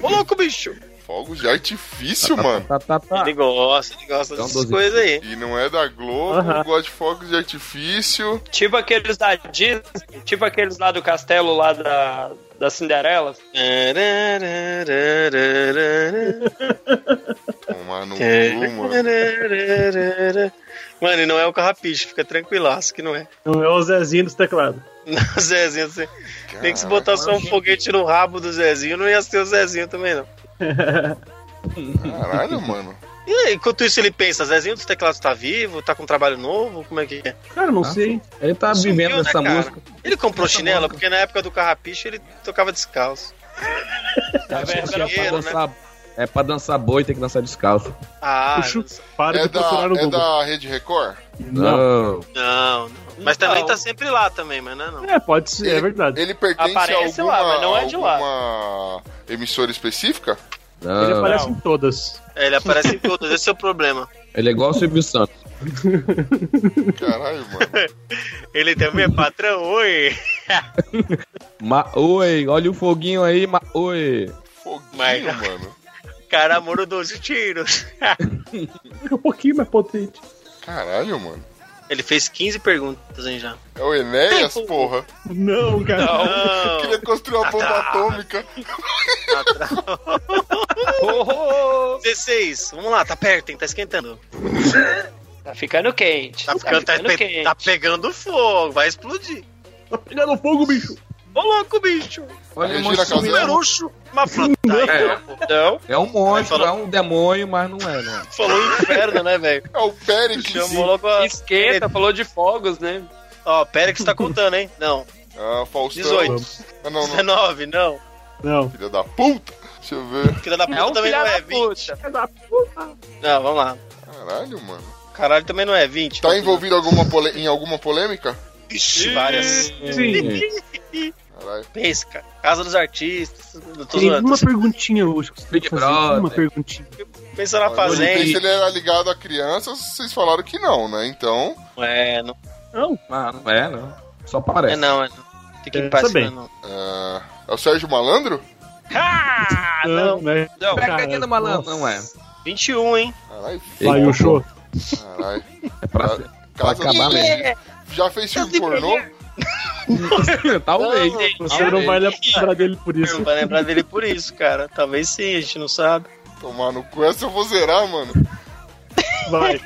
Speaker 2: Ô louco, bicho!
Speaker 3: Fogos de
Speaker 1: Ah,
Speaker 3: artifício, mano.
Speaker 4: Tá, tá, tá.
Speaker 2: Ele gosta, ele gosta
Speaker 4: Então,
Speaker 2: dessas
Speaker 4: 12
Speaker 2: coisas aí.
Speaker 3: E não é da Globo,
Speaker 1: Aham.
Speaker 3: gosta de fogos de artifício.
Speaker 6: Tipo aqueles da Disney, tipo aqueles lá do castelo lá da, da Cinderela.
Speaker 3: Tomar no cu, mano.
Speaker 2: Mano, e não é o carrapicho, fica tranquilaço que não é.
Speaker 1: Não é o Zezinho dos teclados.
Speaker 2: Não, assim. Zezinho, você tem que se botar só um foguete no rabo do Zezinho, não ia ser o Zezinho também, não.
Speaker 3: Caralho, mano.
Speaker 2: E aí, enquanto isso ele pensa, Zezinho dos Teclados tá vivo, tá com um trabalho novo, como é que é?
Speaker 1: Cara, não sei.
Speaker 4: Ele tá
Speaker 2: Sumiu,
Speaker 4: vivendo
Speaker 2: né,
Speaker 4: essa
Speaker 2: cara?
Speaker 4: música.
Speaker 2: Ele tá comprou chinela, porque na época do carrapicho ele tocava descalço.
Speaker 6: Na verdade,
Speaker 4: É pra
Speaker 2: Dinheiro, né?
Speaker 4: dançar, é pra dançar boi, tem que dançar descalço.
Speaker 2: Ah,
Speaker 1: Puxa, para
Speaker 3: É
Speaker 1: de procurar
Speaker 3: da,
Speaker 1: no
Speaker 3: é
Speaker 1: Google.
Speaker 3: da Rede Record?
Speaker 1: Não.
Speaker 2: não, não. Mas também
Speaker 6: Não.
Speaker 2: tá sempre lá também, mas não é não.
Speaker 1: É, pode ser, é verdade.
Speaker 3: Ele pertence
Speaker 6: Aparece
Speaker 3: a alguma,
Speaker 6: lá, mas não é de lá.
Speaker 3: alguma emissora específica?
Speaker 4: não.
Speaker 1: Ele
Speaker 4: Ele,
Speaker 1: aparece em todas.
Speaker 2: É, Ele aparece em todas, esse é o problema.
Speaker 4: é igual o Silvio Santos.
Speaker 3: Caralho, mano.
Speaker 2: Ele também é patrão, oi.
Speaker 4: Ma oi, olha o foguinho aí, ma oi.
Speaker 3: Foguinho,
Speaker 2: Mas-
Speaker 3: mano.
Speaker 2: Cara, morou 12 tiros.
Speaker 1: Fica um pouquinho mais potente.
Speaker 3: Caralho, mano.
Speaker 2: Ele fez 15 perguntas, hein, já.
Speaker 3: É o Enéas,
Speaker 2: Tempo.
Speaker 3: porra.
Speaker 1: Não, cara.
Speaker 2: Não,
Speaker 3: Queria construir uma bomba atômica.
Speaker 6: oh, oh,
Speaker 2: 16. Vamos lá, tá perto, hein? Tá esquentando.
Speaker 6: oh. Tá ficando quente.
Speaker 2: Tá, ficando, tá, pe-
Speaker 6: quente.
Speaker 2: tá pegando fogo, vai explodir.
Speaker 1: Tá pegando fogo, bicho.
Speaker 2: Ô louco, bicho!
Speaker 4: Olha,
Speaker 3: Regina
Speaker 4: o monstro
Speaker 3: Casé.
Speaker 4: sumiu.
Speaker 2: Meruxo, uma fruta. Aí, pô.
Speaker 6: Não,
Speaker 4: é um monstro,
Speaker 2: Vai
Speaker 4: é um demônio, mas não é, né?
Speaker 2: Falou inferno, né, velho?
Speaker 3: É o Pericles.
Speaker 2: Chamou logo a...
Speaker 6: esquenta, falou de fogos, né?
Speaker 2: Ó, Périx tá contando, hein? Não.
Speaker 3: Ah, Faustão.
Speaker 2: 18.
Speaker 3: Ah, não, não.
Speaker 2: 19, não.
Speaker 1: Não.
Speaker 3: Filha da puta. Deixa eu ver.
Speaker 2: Filha da puta
Speaker 6: É um
Speaker 2: também
Speaker 6: filho
Speaker 2: não
Speaker 6: da
Speaker 2: é 20.
Speaker 6: puta.
Speaker 2: Não, vamos lá.
Speaker 3: Caralho, mano.
Speaker 2: Caralho também não é 20.
Speaker 3: Tá envolvido alguma pole- em alguma polêmica?
Speaker 2: Ixi, várias.
Speaker 1: Sim.
Speaker 3: Caralho.
Speaker 2: Pesca. Casa dos artistas. Não tô
Speaker 1: Tem
Speaker 2: zoando.
Speaker 1: uma perguntinha hoje que você tem que
Speaker 4: Big
Speaker 1: fazer.
Speaker 4: Brother.
Speaker 1: Uma perguntinha.
Speaker 2: Pensa na
Speaker 3: Eu não sei
Speaker 2: fazenda.
Speaker 3: se ele era ligado a crianças, vocês falaram que não, né? Então,
Speaker 2: É, não
Speaker 1: Não,
Speaker 4: Mas não é, não. Só
Speaker 2: é
Speaker 4: parece.
Speaker 2: não, é não. Tem que ir
Speaker 1: É,
Speaker 2: pra
Speaker 1: tá
Speaker 2: cima,
Speaker 1: bem.
Speaker 2: não.
Speaker 3: ah, é o Sérgio Malandro?
Speaker 2: Ah, não.
Speaker 1: né?
Speaker 6: Não,
Speaker 4: Pegadinha
Speaker 1: Cara,
Speaker 4: do malandro, não é.
Speaker 2: 21, hein?
Speaker 3: Caralho,
Speaker 1: Vai o show.
Speaker 3: caralho.
Speaker 4: É pra, pra
Speaker 3: Casa
Speaker 4: acabar
Speaker 3: de-
Speaker 4: mesmo.
Speaker 3: Já fez filme pornô?
Speaker 4: Talvez.
Speaker 1: Você
Speaker 3: Ah,
Speaker 1: não vai lembrar dele por isso.
Speaker 2: Não vai lembrar dele por isso, cara. Talvez sim, a gente não sabe.
Speaker 3: Tomar no cu, essa eu vou zerar, mano.
Speaker 1: Vai.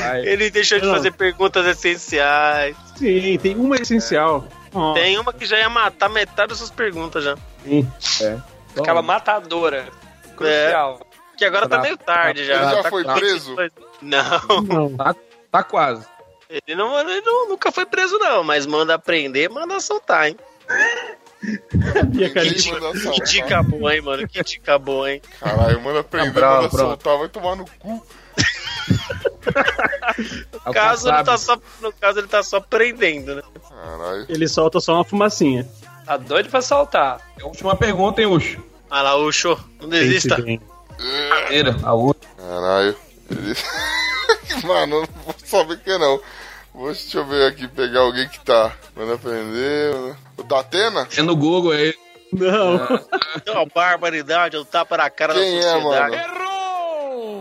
Speaker 4: Vai.
Speaker 2: Ele deixou de
Speaker 1: Não.
Speaker 2: fazer perguntas essenciais.
Speaker 1: Sim, tem uma essencial. Ó,
Speaker 2: Tem uma que já ia matar metade das suas perguntas já.
Speaker 6: Aquela matadora. Crucial.
Speaker 2: Que agora tá
Speaker 4: Pra-
Speaker 2: meio tarde já.
Speaker 3: Ele
Speaker 4: Ah,
Speaker 3: já
Speaker 2: tá
Speaker 3: foi
Speaker 2: com 22.
Speaker 3: preso?
Speaker 2: Não,
Speaker 1: Não.
Speaker 4: Tá quase.
Speaker 2: ele, não, ele não- nunca foi preso, não. Mas manda prender, manda soltar, hein?
Speaker 1: Minha cara,
Speaker 3: Ninguém manda
Speaker 2: Que
Speaker 3: assaltar.
Speaker 2: dica boa, hein, mano? Que dica boa, hein?
Speaker 3: Caralho, manda prender,
Speaker 4: Não, Tá bravo,
Speaker 3: manda
Speaker 4: bravo.
Speaker 3: soltar, vai tomar no cu.
Speaker 4: É o
Speaker 2: Caso ele
Speaker 4: sabe.
Speaker 2: tá só, no caso, ele tá só prendendo, né?
Speaker 3: Caralho.
Speaker 1: ele solta só uma fumacinha.
Speaker 6: Tá doido pra saltar.
Speaker 4: É a última pergunta, hein, Ucho?
Speaker 2: Olha Ah lá, o show. Não desista.
Speaker 1: Pense bem.
Speaker 4: Primeira, A última.
Speaker 3: Caralho. Ele- Mano, eu não vou saber quem não. Vou, deixa eu ver aqui, pegar alguém que tá. Manda prender. manda- O Datena?
Speaker 4: É no Google aí.
Speaker 1: Não.
Speaker 2: É uma barbaridade, é um tapa na cara
Speaker 3: Quem
Speaker 2: da
Speaker 3: é,
Speaker 2: sociedade.
Speaker 3: mano?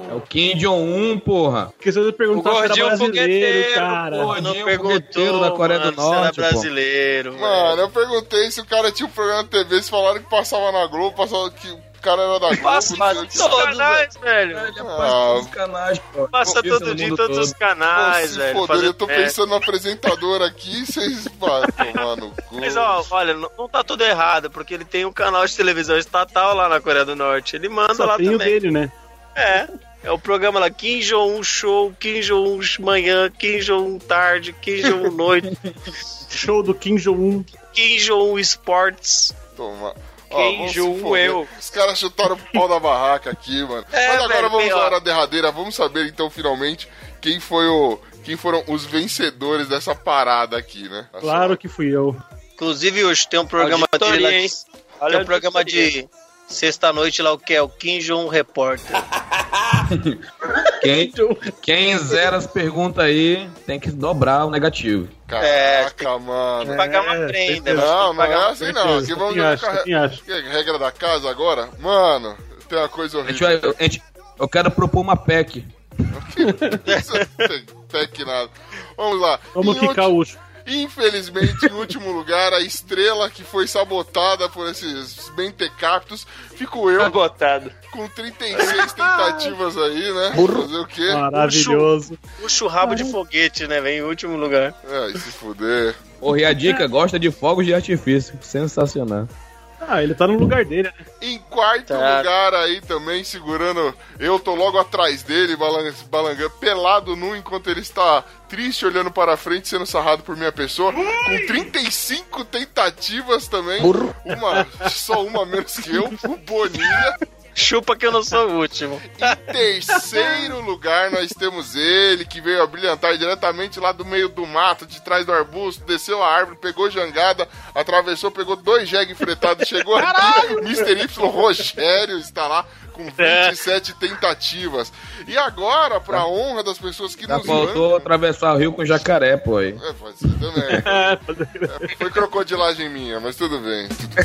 Speaker 4: É o Kim Jong-un, porra.
Speaker 1: Porque se eu perguntar se era
Speaker 2: é
Speaker 6: gordinho
Speaker 2: um
Speaker 1: brasileiro,
Speaker 6: fogueteiro,
Speaker 1: cara.
Speaker 4: porra.
Speaker 2: não
Speaker 4: Dinheiro
Speaker 2: perguntou
Speaker 4: fogueteiro da Coreia do
Speaker 2: mano, se era
Speaker 4: Norte, pô.
Speaker 2: brasileiro. velho.
Speaker 3: Mano, eu perguntei se o cara tinha um programa de TV, eles falaram que passava na Globo, passava que o cara era da Globo.
Speaker 6: Passa,
Speaker 3: não sei
Speaker 6: mano,
Speaker 3: o que.
Speaker 2: Todos os canais, velho.
Speaker 4: Ele é
Speaker 3: faz todos os
Speaker 4: canais, pô.
Speaker 2: Passa todo dia em todos os
Speaker 3: Pô,
Speaker 2: canais,
Speaker 3: se
Speaker 2: velho.
Speaker 3: foder,
Speaker 2: fazendo
Speaker 3: eu tô
Speaker 2: merda.
Speaker 3: pensando no apresentador aqui e vocês vão tomar no cu.
Speaker 2: Mas ó, olha, não, não tá tudo errado, porque ele tem um canal de televisão estatal lá na Coreia do Norte. Ele manda
Speaker 1: Só
Speaker 2: lá
Speaker 1: tem
Speaker 2: também.
Speaker 1: o dele, né?
Speaker 2: É. É o programa lá, Kim Jong-un Show, Kim Jong-un Manhã, Kim Jong-un Tarde, Kim Jong-un Noite,
Speaker 1: Show do Kim Jong-un.
Speaker 3: Tá
Speaker 2: Kim Jong-un Esportes.
Speaker 3: Toma. Ó,
Speaker 6: Quem
Speaker 3: vão se
Speaker 6: julgo
Speaker 3: foder.
Speaker 6: eu?
Speaker 3: Os caras chutaram o pau da barraca aqui, mano.
Speaker 2: É,
Speaker 3: Mas agora
Speaker 2: velho,
Speaker 3: vamos
Speaker 2: pior.
Speaker 3: à hora derradeira. Vamos saber, então, finalmente, quem foi o... Quem foram os vencedores dessa parada aqui, né? Nossa,
Speaker 1: Claro que fui eu.
Speaker 2: Inclusive, hoje tem um programa dele
Speaker 6: Auditoria,
Speaker 2: lá,
Speaker 6: hein?
Speaker 2: de, tem um programa de sexta-noite lá, o que é? O Kim Jong-un
Speaker 1: É,
Speaker 2: Repórter.
Speaker 4: Quem, quem zera as perguntas aí tem que dobrar o negativo.
Speaker 3: Caraca, mano.
Speaker 2: Pagar uma
Speaker 1: É,
Speaker 2: prenda. né?
Speaker 1: certeza.
Speaker 2: mano.
Speaker 3: Não, não é assim não. Aqui
Speaker 1: Certeza.
Speaker 3: vamos
Speaker 1: Quem
Speaker 3: jogar
Speaker 1: acha?
Speaker 3: com a
Speaker 1: Quem acha?
Speaker 3: re- regra da casa agora. Mano, tem uma coisa
Speaker 4: A gente
Speaker 3: horrível.
Speaker 4: vai, a gente- eu quero propor uma PEC.
Speaker 3: Até que nada. Vamos lá.
Speaker 1: Vamos
Speaker 3: Em
Speaker 1: ficar
Speaker 3: ulti-
Speaker 1: útil.
Speaker 3: Infelizmente, em último lugar, a estrela que foi sabotada por esses bentecaptos, fico eu
Speaker 6: Agotado.
Speaker 3: com 36 tentativas aí, né? Fazer o quê?
Speaker 1: Ah. Maravilhoso.
Speaker 2: Puxa o rabo de foguete, né? Vem em último lugar.
Speaker 3: Ai, É, se fuder.
Speaker 4: Porra, e a dica, gosta de fogos de artifício. Sensacional.
Speaker 1: Ah, ele tá no lugar dele, né?
Speaker 3: Em quarto
Speaker 6: Tá.
Speaker 3: lugar aí também, segurando. Eu tô logo atrás dele, balan- balangando, pelado nu, enquanto ele está triste, olhando para frente, sendo sarrado por minha pessoa. Com 35 tentativas também. Uma, só uma a menos que eu, o Bonilha.
Speaker 2: Chupa que eu não sou o último.
Speaker 3: Em terceiro lugar, nós temos ele, que veio a brilhantar diretamente lá do meio do mato, de trás do arbusto, desceu a árvore, pegou jangada, atravessou, pegou dois jegue fretados, chegou aqui. Mr. Y Rogério está lá com 27 tentativas. E agora,
Speaker 1: Tá.
Speaker 3: pra honra das pessoas que
Speaker 4: Já
Speaker 3: nos mandam...
Speaker 4: faltou atravessar o rio com jacaré, pô. Aí.
Speaker 1: tá.
Speaker 3: É, pode ser também. É, Foi crocodilagem minha, mas tudo bem. é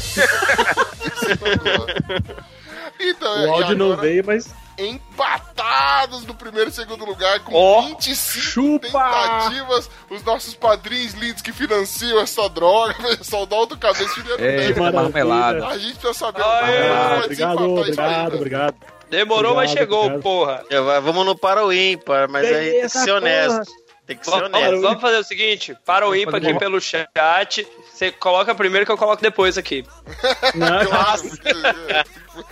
Speaker 3: então,
Speaker 1: O
Speaker 3: e
Speaker 1: áudio não
Speaker 3: agora-
Speaker 1: veio, mas.
Speaker 3: empatados no primeiro e segundo lugar com
Speaker 6: Ó,
Speaker 3: 25
Speaker 1: chupa!
Speaker 3: tentativas. Os nossos padrinhos lindos que financiam essa droga, soldar do cabeça filha do
Speaker 4: É,
Speaker 3: Neto.
Speaker 1: maravilha.
Speaker 4: marmelada.
Speaker 3: A gente precisa saber.
Speaker 6: Aê,
Speaker 3: como vai
Speaker 1: Ah,
Speaker 3: desempatar
Speaker 1: obrigado,
Speaker 3: isso
Speaker 1: obrigado,
Speaker 3: ainda.
Speaker 1: obrigado.
Speaker 6: Demorou, mas
Speaker 1: Obrigado,
Speaker 6: chegou,
Speaker 1: obrigado.
Speaker 6: porra.
Speaker 2: Já vai, Vamos no para o ímpar, mas aí tem que ser
Speaker 1: Beleza,
Speaker 2: honesto. Tem que ser
Speaker 6: Vamos, vamos-
Speaker 2: honesto.
Speaker 6: vamos fazer o seguinte: para o ímpar aqui pelo chat. Você coloca primeiro que eu coloco depois aqui.
Speaker 1: Não,
Speaker 3: Claro,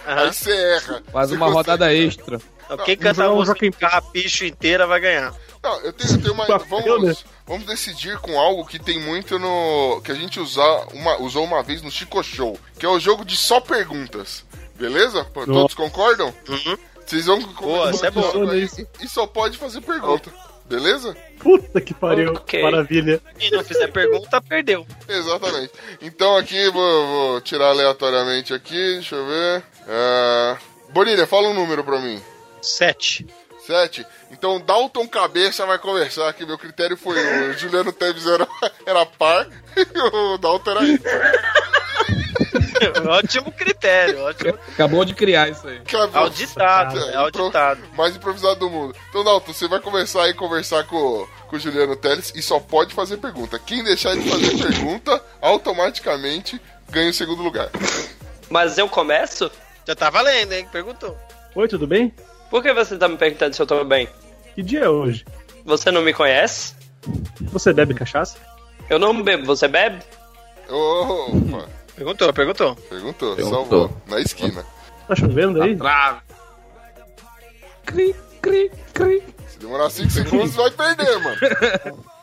Speaker 3: Aí você erra.
Speaker 4: Faz
Speaker 3: Você
Speaker 4: uma
Speaker 3: consegue-
Speaker 4: rodada extra.
Speaker 2: Então, Quem canta a
Speaker 1: Não,
Speaker 2: música
Speaker 1: Joaquim.
Speaker 2: em capricho inteira vai ganhar.
Speaker 3: Não, eu tenho, eu tenho uma.
Speaker 1: Papel, né?
Speaker 3: Vamos, vamos decidir com algo que tem muito no. que a gente usar uma, usou uma vez no Chico Show, que é o jogo de só perguntas. Beleza? Pô, Todos concordam?
Speaker 2: Uhum.
Speaker 3: Vocês vão
Speaker 2: Boa, isso é bom.
Speaker 3: jogo aí E só pode fazer pergunta. Beleza?
Speaker 1: puta que pariu.
Speaker 6: Ok.
Speaker 1: Maravilha.
Speaker 2: Quem não fizer pergunta, perdeu.
Speaker 3: Exatamente. Então aqui, vou, vou tirar aleatoriamente aqui, deixa eu ver. Ah, Bonilha, fala um número pra mim.
Speaker 2: Sete.
Speaker 3: Sete. Então Dalton Cabeça vai conversar aqui. Meu critério foi o Juliano Teves era, era par e o Dalton era ímpar.
Speaker 2: ótimo critério, ótimo.
Speaker 4: Acabou de criar isso aí.
Speaker 3: Acabou.
Speaker 2: Auditado, é auditado.
Speaker 3: Mais improvisado do mundo. Então, Dalton, você vai começar aí a conversar com, com o Juliano Teles e só pode fazer pergunta. Quem deixar de fazer pergunta, automaticamente ganha o segundo lugar.
Speaker 6: Mas eu começo?
Speaker 2: Já tá valendo, hein? Perguntou.
Speaker 1: Oi, tudo bem?
Speaker 6: Por que você tá me perguntando se eu tô bem?
Speaker 1: Que dia é hoje?
Speaker 6: Você não me conhece?
Speaker 1: Você bebe cachaça?
Speaker 6: Eu não bebo. Você bebe?
Speaker 3: Opa,
Speaker 2: Perguntou, perguntou.
Speaker 3: perguntou,
Speaker 4: Perguntou.
Speaker 3: salvou. Na esquina.
Speaker 1: Tá chovendo aí?
Speaker 4: Cri, cri, cri.
Speaker 3: Se demorar 5 segundos, vai perder, mano.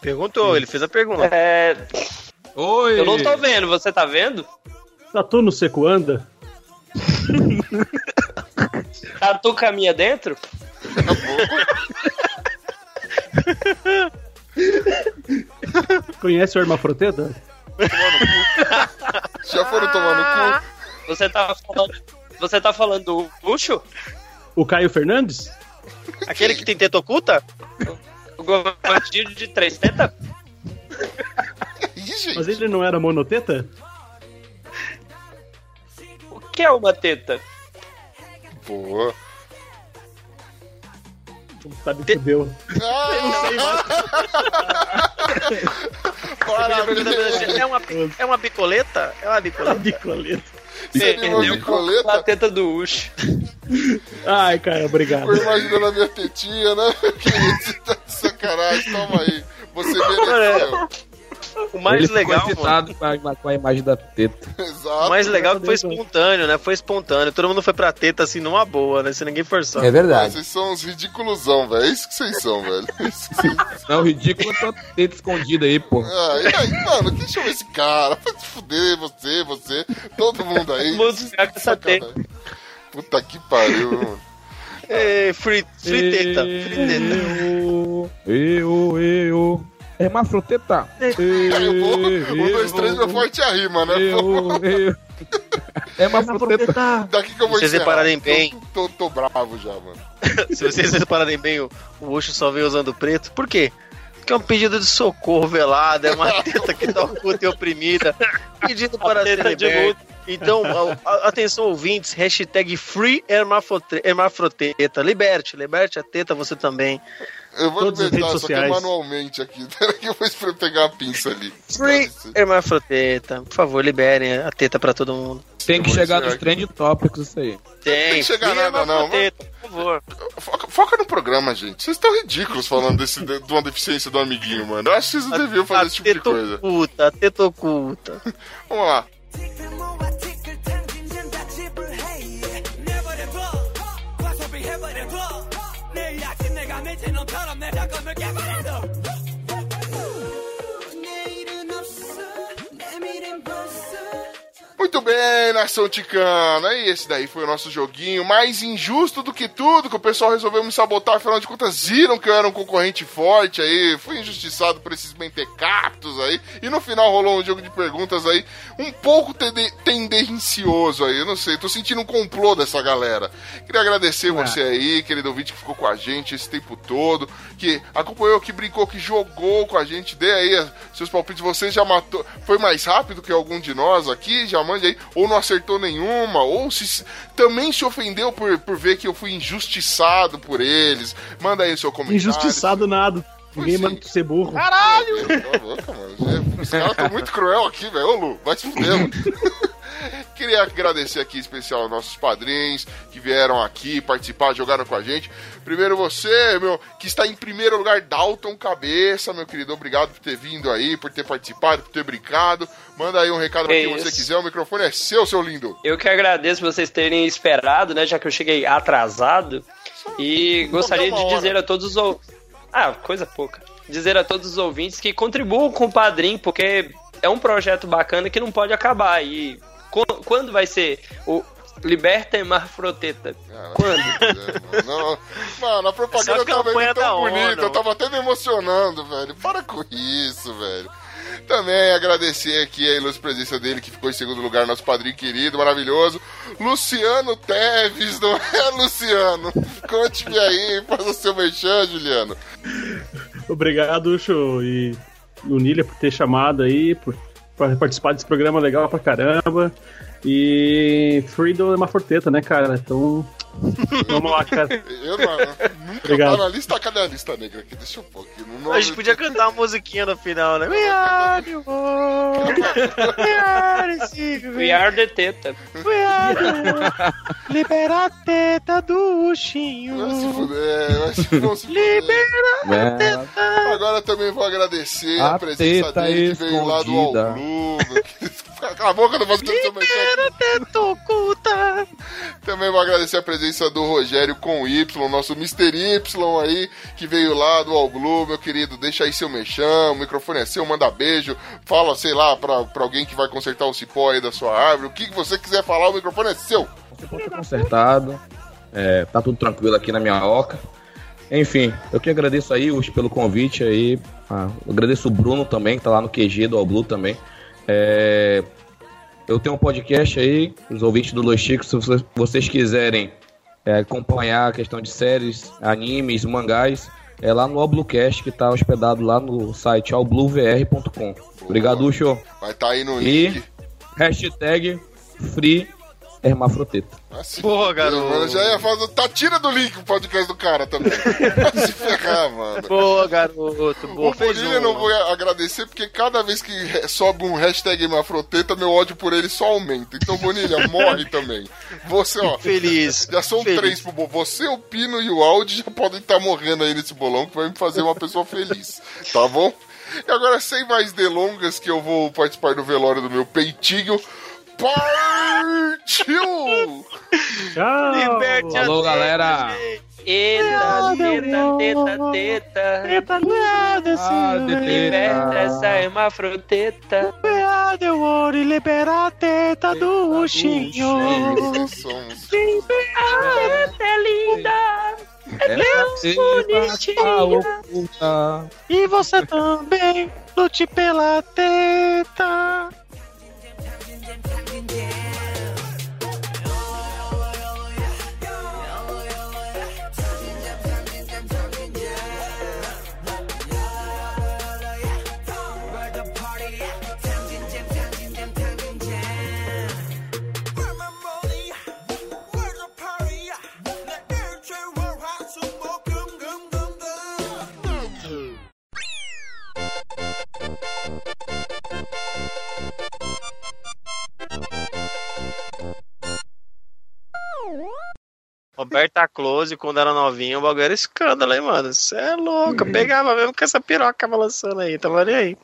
Speaker 2: Perguntou, ele fez a pergunta.
Speaker 6: É.
Speaker 4: Oi!
Speaker 6: Eu não tô vendo. Você tá vendo?
Speaker 1: Tatu Tá no seco anda?
Speaker 6: Tatu caminha Tá dentro?
Speaker 1: Conhece o hermafroteta?
Speaker 3: Já foram tomar
Speaker 1: Ah!
Speaker 3: no cu?
Speaker 6: Você tá falando. Você tá falando do Luxo?
Speaker 1: O Caio Fernandes?
Speaker 2: Aquele que tem teta oculta?
Speaker 6: O gordinho de três tetas?
Speaker 3: Ih,
Speaker 1: Mas
Speaker 3: gente.
Speaker 1: ele não era monoteta?
Speaker 6: O que é uma teta?
Speaker 3: Boa.
Speaker 1: Tá me fudeu.
Speaker 3: Ah, Parabéns.
Speaker 2: É uma, bi- é uma bicoleta? É uma bicoleta?
Speaker 1: Bicoleta.
Speaker 3: Você me mandou
Speaker 6: A
Speaker 3: coleta?
Speaker 6: teta do Ucho.
Speaker 1: Ai, cara, obrigado.
Speaker 3: Ficou imaginando a minha tetinha, né? Querido, você tá de sacanagem. Toma aí. Você né?
Speaker 1: É.
Speaker 3: mereceu.
Speaker 2: O mais
Speaker 4: Ele ficou
Speaker 2: legal, mano.
Speaker 4: excitado com a, com a imagem da teta.
Speaker 2: O
Speaker 3: Exato.
Speaker 2: mais legal é que foi
Speaker 1: Deus, mano.
Speaker 2: espontâneo, né? Foi espontâneo. Todo mundo foi pra teta assim numa boa, né? Sem ninguém forçar.
Speaker 3: Tá.
Speaker 8: É verdade.
Speaker 3: Vocês são uns ridiculosão, velho. É isso que vocês são, velho. É isso que vocês-
Speaker 4: Não, ridículo é tua teta escondida aí, pô.
Speaker 3: Ah, e aí, mano, quem chama esse cara? Vai se fuder, você, você, todo mundo aí.
Speaker 6: Vou desviar com essa teta.
Speaker 3: Sacanagem. Puta que pariu, mano.
Speaker 2: É, free, free teta, free teta.
Speaker 4: Eu, eu, eu. É Hermafroteta.
Speaker 3: É, Aí o povo, um, dois,
Speaker 4: eu,
Speaker 3: três, meu É forte é a rima, né?
Speaker 4: eu, eu. É Hermafroteta.
Speaker 3: Daqui que eu vou
Speaker 2: Vocês
Speaker 3: encerrar.
Speaker 2: repararem bem.
Speaker 3: Tô, tô, tô bravo já, mano.
Speaker 2: Se vocês repararem bem, o, o Osho só vem usando preto. Por quê? Porque é um pedido de socorro velado, é uma teta que tá oculta e oprimida, pedindo para ser
Speaker 6: teta de
Speaker 2: liberta. Então, a- a- atenção ouvintes, hashtag free hermafrote- hermafroteta. Liberte, liberte a teta você também.
Speaker 3: Eu vou
Speaker 1: Todas as
Speaker 3: inventar,
Speaker 1: redes
Speaker 3: só que é
Speaker 1: sociais.
Speaker 3: manualmente aqui. Pera que eu vou espre- pegar a pinça ali.
Speaker 2: Free hermafroteta. Por favor, liberem a teta pra todo mundo.
Speaker 4: Tem que
Speaker 3: Eu vou
Speaker 4: chegar
Speaker 3: encerrar
Speaker 4: nos trend topics isso aí.
Speaker 2: Tem.
Speaker 3: Não chega
Speaker 2: free
Speaker 3: nada, não,
Speaker 2: hermafroteta, Por favor.
Speaker 3: Foca, foca no programa, gente. Vocês estão ridículos falando desse, de, de uma deficiência do amiguinho, mano. Eu acho que vocês
Speaker 2: Ah,
Speaker 3: não deviam fazer esse tipo de
Speaker 2: teta
Speaker 3: coisa.
Speaker 2: oculta, a teta oculta.
Speaker 3: Vamos lá.
Speaker 7: Tick-a-moa, tick-a-tac. 예.
Speaker 3: Muito bem, nação ticana. E esse daí foi o nosso joguinho mais injusto do que tudo, que o pessoal resolveu me sabotar, afinal de contas viram que eu era um concorrente forte aí, fui injustiçado por esses mentecaptos aí, e no final rolou um jogo de perguntas aí, um pouco tende- tendencioso aí, eu não sei, tô sentindo um complô dessa galera. Queria agradecer você aí, querido ouvinte que ficou com a gente esse tempo todo, que acompanhou, que brincou, que jogou com a gente, dê aí as- seus palpites, você já matou, foi mais rápido que algum de nós aqui, já mande aí, ou não acertou nenhuma, ou se também se ofendeu por, por ver que eu fui injustiçado por eles, manda aí o seu comentário.
Speaker 1: Injustiçado nada. Ninguém
Speaker 3: sim.
Speaker 1: manda pra ser burro.
Speaker 3: Caralho! Tá louco, mano. Os caras estão tá muito cruel aqui, velho. Ô, Lu, vai se fuder, mano. Queria agradecer aqui em especial aos nossos padrinhos que vieram aqui participar, jogaram com a gente. Primeiro você, meu, que está em primeiro lugar, Dalton Cabeça, meu querido. Obrigado por ter vindo aí, por ter participado, por ter brincado. Manda aí um recado pra
Speaker 6: É
Speaker 3: quem você
Speaker 6: isso.
Speaker 3: quiser. O microfone é seu, seu lindo.
Speaker 6: Eu que agradeço vocês terem esperado, né? Já que eu cheguei atrasado. E gostaria
Speaker 3: uma
Speaker 6: de
Speaker 3: hora.
Speaker 6: dizer a todos os. ou- Ah, coisa pouca. Dizer a todos os ouvintes que contribuam com o padrinho, porque é um projeto bacana que não pode acabar. E qu- quando vai ser o Liberta Emar Froteta? Quando?
Speaker 3: É, mano, Não, mano, a propaganda
Speaker 2: Essa
Speaker 3: tava
Speaker 2: campanha
Speaker 3: indo
Speaker 2: da
Speaker 3: tão
Speaker 2: ONU.
Speaker 3: bonita, eu tava até me emocionando, velho. Para com isso, velho. Também agradecer aqui a ilustre presença dele, que ficou em segundo lugar, nosso padrinho querido, maravilhoso, Luciano Teves, não é, Luciano? Conte-me aí, faz o seu mexão, Juliano.
Speaker 1: Obrigado, Ucho, e o Nilha por ter chamado aí, por, pra participar desse programa legal pra caramba. E Freedom é uma forteta, né, cara? Então. Vamos lá, cara.
Speaker 3: Eu não, nunca
Speaker 1: Obrigado.
Speaker 3: tá na lista, cadê a lista negra aqui? Deixa um pouquinho. Não,
Speaker 2: A gente podia cantar uma musiquinha no final, né? We are the world. We are the civil.
Speaker 6: We are the Teta.
Speaker 2: We are the world. Libera a teta do
Speaker 3: Vai se
Speaker 2: ursinho.
Speaker 3: fuder, vai se fuder.
Speaker 4: Né?
Speaker 3: Agora também vou agradecer a,
Speaker 5: A
Speaker 3: presença
Speaker 5: teta
Speaker 3: dele que veio lá do
Speaker 5: escondida.
Speaker 3: Alblue. Cala a boca, não faço seu merchan.
Speaker 2: Teta oculta.
Speaker 3: Também vou agradecer a presença do Rogério com Y, nosso Mr. Y aí, que veio lá do Alblue, meu querido. Deixa aí seu mexão, o microfone é seu, manda beijo. Fala, sei lá, pra, pra alguém que vai consertar o cipó aí da sua árvore. O que que você quiser falar, o microfone é seu.
Speaker 4: Tá consertado. É, tá tudo tranquilo aqui na minha oca. Enfim, eu que agradeço aí os pelo convite aí. Ah, eu agradeço o Bruno também, que tá lá no QG do Alblu também. É, eu tenho um podcast aí, os ouvintes do Los Chicos, se vocês- vocês quiserem é, acompanhar a questão de séries, animes, mangás, é lá no Alblucast, que tá hospedado lá no site albluvr.com. Obrigado, Ucho.
Speaker 3: Vai tá aí no
Speaker 4: E-
Speaker 3: link.
Speaker 4: Hashtag Free Hermafroteta.
Speaker 3: Ah, se
Speaker 2: Porra,
Speaker 3: fuder,
Speaker 2: garoto.
Speaker 3: mano, já ia fazer. Tá, tira do link o podcast do cara também. Vai se ferrar, mano.
Speaker 2: Boa, garoto. Boa,
Speaker 3: O
Speaker 2: fez
Speaker 3: Bonilha eu não vou
Speaker 2: um.
Speaker 3: agradecer, porque cada vez que re- sobe um hashtag Mafroteta, meu ódio por ele só aumenta. Então, Bonilha, morre também. Você, ó.
Speaker 2: Feliz.
Speaker 3: Já são
Speaker 2: Feliz.
Speaker 3: três pro bolo. Você, o Pino e o Audi já podem estar morrendo aí nesse bolão, que vai me fazer uma pessoa feliz. Tá bom? E agora, sem mais delongas, que eu vou participar do velório do meu peitinho. Partiu!
Speaker 1: Tchau!
Speaker 2: Liberte a
Speaker 4: Falou,
Speaker 2: teta,
Speaker 4: galera.
Speaker 2: gente.
Speaker 3: um-
Speaker 6: Eta, teta, teta, teta.
Speaker 1: Eita, nada,
Speaker 4: Ah,
Speaker 6: Liberta essa Emar Froteta.
Speaker 5: The world, libera a teta do
Speaker 3: Vocês são uns
Speaker 6: É linda! É
Speaker 4: é assim, tá bonitinha.
Speaker 5: E você também, lute pela teta.
Speaker 2: Roberta Close, quando era novinha, o bagulho era escândalo, hein, mano? Você é louco. Pegava mesmo com essa piroca balançando aí, tava nem aí.